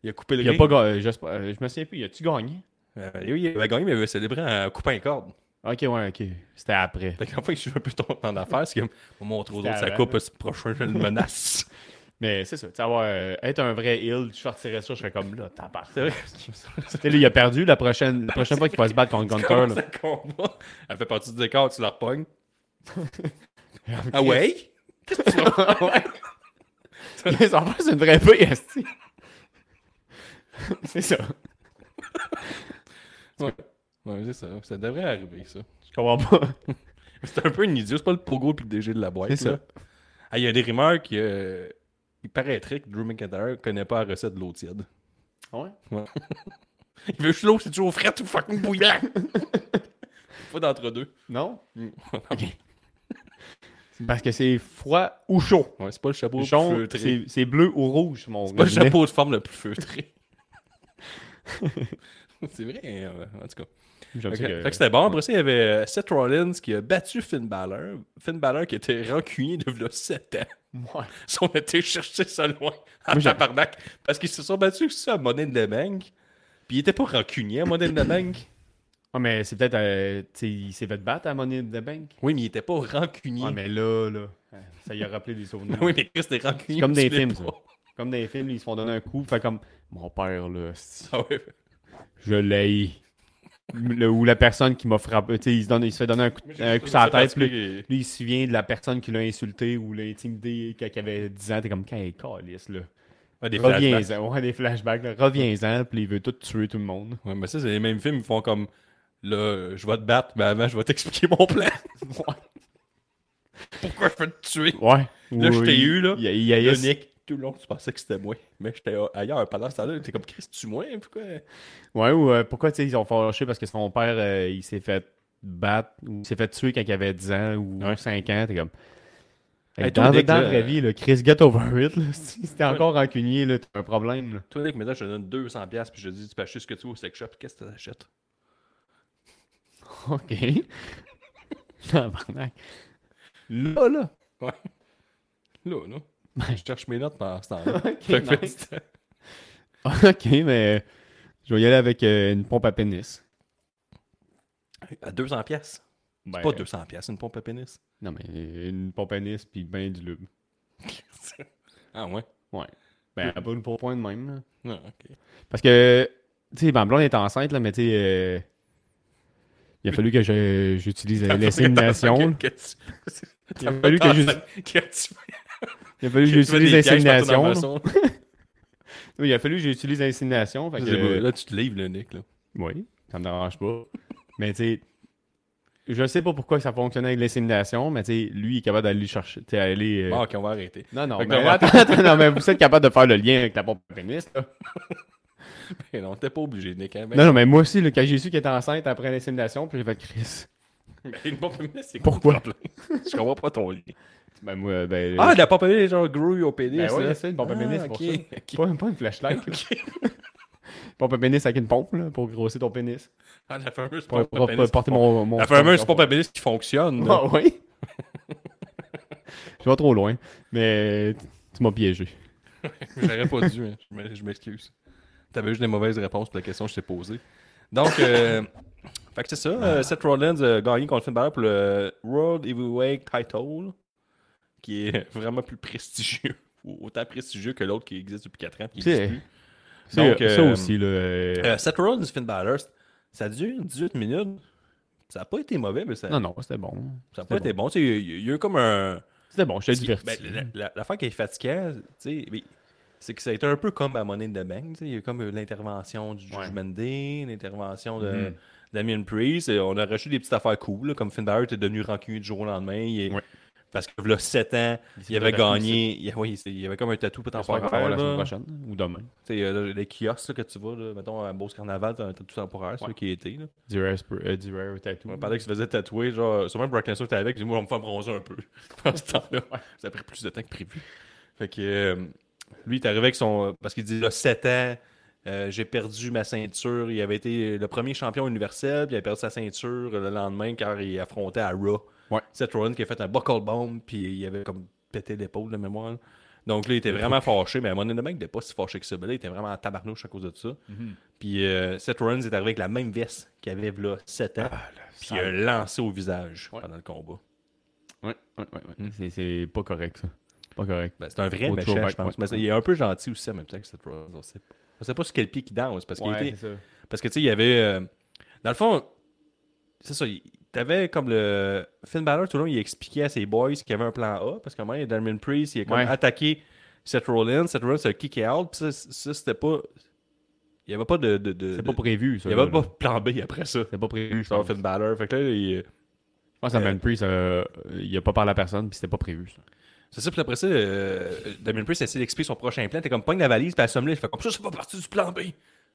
Speaker 1: Il a coupé le
Speaker 2: Il a
Speaker 1: ring.
Speaker 2: pas gagné, j'espère- euh, je me souviens plus, il a-tu gagné?
Speaker 1: Euh, oui, il avait gagné, mais il avait célébré en coupant une corde.
Speaker 2: Ok, ouais, ok. C'était après.
Speaker 1: Fait qu'en fait, je suis un peu tombé dans l'affaire. C'est comme, on montre aux autres sa
Speaker 2: avant,
Speaker 1: coupe,
Speaker 2: là.
Speaker 1: c'est prochain, je le menace.
Speaker 2: Mais c'est ça, tu sais, avoir, euh, être un vrai heel, je sortirais ça, je serais comme là, t'as part.
Speaker 1: C'est vrai.
Speaker 2: Tu sais, là, il a perdu la prochaine, la prochaine fois qu'il va se battre contre *laughs* Gunter.
Speaker 1: Comme
Speaker 2: là.
Speaker 1: ça combat. Elle fait partie du décor, tu la repognes. *laughs*
Speaker 2: *laughs*
Speaker 1: Ah ouais? Qu'est-ce que tu vas faire?
Speaker 2: Les enfants, c'est une vraie paix,
Speaker 1: *laughs*
Speaker 2: esti. C'est ça.
Speaker 1: Ouais, c'est ça. Ça devrait arriver, ça.
Speaker 2: Je comprends pas.
Speaker 1: C'est un peu une idiot. C'est pas le pogo puis le DG de la boîte.
Speaker 2: C'est
Speaker 1: là. Ah, Il y a des rumeurs qui. euh, il paraîtrait que Drew McIntyre connaît pas la recette de l'eau tiède.
Speaker 2: Ouais.
Speaker 1: *laughs* Il veut que l'eau, c'est toujours frais ou
Speaker 2: *laughs*
Speaker 1: fucking bouillant. pas d'entre-deux.
Speaker 2: Non? *laughs*
Speaker 1: ouais,
Speaker 2: Parce que c'est froid ou chaud.
Speaker 1: c'est pas le chapeau le plus
Speaker 2: Jaune,
Speaker 1: feutré.
Speaker 2: c'est c'est bleu ou rouge, mon
Speaker 1: C'est pas le
Speaker 2: robinet.
Speaker 1: chapeau de forme le
Speaker 2: *laughs*
Speaker 1: plus feutré. c'est vrai, euh, en tout cas.
Speaker 2: J'aime
Speaker 1: Fait
Speaker 2: ça
Speaker 1: que,
Speaker 2: que-
Speaker 1: fait que c'était bon. Après ça, il y avait euh, Seth Rollins qui a battu Finn Balor. Finn Balor qui était rancunier de v'là 7 ans. *laughs*
Speaker 2: Ouais.
Speaker 1: Ils sont été chercher ça loin en
Speaker 2: Moi, j'ai-
Speaker 1: tabarnak parce qu'ils se sont battus ça à Money in the Bank. Puis ils étaient pas rancuniers à Money in the Bank.
Speaker 2: Ouais, mais c'est peut-être. euh, tu sais, il s'est fait battre à Money in the Bank.
Speaker 1: Oui, mais ils étaient pas rancuniers.
Speaker 2: Ouais, mais là, là. Ça lui a rappelé des souvenirs.
Speaker 1: *laughs* Oui, mais Chris, t'es rancunier.
Speaker 2: C'est comme
Speaker 1: tu
Speaker 2: des
Speaker 1: l'es
Speaker 2: films, ça.
Speaker 1: pas.
Speaker 2: Comme dans les films, ils se font donner un coup. Fait comme. Mon père, là. c'est-
Speaker 1: Ah ouais.
Speaker 2: Je l'ai. Le- Ou la personne qui m'a frappé. Tu sais, il se, donne, il se fait donner un coup, un coup sur la tête. Puis là,
Speaker 1: puis-
Speaker 2: lui, il se souvient de la personne qui l'a insulté ou l'a intimidé quand il avait 10 ans. T'es comme, quand il calisse, là.
Speaker 1: Ah, des flashbacks.
Speaker 2: Reviens-en. Ouais, des flashbacks, là. Reviens-en. Puis il veut tout tuer tout le monde.
Speaker 1: Ouais, mais ça, c'est les mêmes films. Ils font comme là, je vais te battre, mais avant, je vais t'expliquer mon *laughs* plan. Pourquoi je veux te tuer?
Speaker 2: Ouais.
Speaker 1: Là, je t'ai
Speaker 2: Oui.
Speaker 1: eu, là.
Speaker 2: Il, il, il-
Speaker 1: Là, Nick, tout le long, tu pensais que c'était moi. Mais j'étais ailleurs pendant ce temps-là. T'es comme, Chris, tu moi? Pourquoi?
Speaker 2: Ouais, ou euh, pourquoi tu sais, ils ont fâché parce que son père, euh, il s'est fait battre ou il s'est fait tuer quand il avait 10 ans ou 5 ans. T'es comme.
Speaker 1: Hey,
Speaker 2: Hey,
Speaker 1: toi,
Speaker 2: dans,
Speaker 1: Nick,
Speaker 2: dans
Speaker 1: là,
Speaker 2: la vraie vie, là, Chris, get over it. Là. *laughs* Si t'es encore rancunier, là, t'as un problème. Là.
Speaker 1: Toi, Nick, maintenant, je te donne 200$ piastres, puis je te dis, tu peux acheter ce que tu veux au sex shop. Qu'est-ce que tu achètes?
Speaker 2: *laughs* OK. Tabarnak. là, là.
Speaker 1: Ouais. Là, là. Je cherche mes notes pendant
Speaker 2: *laughs*
Speaker 1: ce temps-là.
Speaker 2: Ok,
Speaker 1: Fait que
Speaker 2: nice.
Speaker 1: fais-
Speaker 2: *laughs* OK, mais euh, je vais y aller avec euh, une pompe à pénis.
Speaker 1: À 200$. piastres.
Speaker 2: Ben,
Speaker 1: Pas 200$, piastres, une pompe à pénis.
Speaker 2: Non, mais euh, une pompe à pénis puis ben du lube.
Speaker 1: *laughs* ah ouais?
Speaker 2: Ouais. Ben, pas une pour point de même. là.
Speaker 1: Non, Ah, ok.
Speaker 2: Parce que, tu sais, ma blonde est enceinte, là, mais tu sais, euh, il a fallu que je-
Speaker 1: *laughs*
Speaker 2: j'utilise la- l'insémination. là.
Speaker 1: Que- que tu-
Speaker 2: Il a fallu que je-
Speaker 1: Que tu-
Speaker 2: Il a fallu que
Speaker 1: que tu fais des
Speaker 2: j'utilise
Speaker 1: pièges partout dans
Speaker 2: l'insémination.
Speaker 1: la
Speaker 2: là.
Speaker 1: maison.
Speaker 2: Oui, Il a fallu que j'utilise l'insémination. fait que, euh,
Speaker 1: Là, tu te livres, le Nick. Là.
Speaker 2: Oui, ça me dérange pas. mais tu sais, je sais pas pourquoi ça fonctionnait avec l'insémination, mais tu sais, lui, il est capable d'aller chercher, tu sais, aller... euh,
Speaker 1: Bon, Ah, ok, on va arrêter. *laughs*
Speaker 2: Non, non,
Speaker 1: Fait que
Speaker 2: mais,
Speaker 1: là, on va-
Speaker 2: attends, attends, non, mais vous êtes capable de faire le lien avec la pompe à pénis, là.
Speaker 1: Ben non, t'es pas obligé, Nick. Hein,
Speaker 2: Non, non, mais moi aussi, là, quand j'ai su qu'elle était enceinte après l'insémination, puis j'ai fait « Chris,
Speaker 1: Mais une pompe à pénis, c'est
Speaker 2: *laughs*
Speaker 1: quoi
Speaker 2: pourquoi?
Speaker 1: le problème? Je comprends pas ton lien. »
Speaker 2: Ben moi, ben...
Speaker 1: Ah, de la pompe à pénis, genre gros au pénis.
Speaker 2: Ben ouais,
Speaker 1: là.
Speaker 2: c'est une pompe à pénis,
Speaker 1: Ah,
Speaker 2: c'est pour
Speaker 1: ok, ok.
Speaker 2: Pas, pas une flashlight. là. *laughs* pompe à pénis avec une pompe là, pour grosser ton pénis.
Speaker 1: *laughs* Ah, la fameuse
Speaker 2: Pour,
Speaker 1: pompe à
Speaker 2: pour-
Speaker 1: pénis.
Speaker 2: porter
Speaker 1: qui fon-
Speaker 2: mon, mon.
Speaker 1: La fameuse pompe à pénis qui fonctionne. là.
Speaker 2: *laughs* Ah
Speaker 1: *laughs*
Speaker 2: oui. Je vais trop loin. Mais tu m'as piégé.
Speaker 1: J'aurais pas dû, hein. je m'e- je m'excuse. T'avais juste des mauvaises réponses pour la question que je t'ai posée. Donc, euh, fait que c'est ça. euh, Seth Rollins a gagné contre Finn Balor pour le World Heavyweight Title, qui est vraiment plus prestigieux. autant prestigieux que l'autre qui existe depuis 4 ans. puis qui
Speaker 2: C'est-
Speaker 1: existe plus.
Speaker 2: C'est-
Speaker 1: Donc,
Speaker 2: ça
Speaker 1: euh,
Speaker 2: aussi, là. euh,
Speaker 1: Euh, Seth Rollins, Finn Balor, c- ça dure 18 minutes. Ça n'a pas été mauvais, mais ça
Speaker 2: non,
Speaker 1: n'a
Speaker 2: non, c'était bon.
Speaker 1: pas
Speaker 2: c'était
Speaker 1: été bon. Tu sais, Il y, a- il y a eu comme un.
Speaker 2: C'était bon, j'étais
Speaker 1: Ce qui-
Speaker 2: diverti.
Speaker 1: ben, la- la- L'affaire qui est fatigante, tu sais, mais c'est que ça a été un peu comme à Money in the Bank. tu sais. Il y a eu comme euh, l'intervention du
Speaker 2: Ouais.
Speaker 1: Judgment Day, l'intervention de
Speaker 2: Mhm.
Speaker 1: Damien Priest. et on a reçu des petites affaires cool, là, comme Finn Balor était devenu rancunier du jour au lendemain. il est-
Speaker 2: Ouais.
Speaker 1: Parce que là, 7 ans,
Speaker 2: Il s'est
Speaker 1: il avait
Speaker 2: fait tatouer,
Speaker 1: gagné. Il, ouais, il s'est- il avait comme un tatou
Speaker 2: J'espère qu'on va
Speaker 1: temporaire.
Speaker 2: avoir la semaine
Speaker 1: là.
Speaker 2: prochaine ou demain.
Speaker 1: Tu sais, il y a là, les kiosques là, que tu vois, là, mettons, à Beauce Carnaval, t'as un tatou temporaire, c'est
Speaker 2: Ouais.
Speaker 1: celui qui était. Là.
Speaker 2: Du rare, sp- euh, du rare tattoo.
Speaker 1: On parlait qu'il se faisait tatouer, genre, euh, sûrement Brock Lesnar était avec, puis moi, on me fait bronzer un peu. *laughs* Pendant ce temps-là, ça a pris plus de temps que prévu. Fait que euh, lui, il est arrivé avec son. euh, Parce qu'il dit, là, 7 ans, euh, j'ai perdu ma ceinture. Il avait été le premier champion universel, puis il a perdu sa ceinture le lendemain quand il affrontait à Raw.
Speaker 2: Ouais.
Speaker 1: Seth Rollins qui a fait un buckle bomb, puis il avait comme pété l'épaule de mémoire. Donc là, il était vraiment fâché, mais à un moment donné, le mec n'était pas si fâché que ça. Mais là, il était vraiment en tabarnouche à cause de ça. Puis euh, Seth Rollins est arrivé avec la même veste qu'il avait là 7 ans. Puis il a lancé au visage
Speaker 2: Ouais.
Speaker 1: pendant le combat.
Speaker 2: Ouais, ouais, ouais. ouais. C'est- C'est pas correct, ça. C'est Pas correct.
Speaker 1: Ben, c'est un vrai
Speaker 2: Au
Speaker 1: méchant,
Speaker 2: throwback,
Speaker 1: je pense.
Speaker 2: ouais.
Speaker 1: Mais c'est- il est un peu gentil aussi en même temps que Seth Rollins. On sait pas, on sait pas sur quel pied qu'il danse. Parce, qu'il était-
Speaker 2: c'est ça.
Speaker 1: parce que, tu sais, il y avait. euh, Dans le fond, c'est ça. il- T'avais comme le. Finn Balor, tout le long, il expliquait à ses boys qu'il y avait un plan A. Parce que, même, Damien Priest, il a comme
Speaker 2: Ouais.
Speaker 1: attaqué Seth Rollins. Seth Rollins a kické out. Puis ça, ça, c'était pas. Il n'y avait pas de. de- de-
Speaker 2: C'était pas
Speaker 1: de-
Speaker 2: prévu, ça.
Speaker 1: il n'y avait
Speaker 2: là.
Speaker 1: pas de plan B après ça.
Speaker 2: C'était pas prévu, je
Speaker 1: Sur
Speaker 2: pense.
Speaker 1: Finn Balor. Fait que là, il-
Speaker 2: Je pense à Man Priest, euh, il a pas parlé à personne, puis c'était pas prévu, ça.
Speaker 1: C'est ça, puis après ça, euh, Damien Priest essaie d'expliquer son prochain plan. T'es comme, pogne la valise, puis assomme-le. Il fait comme ça, c'est pas parti du plan B.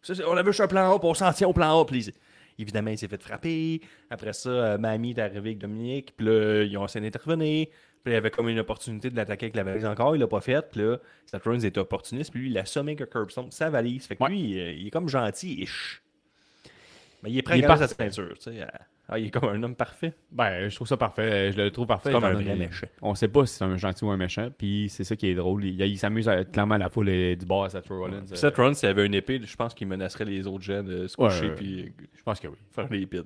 Speaker 1: Ça, c'est- on avait juste un plan A, puis on s'en tient au plan A. Puis il- évidemment, il s'est fait frapper. Après ça, euh, Mamie est arrivée avec Dominique, puis là, ils ont essayé d'intervenir. Puis là, il y avait comme une opportunité de l'attaquer avec la valise encore, il l'a pas faite. Puis là, Seth Rollins était opportuniste, puis lui, il a assommé avec un curbstone, sa valise. Fait que
Speaker 2: Ouais.
Speaker 1: lui, euh, il est comme gentil-ish. Mais il est prêt
Speaker 2: Il
Speaker 1: à
Speaker 2: est
Speaker 1: garder sa ceinture, tu sais. euh, Ah, il est comme un homme parfait.
Speaker 2: Ben, je trouve ça parfait. Je le trouve parfait.
Speaker 1: C'est comme
Speaker 2: étant
Speaker 1: un
Speaker 2: donné-
Speaker 1: vrai méchant.
Speaker 2: On sait pas si c'est un gentil ou un méchant, puis c'est ça qui est drôle. Il, il s'amuse à- clairement à la foule euh, du bar à Seth Rollins.
Speaker 1: Puis
Speaker 2: Euh,
Speaker 1: Seth Rollins, s'il avait une épée, je pense qu'il menacerait les autres gens de se
Speaker 2: Ouais,
Speaker 1: coucher
Speaker 2: ouais.
Speaker 1: puis euh,
Speaker 2: Je pense que oui.
Speaker 1: faire des pins.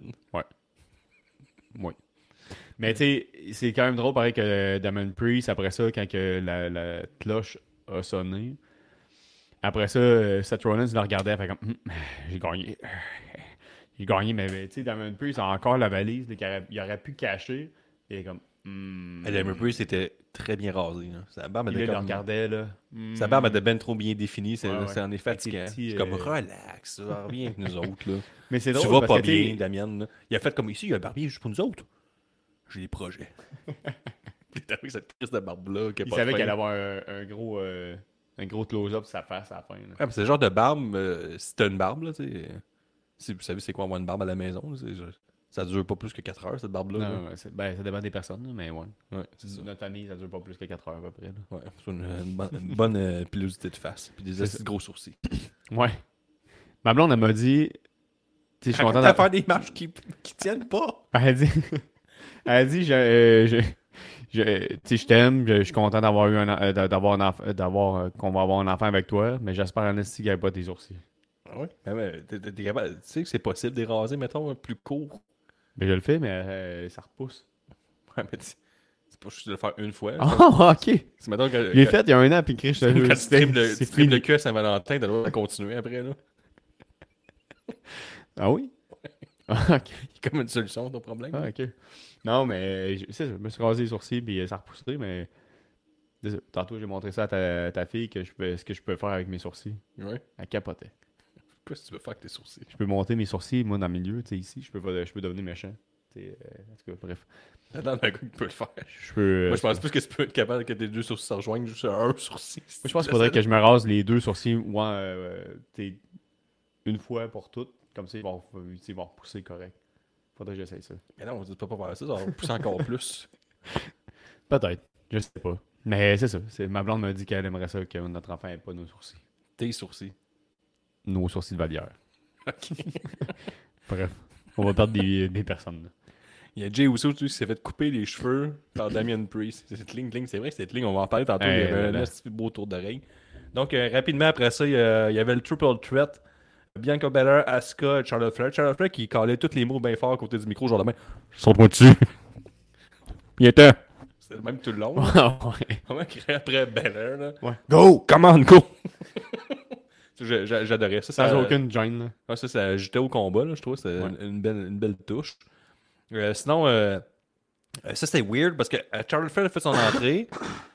Speaker 2: Mais tu sais, c'est quand même drôle, pareil que euh, Damon Priest, après ça, quand que la, la cloche a sonné, après ça, euh, Seth Rollins le regardait, fait comme Hum, j'ai gagné. J'ai gagné, mais mais, tu sais, Damon Priest a encore la valise là, qu'il aurait, il aurait pu cacher. Et il est comme Hum.
Speaker 1: Adam Priest était très bien rasé. là. Sa barbe
Speaker 2: Puis là,
Speaker 1: était,
Speaker 2: il le
Speaker 1: comme-
Speaker 2: regardait, là. Hum.
Speaker 1: sa barbe était ben trop bien définie. C'est
Speaker 2: Ouais, ouais.
Speaker 1: c'est en est fatigant.
Speaker 2: Avec des petits,
Speaker 1: C'est comme
Speaker 2: euh,
Speaker 1: relax, ça, reviens
Speaker 2: *laughs*
Speaker 1: avec nous autres. Là.
Speaker 2: Mais c'est drôle.
Speaker 1: Tu vas
Speaker 2: parce
Speaker 1: pas
Speaker 2: que, tu
Speaker 1: bien,
Speaker 2: sais,
Speaker 1: Damien. là. Il a fait comme ici, il y a un barbier juste pour nous autres. J'ai
Speaker 2: *laughs*
Speaker 1: des projets. Puis T'as vu que cette crise de barbe-là qui a
Speaker 2: Il
Speaker 1: pas
Speaker 2: savait
Speaker 1: de
Speaker 2: qu'elle allait
Speaker 1: fin.
Speaker 2: avoir un, un gros, euh, un gros close-up sur sa face à la fin. là.
Speaker 1: Ouais, Ah, mais c'est le genre de barbe, euh, si t'as une barbe, là, tu sais, euh, Si vous savez c'est quoi avoir une barbe à la maison, là, c'est- je- ça dure pas plus que 4 heures, cette barbe-là. là.
Speaker 2: Non, ouais, c'est- ben, ça dépend des personnes, là, mais ouais.
Speaker 1: Ouais, c'est ça.
Speaker 2: Notre famille, ça dure pas plus que 4 heures à peu près. là.
Speaker 1: Ouais, faut une, une bonne, une bonne, euh, pilosité de face. Puis des
Speaker 2: C'est
Speaker 1: assis
Speaker 2: ça.
Speaker 1: de gros sourcils.
Speaker 2: Ouais. Ma blonde, elle m'a dit. Tu sais, je suis content
Speaker 1: Arrête de
Speaker 2: d'avoir-
Speaker 1: faire des marches qui, qui tiennent pas.
Speaker 2: Elle a dit. *laughs* elle a dit, je. euh, je... je- tu sais, je t'aime, je, je suis content d'avoir eu un, en- euh, d'a- d'avoir un enf- euh, d'avoir euh, qu'on va avoir un enfant avec toi, mais j'espère en esti qu'il n'y a pas tes sourcils.
Speaker 1: Ah Ouais. mais t'es- t'es- t'es capable- tu sais que c'est possible de les raser, mettons, plus court. *laughs*
Speaker 2: Mais Ben, je le fais, mais euh, ça repousse.
Speaker 1: Ouais, mais tu- c'est pas juste de le faire une fois.
Speaker 2: Ah, oh, *laughs* ok.
Speaker 1: C'est mettons que.
Speaker 2: Je l'ai
Speaker 1: que-
Speaker 2: fait il y a un an, puis Chris, je te
Speaker 1: Quand
Speaker 2: jure,
Speaker 1: tu tripes le,
Speaker 2: c'est
Speaker 1: tu tripes le
Speaker 2: fini.
Speaker 1: cul à Saint-Valentin, t'as le droit de continuer après, là.
Speaker 2: Ah oui? *laughs* Ah, ok.
Speaker 1: C'est comme une solution à ton problème.
Speaker 2: Ah, ok. Non, mais je, c'est ça, je me suis rasé les sourcils puis euh, ça a repoussé, mais. Désolé. Tantôt, j'ai montré ça à ta, ta fille que je peux, ce que je peux faire avec mes sourcils.
Speaker 1: Ouais.
Speaker 2: Elle capotait.
Speaker 1: Qu'est-ce que tu veux faire avec tes sourcils?
Speaker 2: Je peux monter mes sourcils, moi, dans le milieu, tu sais, ici. Je peux, pas- je peux devenir méchant. Tu sais, euh, en tout cas, bref.
Speaker 1: Attends, un gars qui peut le faire.
Speaker 2: Je peux. euh,
Speaker 1: Moi, je pense plus que tu peux être capable que tes deux sourcils se rejoignent, juste un sourcil.
Speaker 2: moi, je pense qu'il faudrait que je me rase les deux sourcils, ouais, euh, tu sais, une fois pour toutes. Comme ça, ils vont, tu sais, ils vont repousser correct. Faudrait que j'essaye ça.
Speaker 1: Mais non, tu peux pas faire ça, ça va pousser encore *laughs* plus.
Speaker 2: Peut-être. Je sais pas. Mais c'est ça. c'est- Ma blonde m'a dit qu'elle aimerait ça que notre enfant ait pas nos sourcils.
Speaker 1: Tes sourcils.
Speaker 2: nos sourcils de Valière.
Speaker 1: Ok.
Speaker 2: *laughs* Bref, on va perdre des, des personnes. là.
Speaker 1: Il y a Jay Uso tu sais, qui s'est fait couper les cheveux par Damien Priest. C'est Cette ligne, ligne c'est vrai, que cette ligne, on va en parler tantôt. il y
Speaker 2: Eh
Speaker 1: avait
Speaker 2: là
Speaker 1: un
Speaker 2: là.
Speaker 1: petit beau tour d'oreille. Donc, euh, rapidement après ça, il y, a- il y avait le triple threat. Bianca Belair, Asuka, Charlotte Flair. Charlotte Flair
Speaker 2: *laughs*
Speaker 1: qui calait tous les mots bien fort à côté du micro, genre de main.
Speaker 2: Saute-moi dessus. Viens-t'en.
Speaker 1: C'est Même tout le long.
Speaker 2: ouais.
Speaker 1: Comment créer *laughs* après Bel Air, là?
Speaker 2: Go!
Speaker 1: Come on, go! *laughs* Je- je- J'adorais ça.
Speaker 2: Ça
Speaker 1: ça-
Speaker 2: n'a aucune gêne. là.
Speaker 1: Ouais, Ah, ça, ça ajoutait au combat, là, je trouve. C'était
Speaker 2: Ouais.
Speaker 1: une, une belle, une belle touche. Euh, sinon, euh, euh, ça, c'était weird parce que euh, Charlotte Flair a fait son entrée.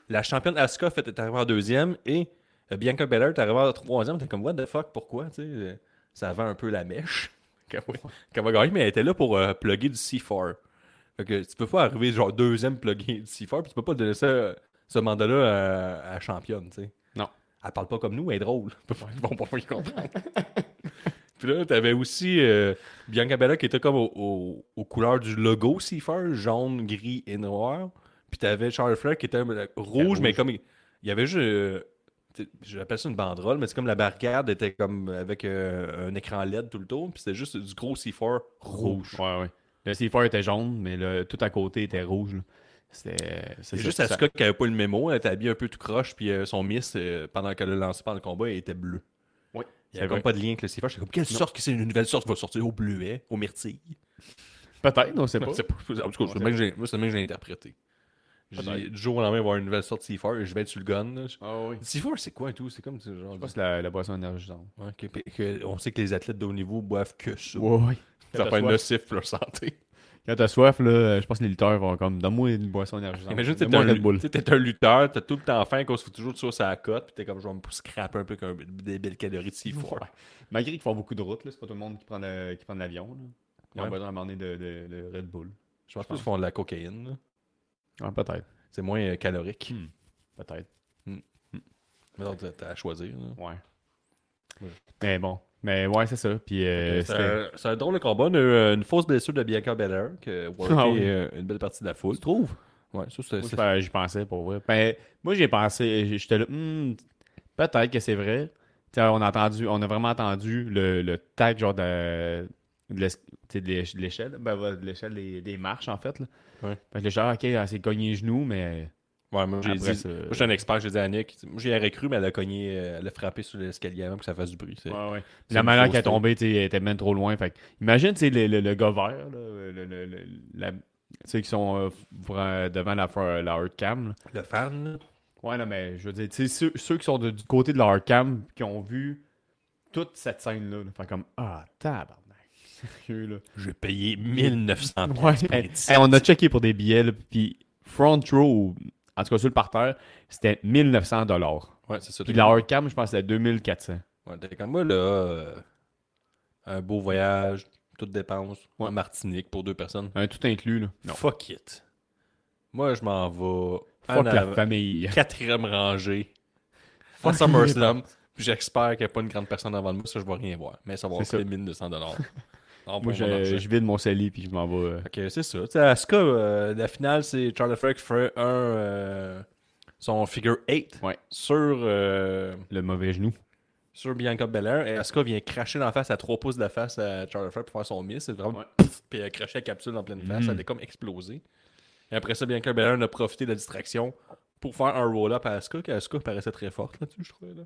Speaker 1: la championne Asuka fait, est arrivée en deuxième et euh, Bianca Belair est arrivée en troisième. T'es comme, what the fuck, pourquoi? Tu sais, euh, ça vend un peu la mèche. *laughs* qu'elle va- qu'elle va gagner, mais elle était là pour euh, plugger du C4. Fait que tu peux pas arriver genre deuxième plugger du C4 puis tu peux pas donner ça, ce mandat-là euh, à, à la championne, tu sais.
Speaker 2: Non.
Speaker 1: Elle parle pas comme nous, elle est drôle. *laughs* Ils vont pas y comprendre. Puis là, t'avais aussi euh, Bianca Bella qui était comme au- au- aux couleurs du logo Seafair, jaune, gris et noir. Puis t'avais Charles Flair qui était euh, rouge, mais
Speaker 2: rouge.
Speaker 1: comme il il y avait juste. euh, t'sais, J'appelle ça une banderole, mais c'est comme la barricade était comme avec euh, un écran LED tout le tour, puis c'était juste du gros Seafair rouge.
Speaker 2: Ouais, ouais. Le C4 était jaune, mais le, tout à côté était rouge. là. C'était. euh,
Speaker 1: C'est
Speaker 2: C'est
Speaker 1: juste
Speaker 2: ça.
Speaker 1: Asuka qui avait pas eu le mémo, elle était habillée un peu tout croche, puis euh, son miss, euh, pendant qu'elle le lançait pendant le combat, elle était bleue.
Speaker 2: Oui,
Speaker 1: Il n'y
Speaker 2: c'est
Speaker 1: avait comme
Speaker 2: vrai.
Speaker 1: pas de lien avec le Seafair. J'étais comme, quelle
Speaker 2: Non.
Speaker 1: sorte que c'est une nouvelle sorte qui va sortir au bleuet, au myrtille
Speaker 2: Peut-être, on sait pas.
Speaker 1: Non, *laughs* C'est pas. En tout cas,
Speaker 2: On
Speaker 1: c'est
Speaker 2: sait
Speaker 1: le même que j'ai- moi, c'est le même que j'ai interprété. J'ai dit,
Speaker 2: Peut-être.
Speaker 1: du jour au lendemain, il va y avoir une nouvelle sorte de Seafair et je vais être sur le gun. là. Je-
Speaker 2: Ah oui. Je
Speaker 1: Seafair, c'est quoi et tout C'est comme ce genre.
Speaker 2: sais pas si la, la boisson énergisante.
Speaker 1: de- Ouais, que- que- on sait que les athlètes de haut niveau boivent que ça.
Speaker 2: Ouais, ouais.
Speaker 1: Ça va être nocif pour leur santé.
Speaker 2: Quand t'as soif, là, je pense que les lutteurs vont comme donne-moi une boisson énergisante.
Speaker 1: *laughs* Imagine, t'es
Speaker 2: Donne-moi
Speaker 1: un,
Speaker 2: un Red Bull.
Speaker 1: t'sais, t'es un lutteur, t'as tout le temps faim, qu'on se fout toujours de sauce à la cote, puis t'es comme, je vais me scraper un peu comme des belles calories de Seafair.
Speaker 2: Ouais. Malgré qu'ils font beaucoup de routes, là, c'est pas tout le monde qui prend le- qui prend l'avion. là. Ils
Speaker 1: Ouais.
Speaker 2: ont besoin à un moment donné de, de- de Red Bull.
Speaker 1: Je pense qu'ils font de la cocaïne. là.
Speaker 2: Ah, peut-être.
Speaker 1: C'est moins euh, calorique.
Speaker 2: Hmm. Peut-être.
Speaker 1: Mais donc, t'as- t'as à choisir. là.
Speaker 2: Ouais.
Speaker 1: Ouais.
Speaker 2: Mais bon. Mais ouais, c'est ça. Puis euh,
Speaker 1: C'est
Speaker 2: c'était
Speaker 1: un- c'est un, drôle de combat. On a eu euh, une fausse blessure de Bianca Belair
Speaker 2: *laughs*
Speaker 1: qui a worké,
Speaker 2: Ah oui.
Speaker 1: euh, une belle partie de la foule. Tu trouves? Ouais, ça c'est.
Speaker 2: Moi,
Speaker 1: c'est-
Speaker 2: ben, j'y pensais pour vrai. Ben, moi, j'ai pensé, j- j'étais là, Hmm, peut-être que c'est vrai. Tu sais, on a entendu, on a vraiment entendu le, le tac genre de, de l'es- tu sais, de l'é- de l'échelle, ben, ouais, de l'échelle des, des marches en fait. Là.
Speaker 1: Ouais.
Speaker 2: Fait que le genre, ok, elle s'est cognée les genoux, mais
Speaker 1: Ouais, moi j'ai
Speaker 2: après
Speaker 1: dit.
Speaker 2: ça-
Speaker 1: Moi, je suis un expert, j'ai dit à Nick. Moi j'y aurais cru, mais elle a cogné, euh, elle a frappé sur l'escalier avant que ça fasse du bruit. c'est-
Speaker 2: Ouais, ouais.
Speaker 1: c'est
Speaker 2: La
Speaker 1: une
Speaker 2: manière
Speaker 1: fausse
Speaker 2: qu'elle est
Speaker 1: tête.
Speaker 2: tombée, tu sais, elle était même trop loin. Fait que, imagine, tu sais, le, le, le gars vert, là, le- le- le- la- tu sais, qui sont euh, vra- devant la, fr- la Earthcam, là.
Speaker 1: Le fan, là.
Speaker 2: Ouais, non, mais je veux dire, tu sais, ceux, ceux qui sont de- du côté de leur cam, qui ont vu toute cette scène-là, là, fait comme Ah, tabarnak. *laughs* Sérieux, là.
Speaker 1: j'ai payé 1900
Speaker 2: Ah, Ouais,
Speaker 1: piastres pour
Speaker 2: hey,
Speaker 1: les
Speaker 2: hey,
Speaker 1: tickets.
Speaker 2: on a checké pour des billets, là, puis front row, en tout cas sur le parterre, c'était 1900
Speaker 1: Ouais, c'est ça.
Speaker 2: Puis
Speaker 1: t'es comme-
Speaker 2: la cam, je pense, c'était 2400.
Speaker 1: Ouais, t'es comme moi, là. euh, un beau voyage, toute dépense, en Martinique pour deux personnes.
Speaker 2: Un tout inclus, là.
Speaker 1: Fuck it. Moi, je m'en vais. en
Speaker 2: Fuck la *laughs*
Speaker 1: avant.
Speaker 2: famille.
Speaker 1: quatrième rangée à
Speaker 2: Fuck
Speaker 1: SummerSlam. Puis J'espère qu'il n'y a pas une grande personne avant de moi, ça je vais rien voir. Mais ça va
Speaker 2: C'est
Speaker 1: coûter
Speaker 2: *laughs*
Speaker 1: 1200 dollars.
Speaker 2: Moi, je, je vide mon sali, puis je m'en vais. euh,
Speaker 1: c'est ça. Tu sais, Asuka, euh, la finale, c'est Charlie Frey qui ferait un euh, son figure 8
Speaker 2: Ouais.
Speaker 1: sur, euh,
Speaker 2: le mauvais genou.
Speaker 1: sur Bianca Belair. Et Asuka vient cracher dans la face à 3 pouces de la face à Charlie Frey pour faire son miss. C'est vraiment
Speaker 2: Ouais.
Speaker 1: pff, puis elle a craché la capsule en pleine face.
Speaker 2: Mm.
Speaker 1: Elle est comme explosée. Et après ça, Bianca Belair en a profité de la distraction pour faire un roll-up à Asuka. que Asuka paraissait très forte là-dessus, je trouvais. Là.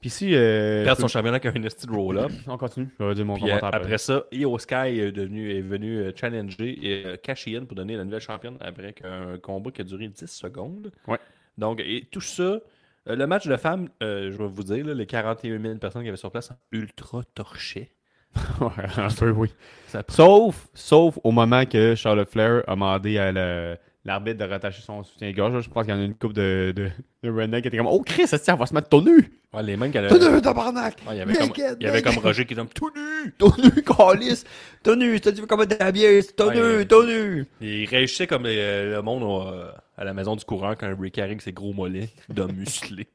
Speaker 2: Puis si. euh,
Speaker 1: perdre son championnat avec un esti de roll-up.
Speaker 2: on continue. Je vais dire mon
Speaker 1: Puis euh,
Speaker 2: commentaire après.
Speaker 1: après ça, Io Sky est, devenu, est venu euh, challenger et euh, casher in pour donner la nouvelle championne après un combat qui a duré 10 secondes.
Speaker 2: Ouais.
Speaker 1: Donc, et tout ça, euh, le match de femmes, euh, je vais vous dire, là, les 41 000 personnes qui avaient sur place, ultra torchées.
Speaker 2: *laughs* Ouais, un peu, oui.
Speaker 1: Ça prend-
Speaker 2: Sauf, sauf au moment que Charlotte Flair a demandé à le- l'arbitre de rattacher son soutien-gorge. là, Je pense qu'il y en a une coupe de, de, de redneck qui était comme Oh Chris, est-ce qu'elle va se mettre ton nu
Speaker 1: Ouais, les mêmes qu'elle
Speaker 2: Ton
Speaker 1: avait.
Speaker 2: nu, Euh. tabarnak
Speaker 1: Ouais, il y avait comme,
Speaker 2: Naked,
Speaker 1: il y avait
Speaker 2: naked.
Speaker 1: comme Roger qui est comme tout nu!
Speaker 2: Ton nu, calice Ton nu, t'as dit comment t'es habillé Ton
Speaker 1: Ouais.
Speaker 2: nu, ton nu
Speaker 1: Il réagissait comme euh, le monde au, euh, à la maison du courant quand Rick Carré avec ses gros mollets *laughs* d'homme musclé.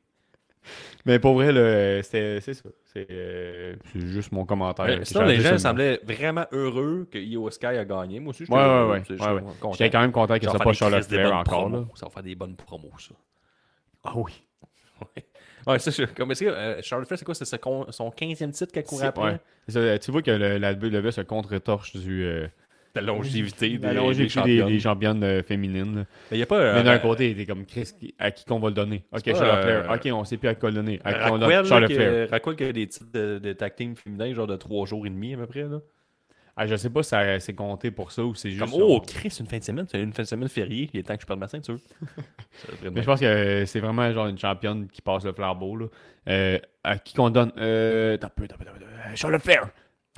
Speaker 2: Mais pour vrai, là, c'était- c'est ça. C'est euh, c'est juste mon commentaire.
Speaker 1: Ouais,
Speaker 2: J'ai
Speaker 1: sinon, les
Speaker 2: changé
Speaker 1: gens
Speaker 2: ça, mais-
Speaker 1: semblaient vraiment heureux que Io Sky a gagné. Moi aussi, j'étais
Speaker 2: Ouais,
Speaker 1: heureux,
Speaker 2: ouais, ouais.
Speaker 1: tu sais,
Speaker 2: ouais,
Speaker 1: je
Speaker 2: ouais.
Speaker 1: suis content.
Speaker 2: J'étais quand même content que ce
Speaker 1: Ça va
Speaker 2: soit
Speaker 1: faire
Speaker 2: pas
Speaker 1: des
Speaker 2: Charlotte
Speaker 1: crises de
Speaker 2: Flair
Speaker 1: bonnes
Speaker 2: encore.
Speaker 1: promos.
Speaker 2: là.
Speaker 1: Ça va faire des bonnes promos, ça.
Speaker 2: Ah oui.
Speaker 1: Ouais, ouais ça, je- comme, est-ce que, euh, Charlotte Flair, c'est quoi? C'est sa con- son 15e titre qu'elle courait
Speaker 2: C'est-
Speaker 1: après?
Speaker 2: ouais. C'est ça, Tu vois que le, la, le gars se contre-torche du. euh,
Speaker 1: La longévité des,
Speaker 2: la
Speaker 1: des
Speaker 2: longévité des,
Speaker 1: championnes.
Speaker 2: des championnes euh, féminines. là.
Speaker 1: Mais il n'y a pas... euh,
Speaker 2: Mais d'un
Speaker 1: euh,
Speaker 2: côté, il était comme Chris, qui- à qui qu'on va le donner Ok,
Speaker 1: pas,
Speaker 2: Charlotte
Speaker 1: euh,
Speaker 2: Flair. Ok, on sait plus à qui qu'on le donner. À qui qu'on
Speaker 1: Raquel,
Speaker 2: donne
Speaker 1: là,
Speaker 2: Charlotte
Speaker 1: qui-
Speaker 2: Flair.
Speaker 1: Raquel qui a des titres de, de tag team féminin genre de 3 jours et demi à peu près. Là.
Speaker 2: Ah, je sais pas si ça- c'est compté pour ça ou c'est juste.
Speaker 1: Comme, oh, Chris, une fin de semaine, c'est une fin de semaine fériée, il est temps que je perde ma ceinture. Ça serait
Speaker 2: Mais je
Speaker 1: vraiment-
Speaker 2: pense que euh, c'est vraiment genre une championne qui passe le flambeau. Là. Euh, à qui qu'on donne Euh, T'as peu, t'as peu, t'as peu. euh, Charlotte Flair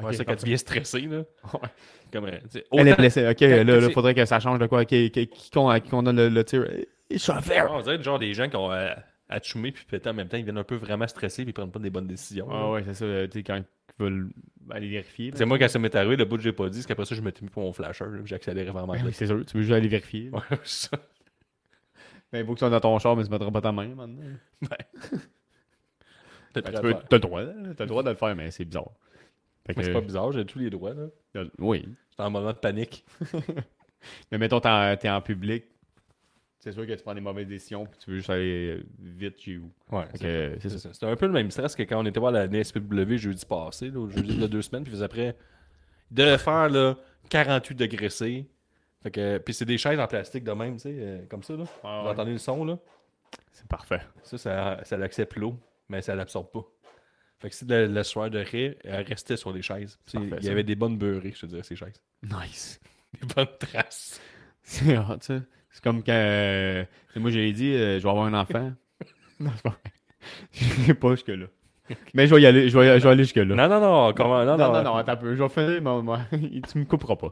Speaker 1: Ouais,
Speaker 2: Ok,
Speaker 1: ça, quand tu viens stressé, là.
Speaker 2: Ouais.
Speaker 1: Comme, euh, tu sais,
Speaker 2: Elle est
Speaker 1: autant-
Speaker 2: blessée. Ok, là,
Speaker 1: quand
Speaker 2: là,
Speaker 1: tu-
Speaker 2: faudrait que ça change de quoi. Ok, ok, qui qu'on à qui qu'on donne le, le tir Euh, Charlotte Flair
Speaker 1: On dirait genre des gens qui ont euh, à choumer puis péter en même temps, ils viennent un peu vraiment stressés puis ils prennent pas des bonnes décisions. là.
Speaker 2: Ah ouais, c'est ça. euh, Tu sais, quand ils veulent aller vérifier. là.
Speaker 1: Tu sais, moi, quand ça m'est arrivé, le bout que j'ai pas dit, c'est qu'après ça, je m'étais mis pour mon flasher, là, puis j'ai accéléré vraiment
Speaker 2: Ben *laughs*
Speaker 1: vite.
Speaker 2: oui, c'est sûr, tu veux juste aller vérifier.
Speaker 1: *laughs* Ouais, ça.
Speaker 2: Ben, il faut que tu sois dans ton char, mais tu mettras pas ta main maintenant.
Speaker 1: T'as
Speaker 2: Ben,
Speaker 1: le
Speaker 2: tu peux,
Speaker 1: droit à faire.
Speaker 2: t'as le droit, là, t'as le droit de le faire, mais c'est bizarre. Fait
Speaker 1: Mais
Speaker 2: que,
Speaker 1: c'est pas bizarre, j'ai tous les droits, là.
Speaker 2: euh, Oui.
Speaker 1: J'étais en moment de panique.
Speaker 2: Mais mettons, t'es en, t'es en public, c'est sûr que tu prends des mauvaises décisions, puis tu veux juste aller euh, vite chez vous.
Speaker 1: Ouais,
Speaker 2: Fait que, euh, c'est ça.
Speaker 1: C'était un peu le même stress que quand on était voir la NSPW jeudi passé, là, au jeudi de deux semaines, puis il faisait après. Il devait faire là, 48 degrés C. Fait que, puis c'est des chaises en plastique de même, tu sais, euh, comme ça, là.
Speaker 2: Ah
Speaker 1: Vous
Speaker 2: ouais.
Speaker 1: entendez le son, là?
Speaker 2: C'est parfait. *laughs*
Speaker 1: Ça, ça, ça l'accepte l'eau, mais ça l'absorbe pas. Fait que si la, la sueur de rire, elle restait sur les chaises. Puis
Speaker 2: Parfait,
Speaker 1: il y
Speaker 2: ça.
Speaker 1: avait des bonnes beurrées, je te dirais, ces chaises.
Speaker 2: Nice. *laughs*
Speaker 1: Des bonnes traces.
Speaker 2: C'est hot, ça. C'est comme quand. euh, tu sais, moi, j'ai dit, euh, je vais avoir un enfant. *laughs* non, c'est pas vrai. *laughs* Je vais pas *laughs* jusque-là. Mais je vais y aller, je vais, je vais aller jusque-là.
Speaker 1: Non, non, non, comment, non,
Speaker 2: non, non, non, attends un peu. Je vais finir, mais- mais- *laughs* tu me couperas pas.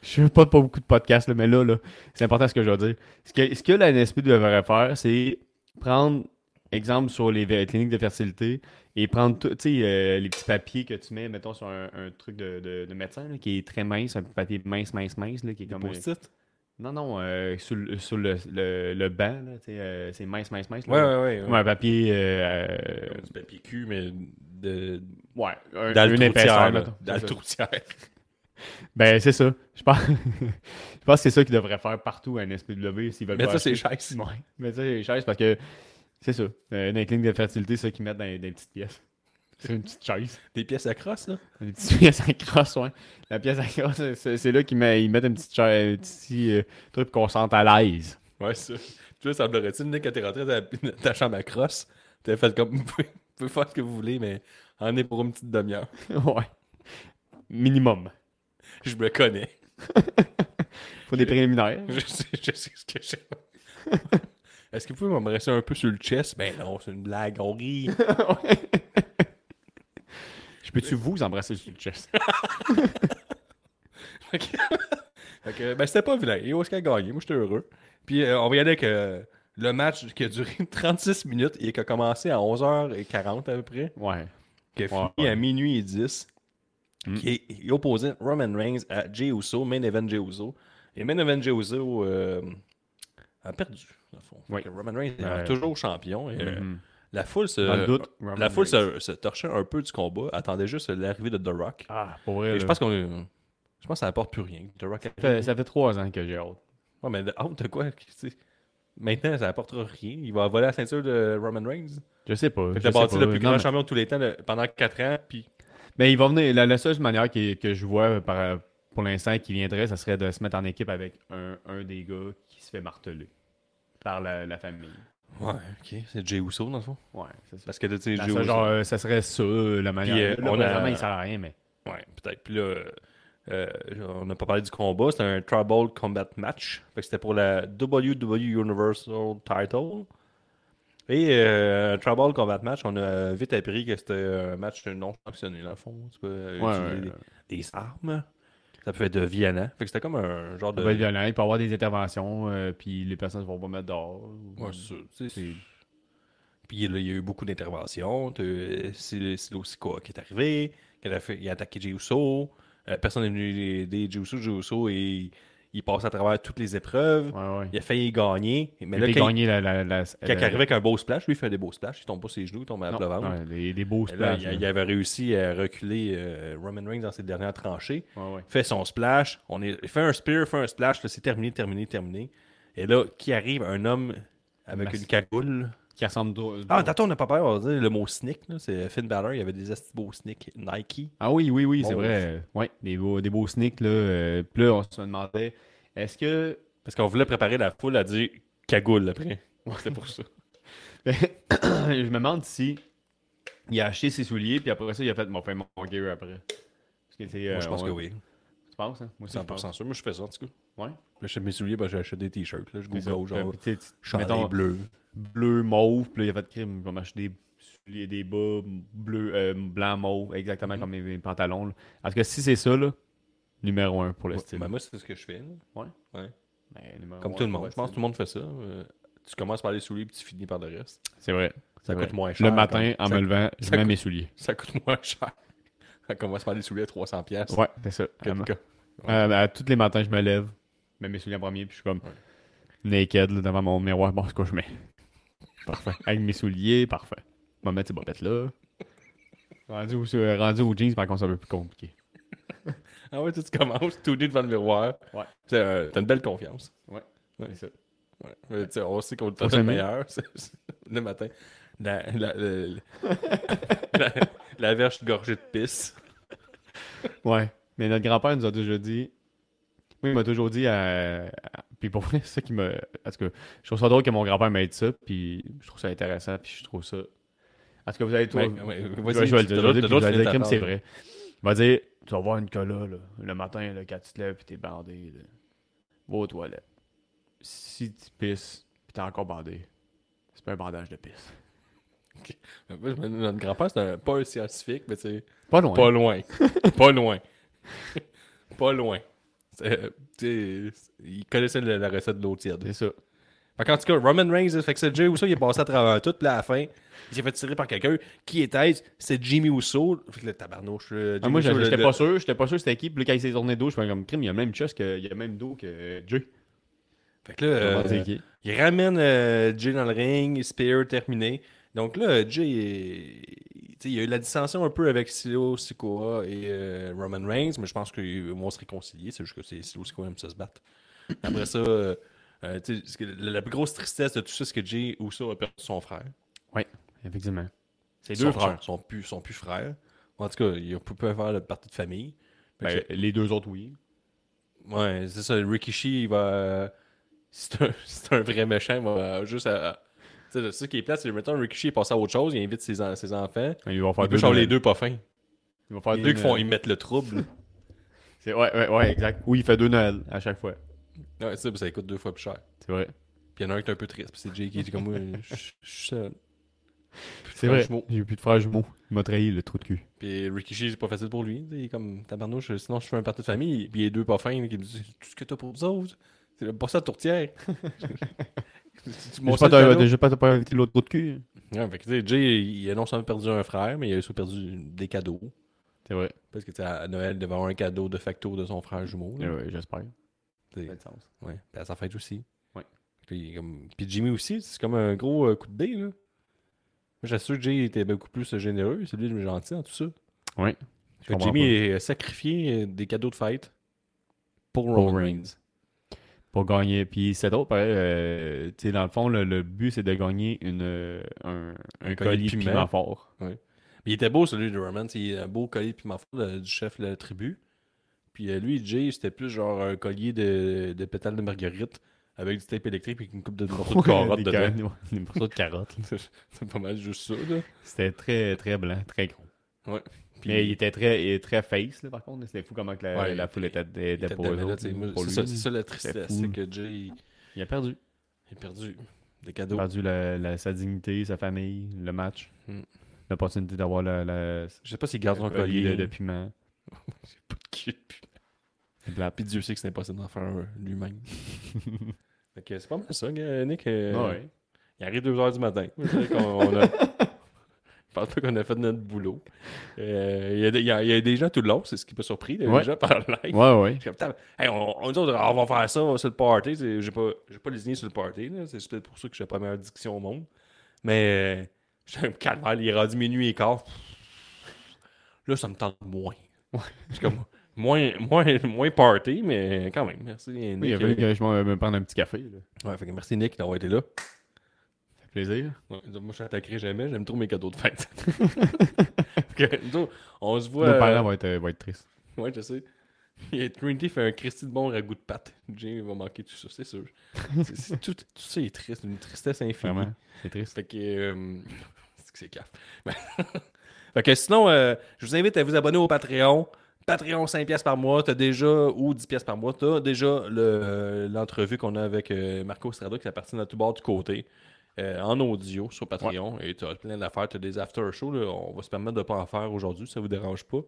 Speaker 2: Je fais pas, pas beaucoup de podcasts, là, mais là, là c'est important ce que je vais dire. Ce que, ce que la NSP devrait faire, c'est prendre exemple sur les ver- cliniques de fertilité et prendre tout- tu sais, euh, les petits papiers que tu mets, mettons, sur un, un truc de, de- de médecin là, qui est très mince, un papier mince, mince, mince, là, qui est comme. euh,
Speaker 1: Post-it?
Speaker 2: non, non, euh, sur, le- sur le, le, le banc, là, tu sais, euh, c'est mince, mince, mince. là.
Speaker 1: Ouais, ouais, ouais. ouais.
Speaker 2: Comme un papier. euh, euh,
Speaker 1: Comme Du papier cul, mais de.
Speaker 2: ouais, un- une épaisseur,
Speaker 1: D'altroutière. là.
Speaker 2: mettons. C'est ça.
Speaker 1: D'altroutière.
Speaker 2: Ben, c'est ça. Je pense, *laughs* je pense que c'est ça qu'ils devraient faire partout à NSPW s'ils veulent
Speaker 1: *laughs* Mais ça,
Speaker 2: pas
Speaker 1: c'est
Speaker 2: acheter.
Speaker 1: chaise. Simon.
Speaker 2: Ouais, mettre ça, c'est chaise parce que c'est ça. Euh, dans les cliniques de fertilité, c'est ça qu'ils mettent dans, dans les petites pièces. C'est une petite chaise.
Speaker 1: Des pièces à crosse, là.
Speaker 2: Une petite *laughs* pièce à crosse, ouais. La pièce à crosse, c'est c'est là qu'ils met- ils mettent une petite chaise, un petit euh, truc pour qu'on se sente à l'aise. *laughs*
Speaker 1: Ouais, ça. Tu vois, semblerait-il, Nick, quand t'es rentré dans ta- dans ta chambre à crosse, t'avais fait comme. *laughs* Vous pouvez- vous pouvez faire ce que vous voulez, mais en est pour une petite demi-heure. *laughs*
Speaker 2: ouais. Minimum.
Speaker 1: Je me connais. *laughs*
Speaker 2: Faut des préliminaires.
Speaker 1: Je sais, je sais ce que j'ai. *laughs* Est-ce que vous pouvez me rester un peu sur le chest? Ben non, c'est une blague, on rit.
Speaker 2: *laughs* Ouais. Je peux-tu vous embrasser sur le chest?
Speaker 1: Fait que- *laughs* fait que, ben c'était pas vilain. Et Oscar a gagné, moi j'étais heureux. Puis euh, on va y aller avec euh, le match qui a duré *laughs* 36 minutes et qui a commencé à 11h40 à peu près,
Speaker 2: Ouais.
Speaker 1: qui a
Speaker 2: Ouais,
Speaker 1: fini à
Speaker 2: ouais.
Speaker 1: minuit et 10,
Speaker 2: Mm.
Speaker 1: qui, est, qui opposait Roman Reigns à Jey Uso, Main Event Jey Uso. Et Main Event Jey Uso euh, a perdu, dans le fond. Fait
Speaker 2: Oui.
Speaker 1: que Roman Reigns est
Speaker 2: Ouais.
Speaker 1: toujours champion. Et, euh,
Speaker 2: Mhm.
Speaker 1: La foule se...
Speaker 2: Dans le doute, Roman
Speaker 1: La foule
Speaker 2: Reigns.
Speaker 1: se, se torchait un peu du combat, attendait juste l'arrivée de The Rock.
Speaker 2: Ah, pour vrai.
Speaker 1: Et je
Speaker 2: là.
Speaker 1: pense qu'on. Je pense que ça n'apporte plus rien. The Rock
Speaker 2: Ça fait, ça fait trois ans que j'ai hâte.
Speaker 1: Ouais, mais la honte de quoi tu sais. Maintenant, ça n'apportera rien. Il va voler la ceinture de Roman Reigns.
Speaker 2: Je sais pas.
Speaker 1: Fait que
Speaker 2: je
Speaker 1: t'as
Speaker 2: sais
Speaker 1: bâti
Speaker 2: pas.
Speaker 1: le plus
Speaker 2: Non,
Speaker 1: grand
Speaker 2: mais-
Speaker 1: champion de tous les temps de- pendant 4 ans, puis
Speaker 2: Mais il va venir. La, la seule manière qui- que je vois par- pour l'instant qui viendrait, ça serait de se mettre en équipe avec un, un des gars qui se fait marteler par la, la famille.
Speaker 1: Ouais, ok. C'est Jay Uso, dans le fond.
Speaker 2: Ouais, c'est ça.
Speaker 1: Parce que, tu sais,
Speaker 2: La
Speaker 1: Jey
Speaker 2: seule,
Speaker 1: Uso.
Speaker 2: genre, euh, ça serait ça, euh, la manière. là,
Speaker 1: euh, on
Speaker 2: pour
Speaker 1: a-
Speaker 2: le moment, il sert à rien, mais.
Speaker 1: Ouais, peut-être. Puis là, euh, euh, on n'a pas parlé du combat. C'était un Trouble Combat Match. Fait que c'était pour la WWE Universal Title. Et euh, Trouble Combat Match, on a vite appris que c'était un match non sanctionné, dans le fond. Tu peux euh,
Speaker 2: Ouais,
Speaker 1: utiliser
Speaker 2: ouais,
Speaker 1: des-
Speaker 2: ouais.
Speaker 1: des, armes. Ça peut être euh, violent. Fait que c'était comme un genre
Speaker 2: Ça
Speaker 1: de.
Speaker 2: peut être violent, Ah ben, il peut avoir des interventions, euh, puis les personnes ne vont pas mettre dehors.
Speaker 1: Ouais, c'est ça, tu sais, c'est- Puis là, il y a eu beaucoup d'interventions. T'as, euh, C'est c'est aussi quoi qui est arrivé. qu'il a fait- Il a attaqué Jey Uso. Euh, personne n'est venu aider Jey Uso. Jey Uso, et il passe à travers toutes les épreuves.
Speaker 2: Ouais, ouais.
Speaker 1: Il a failli gagner. Mais
Speaker 2: Il
Speaker 1: là,
Speaker 2: peut
Speaker 1: quand, il-
Speaker 2: gagner Euh, la. la, la,
Speaker 1: quand il arrivait avec un beau splash, lui, il fait des beaux splashes. Il tombe pas sur ses genoux, il tombe à plat ventre.
Speaker 2: les, les beaux
Speaker 1: Et Là,
Speaker 2: splash.
Speaker 1: il,
Speaker 2: là.
Speaker 1: il avait réussi à reculer euh, Roman Reigns dans ses dernières tranchées
Speaker 2: Ouais, ouais.
Speaker 1: fait son splash, on est, il fait un spear, fait un splash, là, c'est terminé, terminé, terminé. Et là, qui arrive un homme avec
Speaker 2: Masque.
Speaker 1: une cagoule.
Speaker 2: Qui ressemble. dro-
Speaker 1: Ah, tantôt, on n'a pas peur, on va dire le mot sneak, là, c'est Finn Balor, il y avait des asti beaux sneak Nike.
Speaker 2: Ah oui, oui, oui, c'est
Speaker 1: Bon, bah,
Speaker 2: vrai. Ouais, des beaux, des beaux sneaks, là. euh, Puis là, on se demandait, est-ce
Speaker 1: *laughs*
Speaker 2: que...
Speaker 1: Parce qu'on voulait préparer la foule à dire cagoule après.
Speaker 2: *coughs*
Speaker 1: C'était pour ça.
Speaker 2: je me demande si il a acheté ses souliers, puis après ça, il a fait mon fait mon gear après. Parce que, tu sais,
Speaker 1: *laughs* Moi,
Speaker 2: euh,
Speaker 1: je pense
Speaker 2: on-
Speaker 1: que oui.
Speaker 2: Tu penses, hein? Moi aussi, je
Speaker 1: 100% sûr. Moi, je fais ça, en tout cas.
Speaker 2: Ouais.
Speaker 1: J'achète mes souliers, ben, j'achète des t-shirts. là. Je
Speaker 2: pense.
Speaker 1: google, genre,
Speaker 2: Puis, tu sais, tu-
Speaker 1: chandail
Speaker 2: mettons,
Speaker 1: bleu.
Speaker 2: bleu, mauve, puis là, il a fait de crime. Je vais m'acheter des, souliers, des bas bleu, euh, blanc, mauve,
Speaker 1: Mm-hmm.
Speaker 2: exactement comme mes, mes pantalons. là. Parce que si c'est ça, là, numéro un pour le
Speaker 1: Ouais,
Speaker 2: style.
Speaker 1: ben, moi, c'est ce que je fais. là.
Speaker 2: Ben, numéro
Speaker 1: Comme
Speaker 2: un
Speaker 1: tout le
Speaker 2: pour
Speaker 1: monde. Je pense que tout le monde fait ça. Euh, tu commences par les souliers, puis tu finis par le reste.
Speaker 2: style. C'est vrai.
Speaker 1: Ça
Speaker 2: c'est
Speaker 1: coûte
Speaker 2: vrai.
Speaker 1: moins cher.
Speaker 2: Le matin,
Speaker 1: comme-
Speaker 2: en
Speaker 1: ça-
Speaker 2: me levant, je
Speaker 1: *laughs* ça
Speaker 2: mets
Speaker 1: coûte-
Speaker 2: mes souliers.
Speaker 1: Ça coûte *laughs* moins cher. Quand on va se faire des souliers à 300$. piastres,
Speaker 2: Ouais, c'est ça.
Speaker 1: que-
Speaker 2: vraiment.
Speaker 1: que-
Speaker 2: Euh, ben, tous les matins, je me lève, je mets mes souliers en premier, puis je suis comme naked là, devant mon miroir. Bon, c'est quoi je mets Parfait. Avec mes souliers, parfait. Je vais mettre ces bobettes là. Rendu, au- euh, rendu aux jeans, par contre, c'est un peu plus compliqué.
Speaker 1: Ah ouais, tu tu commences tout nu devant le miroir.
Speaker 2: Ouais.
Speaker 1: C'est, euh, T'as une belle confiance.
Speaker 2: C'est ça.
Speaker 1: Ouais. Euh, tu sais, on sait qu'on
Speaker 2: Faut
Speaker 1: le fait le
Speaker 2: s'aimer.
Speaker 1: meilleur *laughs* c'est- c'est- le matin. La, la, la, la- *laughs* la- la verge gorgée de pisse.
Speaker 2: Ouais. Mais notre grand-père nous a déjà dit. Oui, il m'a toujours dit. à- à- Puis pour vrai, *laughs* c'est ça qui me. Parce que je trouve ça drôle que mon grand-père m'ait dit ça. Puis je trouve ça intéressant. Puis je trouve ça. Est-ce que vous allez tout.
Speaker 1: Ouais, ouais, vas-y,
Speaker 2: je vais le
Speaker 1: t'as
Speaker 2: dire. Je vais le dire.
Speaker 1: d'autres- t'as
Speaker 2: puis
Speaker 1: d'autres
Speaker 2: Vous allez
Speaker 1: filettes
Speaker 2: dire
Speaker 1: à
Speaker 2: comme c'est
Speaker 1: prendre.
Speaker 2: vrai. Il va dire Tu vas voir une cola, là, le matin, là, quand tu te lèves, puis t'es bandé. Là. Va aux toilettes. Si tu pisses, puis t'es encore bandé, c'est pas un bandage de pisse.
Speaker 1: Moi, je me- Notre grand-père, c'est un- pas un scientifique, mais c'est
Speaker 2: Pas loin.
Speaker 1: pas loin. *laughs* pas loin. pas loin. C'est- euh, tu sais, Il connaissait la, la recette de l'eau tiède.
Speaker 2: C'est ça.
Speaker 1: Fait qu'en tout cas, Roman Reigns, ça fait que c'est Jay Uso, il est passé à travers tout, puis là, à la fin, il s'est fait tirer par quelqu'un. Qui était-ce? C'est Jimmy Uso. Fait que le tabarnouche. euh,
Speaker 2: Ah,
Speaker 1: Jimmy
Speaker 2: moi,
Speaker 1: Uso, le-
Speaker 2: j'étais
Speaker 1: le-
Speaker 2: pas sûr, j'étais pas sûr c'était qui. Puis là, quand il s'est tourné dos, je fais comme crime, il y a le même chose que, il y a le même dos que euh, Jay.
Speaker 1: Fait que là, euh,
Speaker 2: Comment c'est qui?
Speaker 1: il ramène euh, Jay dans le ring, Spear terminé. Donc là, Jay, euh, tu sais, il y a eu la dissension un peu avec Silo Sikoa et euh, Roman Reigns, mais je pense qu'ils vont se réconcilier. C'est juste que c'est- Silo Sikoa aime ça se battre. Après ça, euh, euh, tu sais, ce que- la, la plus grosse tristesse de tout ça, c'est que Jay Uso a perdu son frère.
Speaker 2: Ouais, effectivement.
Speaker 1: C'est
Speaker 2: deux frères.
Speaker 1: Sont, sont plus, sont plus frères. En tout cas, ils peuvent faire le partie de famille. Fait que-
Speaker 2: Ben, les deux autres, oui.
Speaker 1: Ouais, c'est ça. Rikishi, il va. *laughs* C'est un, c'est un vrai méchant, il va juste. à- Tu sais, ce qui est plate, c'est que mettons, Rikishi est passé à autre chose, il invite ses, en- ses enfants.
Speaker 2: Ils vont faire
Speaker 1: Il peut genre les deux pas fins.
Speaker 2: Ils vont faire
Speaker 1: Les
Speaker 2: deux
Speaker 1: deux qui font, ils mettent le trouble.
Speaker 2: C'est- Ouais, ouais, ouais, exact. Oui, il fait deux Noël à chaque fois.
Speaker 1: ouais, ça, ça coûte deux fois plus cher.
Speaker 2: C'est vrai.
Speaker 1: Puis il y en a un qui est un peu triste, puis c'est Jay qui dit comme moi, je je- je suis seul.
Speaker 2: C'est vrai. J'ai plus de frères jumeaux. Il m'a trahi, le trou de cul.
Speaker 1: Puis Rikishi, c'est pas facile pour lui. tu sais, Il est comme tabarnouche, sinon je fais un parti de famille. Puis les deux pas fins, qui me disent Tout ce que t'as pour nous autres, c'est le boss
Speaker 2: *laughs*
Speaker 1: à tourtière.
Speaker 2: Je
Speaker 1: Mon
Speaker 2: sais pas,
Speaker 1: seul
Speaker 2: t'as
Speaker 1: cadeau.
Speaker 2: je sais pas, t'as pas invité l'autre trou de cul.
Speaker 1: Ouais, fait que, tu sais, Jay, il a non seulement perdu un frère, mais il a aussi perdu des cadeaux.
Speaker 2: C'est vrai.
Speaker 1: Parce que tu sais, à Noël, il devait avoir un cadeau de facto de son frère jumeau.
Speaker 2: Eh Ouais,
Speaker 1: là.
Speaker 2: ouais, j'espère.
Speaker 1: Tu
Speaker 2: Ça
Speaker 1: sais,
Speaker 2: fait du sens.
Speaker 1: ouais. Puis à sa fête aussi.
Speaker 2: Ouais.
Speaker 1: Puis, il est comme... Puis Jimmy aussi, c'est comme un gros euh, coup de dé. Là. Moi, J'assure que Jay était beaucoup plus euh, généreux. C'est lui le gentil dans tout ça.
Speaker 2: Ouais.
Speaker 1: Fait
Speaker 2: Je
Speaker 1: que
Speaker 2: comprends
Speaker 1: Jimmy a sacrifié euh, des cadeaux de fête pour
Speaker 2: Pour
Speaker 1: Roman
Speaker 2: Reigns.
Speaker 1: Reigns.
Speaker 2: pour gagner. Puis c'est drôle, pareil, euh, tu sais, dans le fond, le, le but, c'est de gagner une, euh, un, un
Speaker 1: Un collier
Speaker 2: collier
Speaker 1: de
Speaker 2: de
Speaker 1: piment.
Speaker 2: piment fort.
Speaker 1: Mais il était beau celui de Roman, c'est un beau collier de piment fort euh, du chef de la tribu. Puis euh, lui, Jay, c'était plus genre un collier de, de pétales de marguerite avec du tape électrique et une coupe de morceaux de carottes
Speaker 2: Des
Speaker 1: dedans.
Speaker 2: carottes, ouais, des morceaux de carottes. là.
Speaker 1: *laughs* C'est pas mal juste ça, là.
Speaker 2: C'était très, très blanc, très gros.
Speaker 1: Puis,
Speaker 2: mais il était très, il est très face, là, par contre. C'était fou comment que la,
Speaker 1: Ouais,
Speaker 2: la
Speaker 1: il
Speaker 2: foule était, était,
Speaker 1: il était
Speaker 2: pour,
Speaker 1: dedans,
Speaker 2: eux
Speaker 1: là,
Speaker 2: autres,
Speaker 1: tu sais, moi,
Speaker 2: pour
Speaker 1: c'est
Speaker 2: lui.
Speaker 1: ça, c'est ça la tristesse,
Speaker 2: fou.
Speaker 1: c'est que Jay il
Speaker 2: Il a perdu.
Speaker 1: a perdu des
Speaker 2: Il a
Speaker 1: cadeaux.
Speaker 2: perdu la- la- sa dignité, sa famille, le match,
Speaker 1: Mm.
Speaker 2: l'opportunité d'avoir la, la,
Speaker 1: Je sais pas s'il garde
Speaker 2: le
Speaker 1: son collier.
Speaker 2: de, de piment.
Speaker 1: J'ai pas de cul.
Speaker 2: C'est plate.
Speaker 1: Puis Dieu sait que c'est impossible d'en faire un *laughs* lui-même. fait que c'est pas mal ça, gars, Nick. euh,
Speaker 2: Ouais.
Speaker 1: Il arrive 2h du matin. Je dirais qu'on- on *laughs* a- Je pense pas qu'on a fait notre boulot. Euh, Il y, a des- il y a- il y a des gens tout le long, c'est ce qui m'a surpris. Il y a
Speaker 2: Ouais.
Speaker 1: des gens par live.
Speaker 2: Ouais, ouais.
Speaker 1: Je suis comme, Putain, hey, on, on dit, on on va faire ça on va sur le party. C'est- J'ai pas, j'ai pas lésiné sur le party. là. C'est peut-être pour ça que j'ai la première diction au monde. Mais euh, je suis comme, calvaire, il est rendu minuit et quart. Là, ça me tente moins. Je suis comme, moins, moins, moins party, mais quand même. Merci, Nick.
Speaker 2: Oui, il a fallu que je m'en- me prenne un petit café. Là.
Speaker 1: Ouais, fait que merci, Nick, d'avoir été là.
Speaker 2: Ça fait plaisir.
Speaker 1: Ouais, donc moi, je t'attaquerai jamais. J'aime trop mes cadeaux de fête. *laughs* Parce que, nous autres, on se voit.
Speaker 2: Nos parents
Speaker 1: euh,
Speaker 2: vont être, euh, vont être tristes.
Speaker 1: *laughs* ouais, je sais. Et Trinity fait un Christy de bon ragoût de pâte. Jay va manquer tout ça, c'est sûr. C'est- c'est- tout, tout ça est triste, une tristesse infinie.
Speaker 2: Vraiment. C'est triste.
Speaker 1: Fait que. euh, *laughs* c'est que c'est caf. fait que sinon, euh, je vous invite à vous abonner au Patreon. Patreon 5$ par mois, t'as déjà, ou 10$ par mois, t'as déjà le, euh, l'entrevue qu'on a avec euh, Marco Strada qui appartient à tout bord du côté. euh, en audio sur Patreon et tu as plein d'affaires, tu as des after shows. là. On va se permettre de pas en faire aujourd'hui, ça vous dérange pas.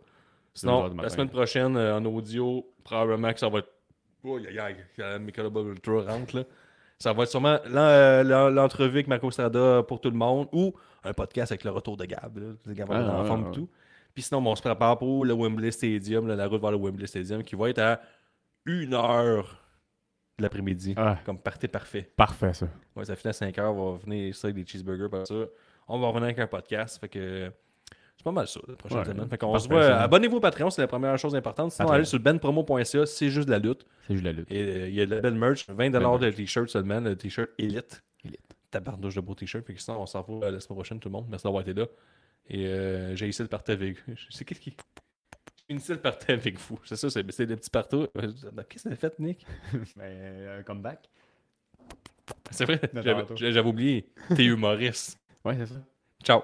Speaker 2: Deux heures
Speaker 1: Sinon,
Speaker 2: du
Speaker 1: la
Speaker 2: matin.
Speaker 1: semaine prochaine, euh, en audio, probablement que ça va être. Oh, aïe, aïe, aïe, Michelob Ultra rentre, là. Ça va être sûrement l'en- euh, l'en- l'entrevue avec Marco Strada pour tout le monde ou un podcast avec le retour de Gab. Là. Gab va être
Speaker 2: Ah,
Speaker 1: en
Speaker 2: ouais,
Speaker 1: forme et
Speaker 2: ouais.
Speaker 1: tout. Puis sinon, bon, on se prépare pour le Wembley Stadium, là, la route vers le Wembley Stadium qui va être à une heure de l'après-midi.
Speaker 2: Ah,
Speaker 1: Comme partez parfait.
Speaker 2: parfait, ça.
Speaker 1: Ouais, ça finit à 5 heures. On va venir ça avec des cheeseburgers, par ça. On va revenir avec un podcast. Fait que c'est pas mal ça, la prochaine
Speaker 2: Ouais,
Speaker 1: semaine. Fait qu'on
Speaker 2: parfait,
Speaker 1: se voit.
Speaker 2: ça.
Speaker 1: Abonnez-vous au Patreon, c'est la première chose importante. Sinon,
Speaker 2: Patreon.
Speaker 1: allez sur benpromo.ca, c'est juste de la lutte.
Speaker 2: C'est juste la lutte.
Speaker 1: Et euh, il y a de la belle merch, 20$
Speaker 2: Belle
Speaker 1: de t-shirt seulement, le t-shirt Elite.
Speaker 2: Elite.
Speaker 1: Tabardouche de beau t-shirt. Fait que sinon, on s'en va euh, la semaine prochaine, tout le monde. Merci d'avoir été là. Et euh, j'ai essayé de partir avec vous. *laughs* C'est qu'est-ce qui. J'ai initié de partir avec vous. C'est ça, c'est c'est des petits partout. *laughs* Qu'est-ce que t'as fait, Nick?
Speaker 2: *laughs* Mais un comeback.
Speaker 1: C'est *laughs* vrai,
Speaker 2: De
Speaker 1: j'avais-
Speaker 2: Toronto.
Speaker 1: j'avais oublié. T'es humoriste.
Speaker 2: Ouais, c'est ça.
Speaker 1: Ciao.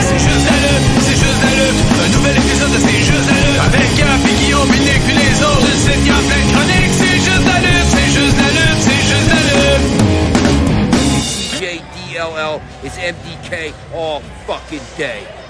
Speaker 3: C'est juste la lutte, c'est juste la lutte. Un nouvel épisode de C'est juste la lutte. Avec Gap, puis Guillaume, puis Nick, puis les autres. Une sitcom plein de chroniques. C'est juste la lutte, c'est juste la lutte, c'est juste la lutte.
Speaker 4: JDLL is MDK all fucking day.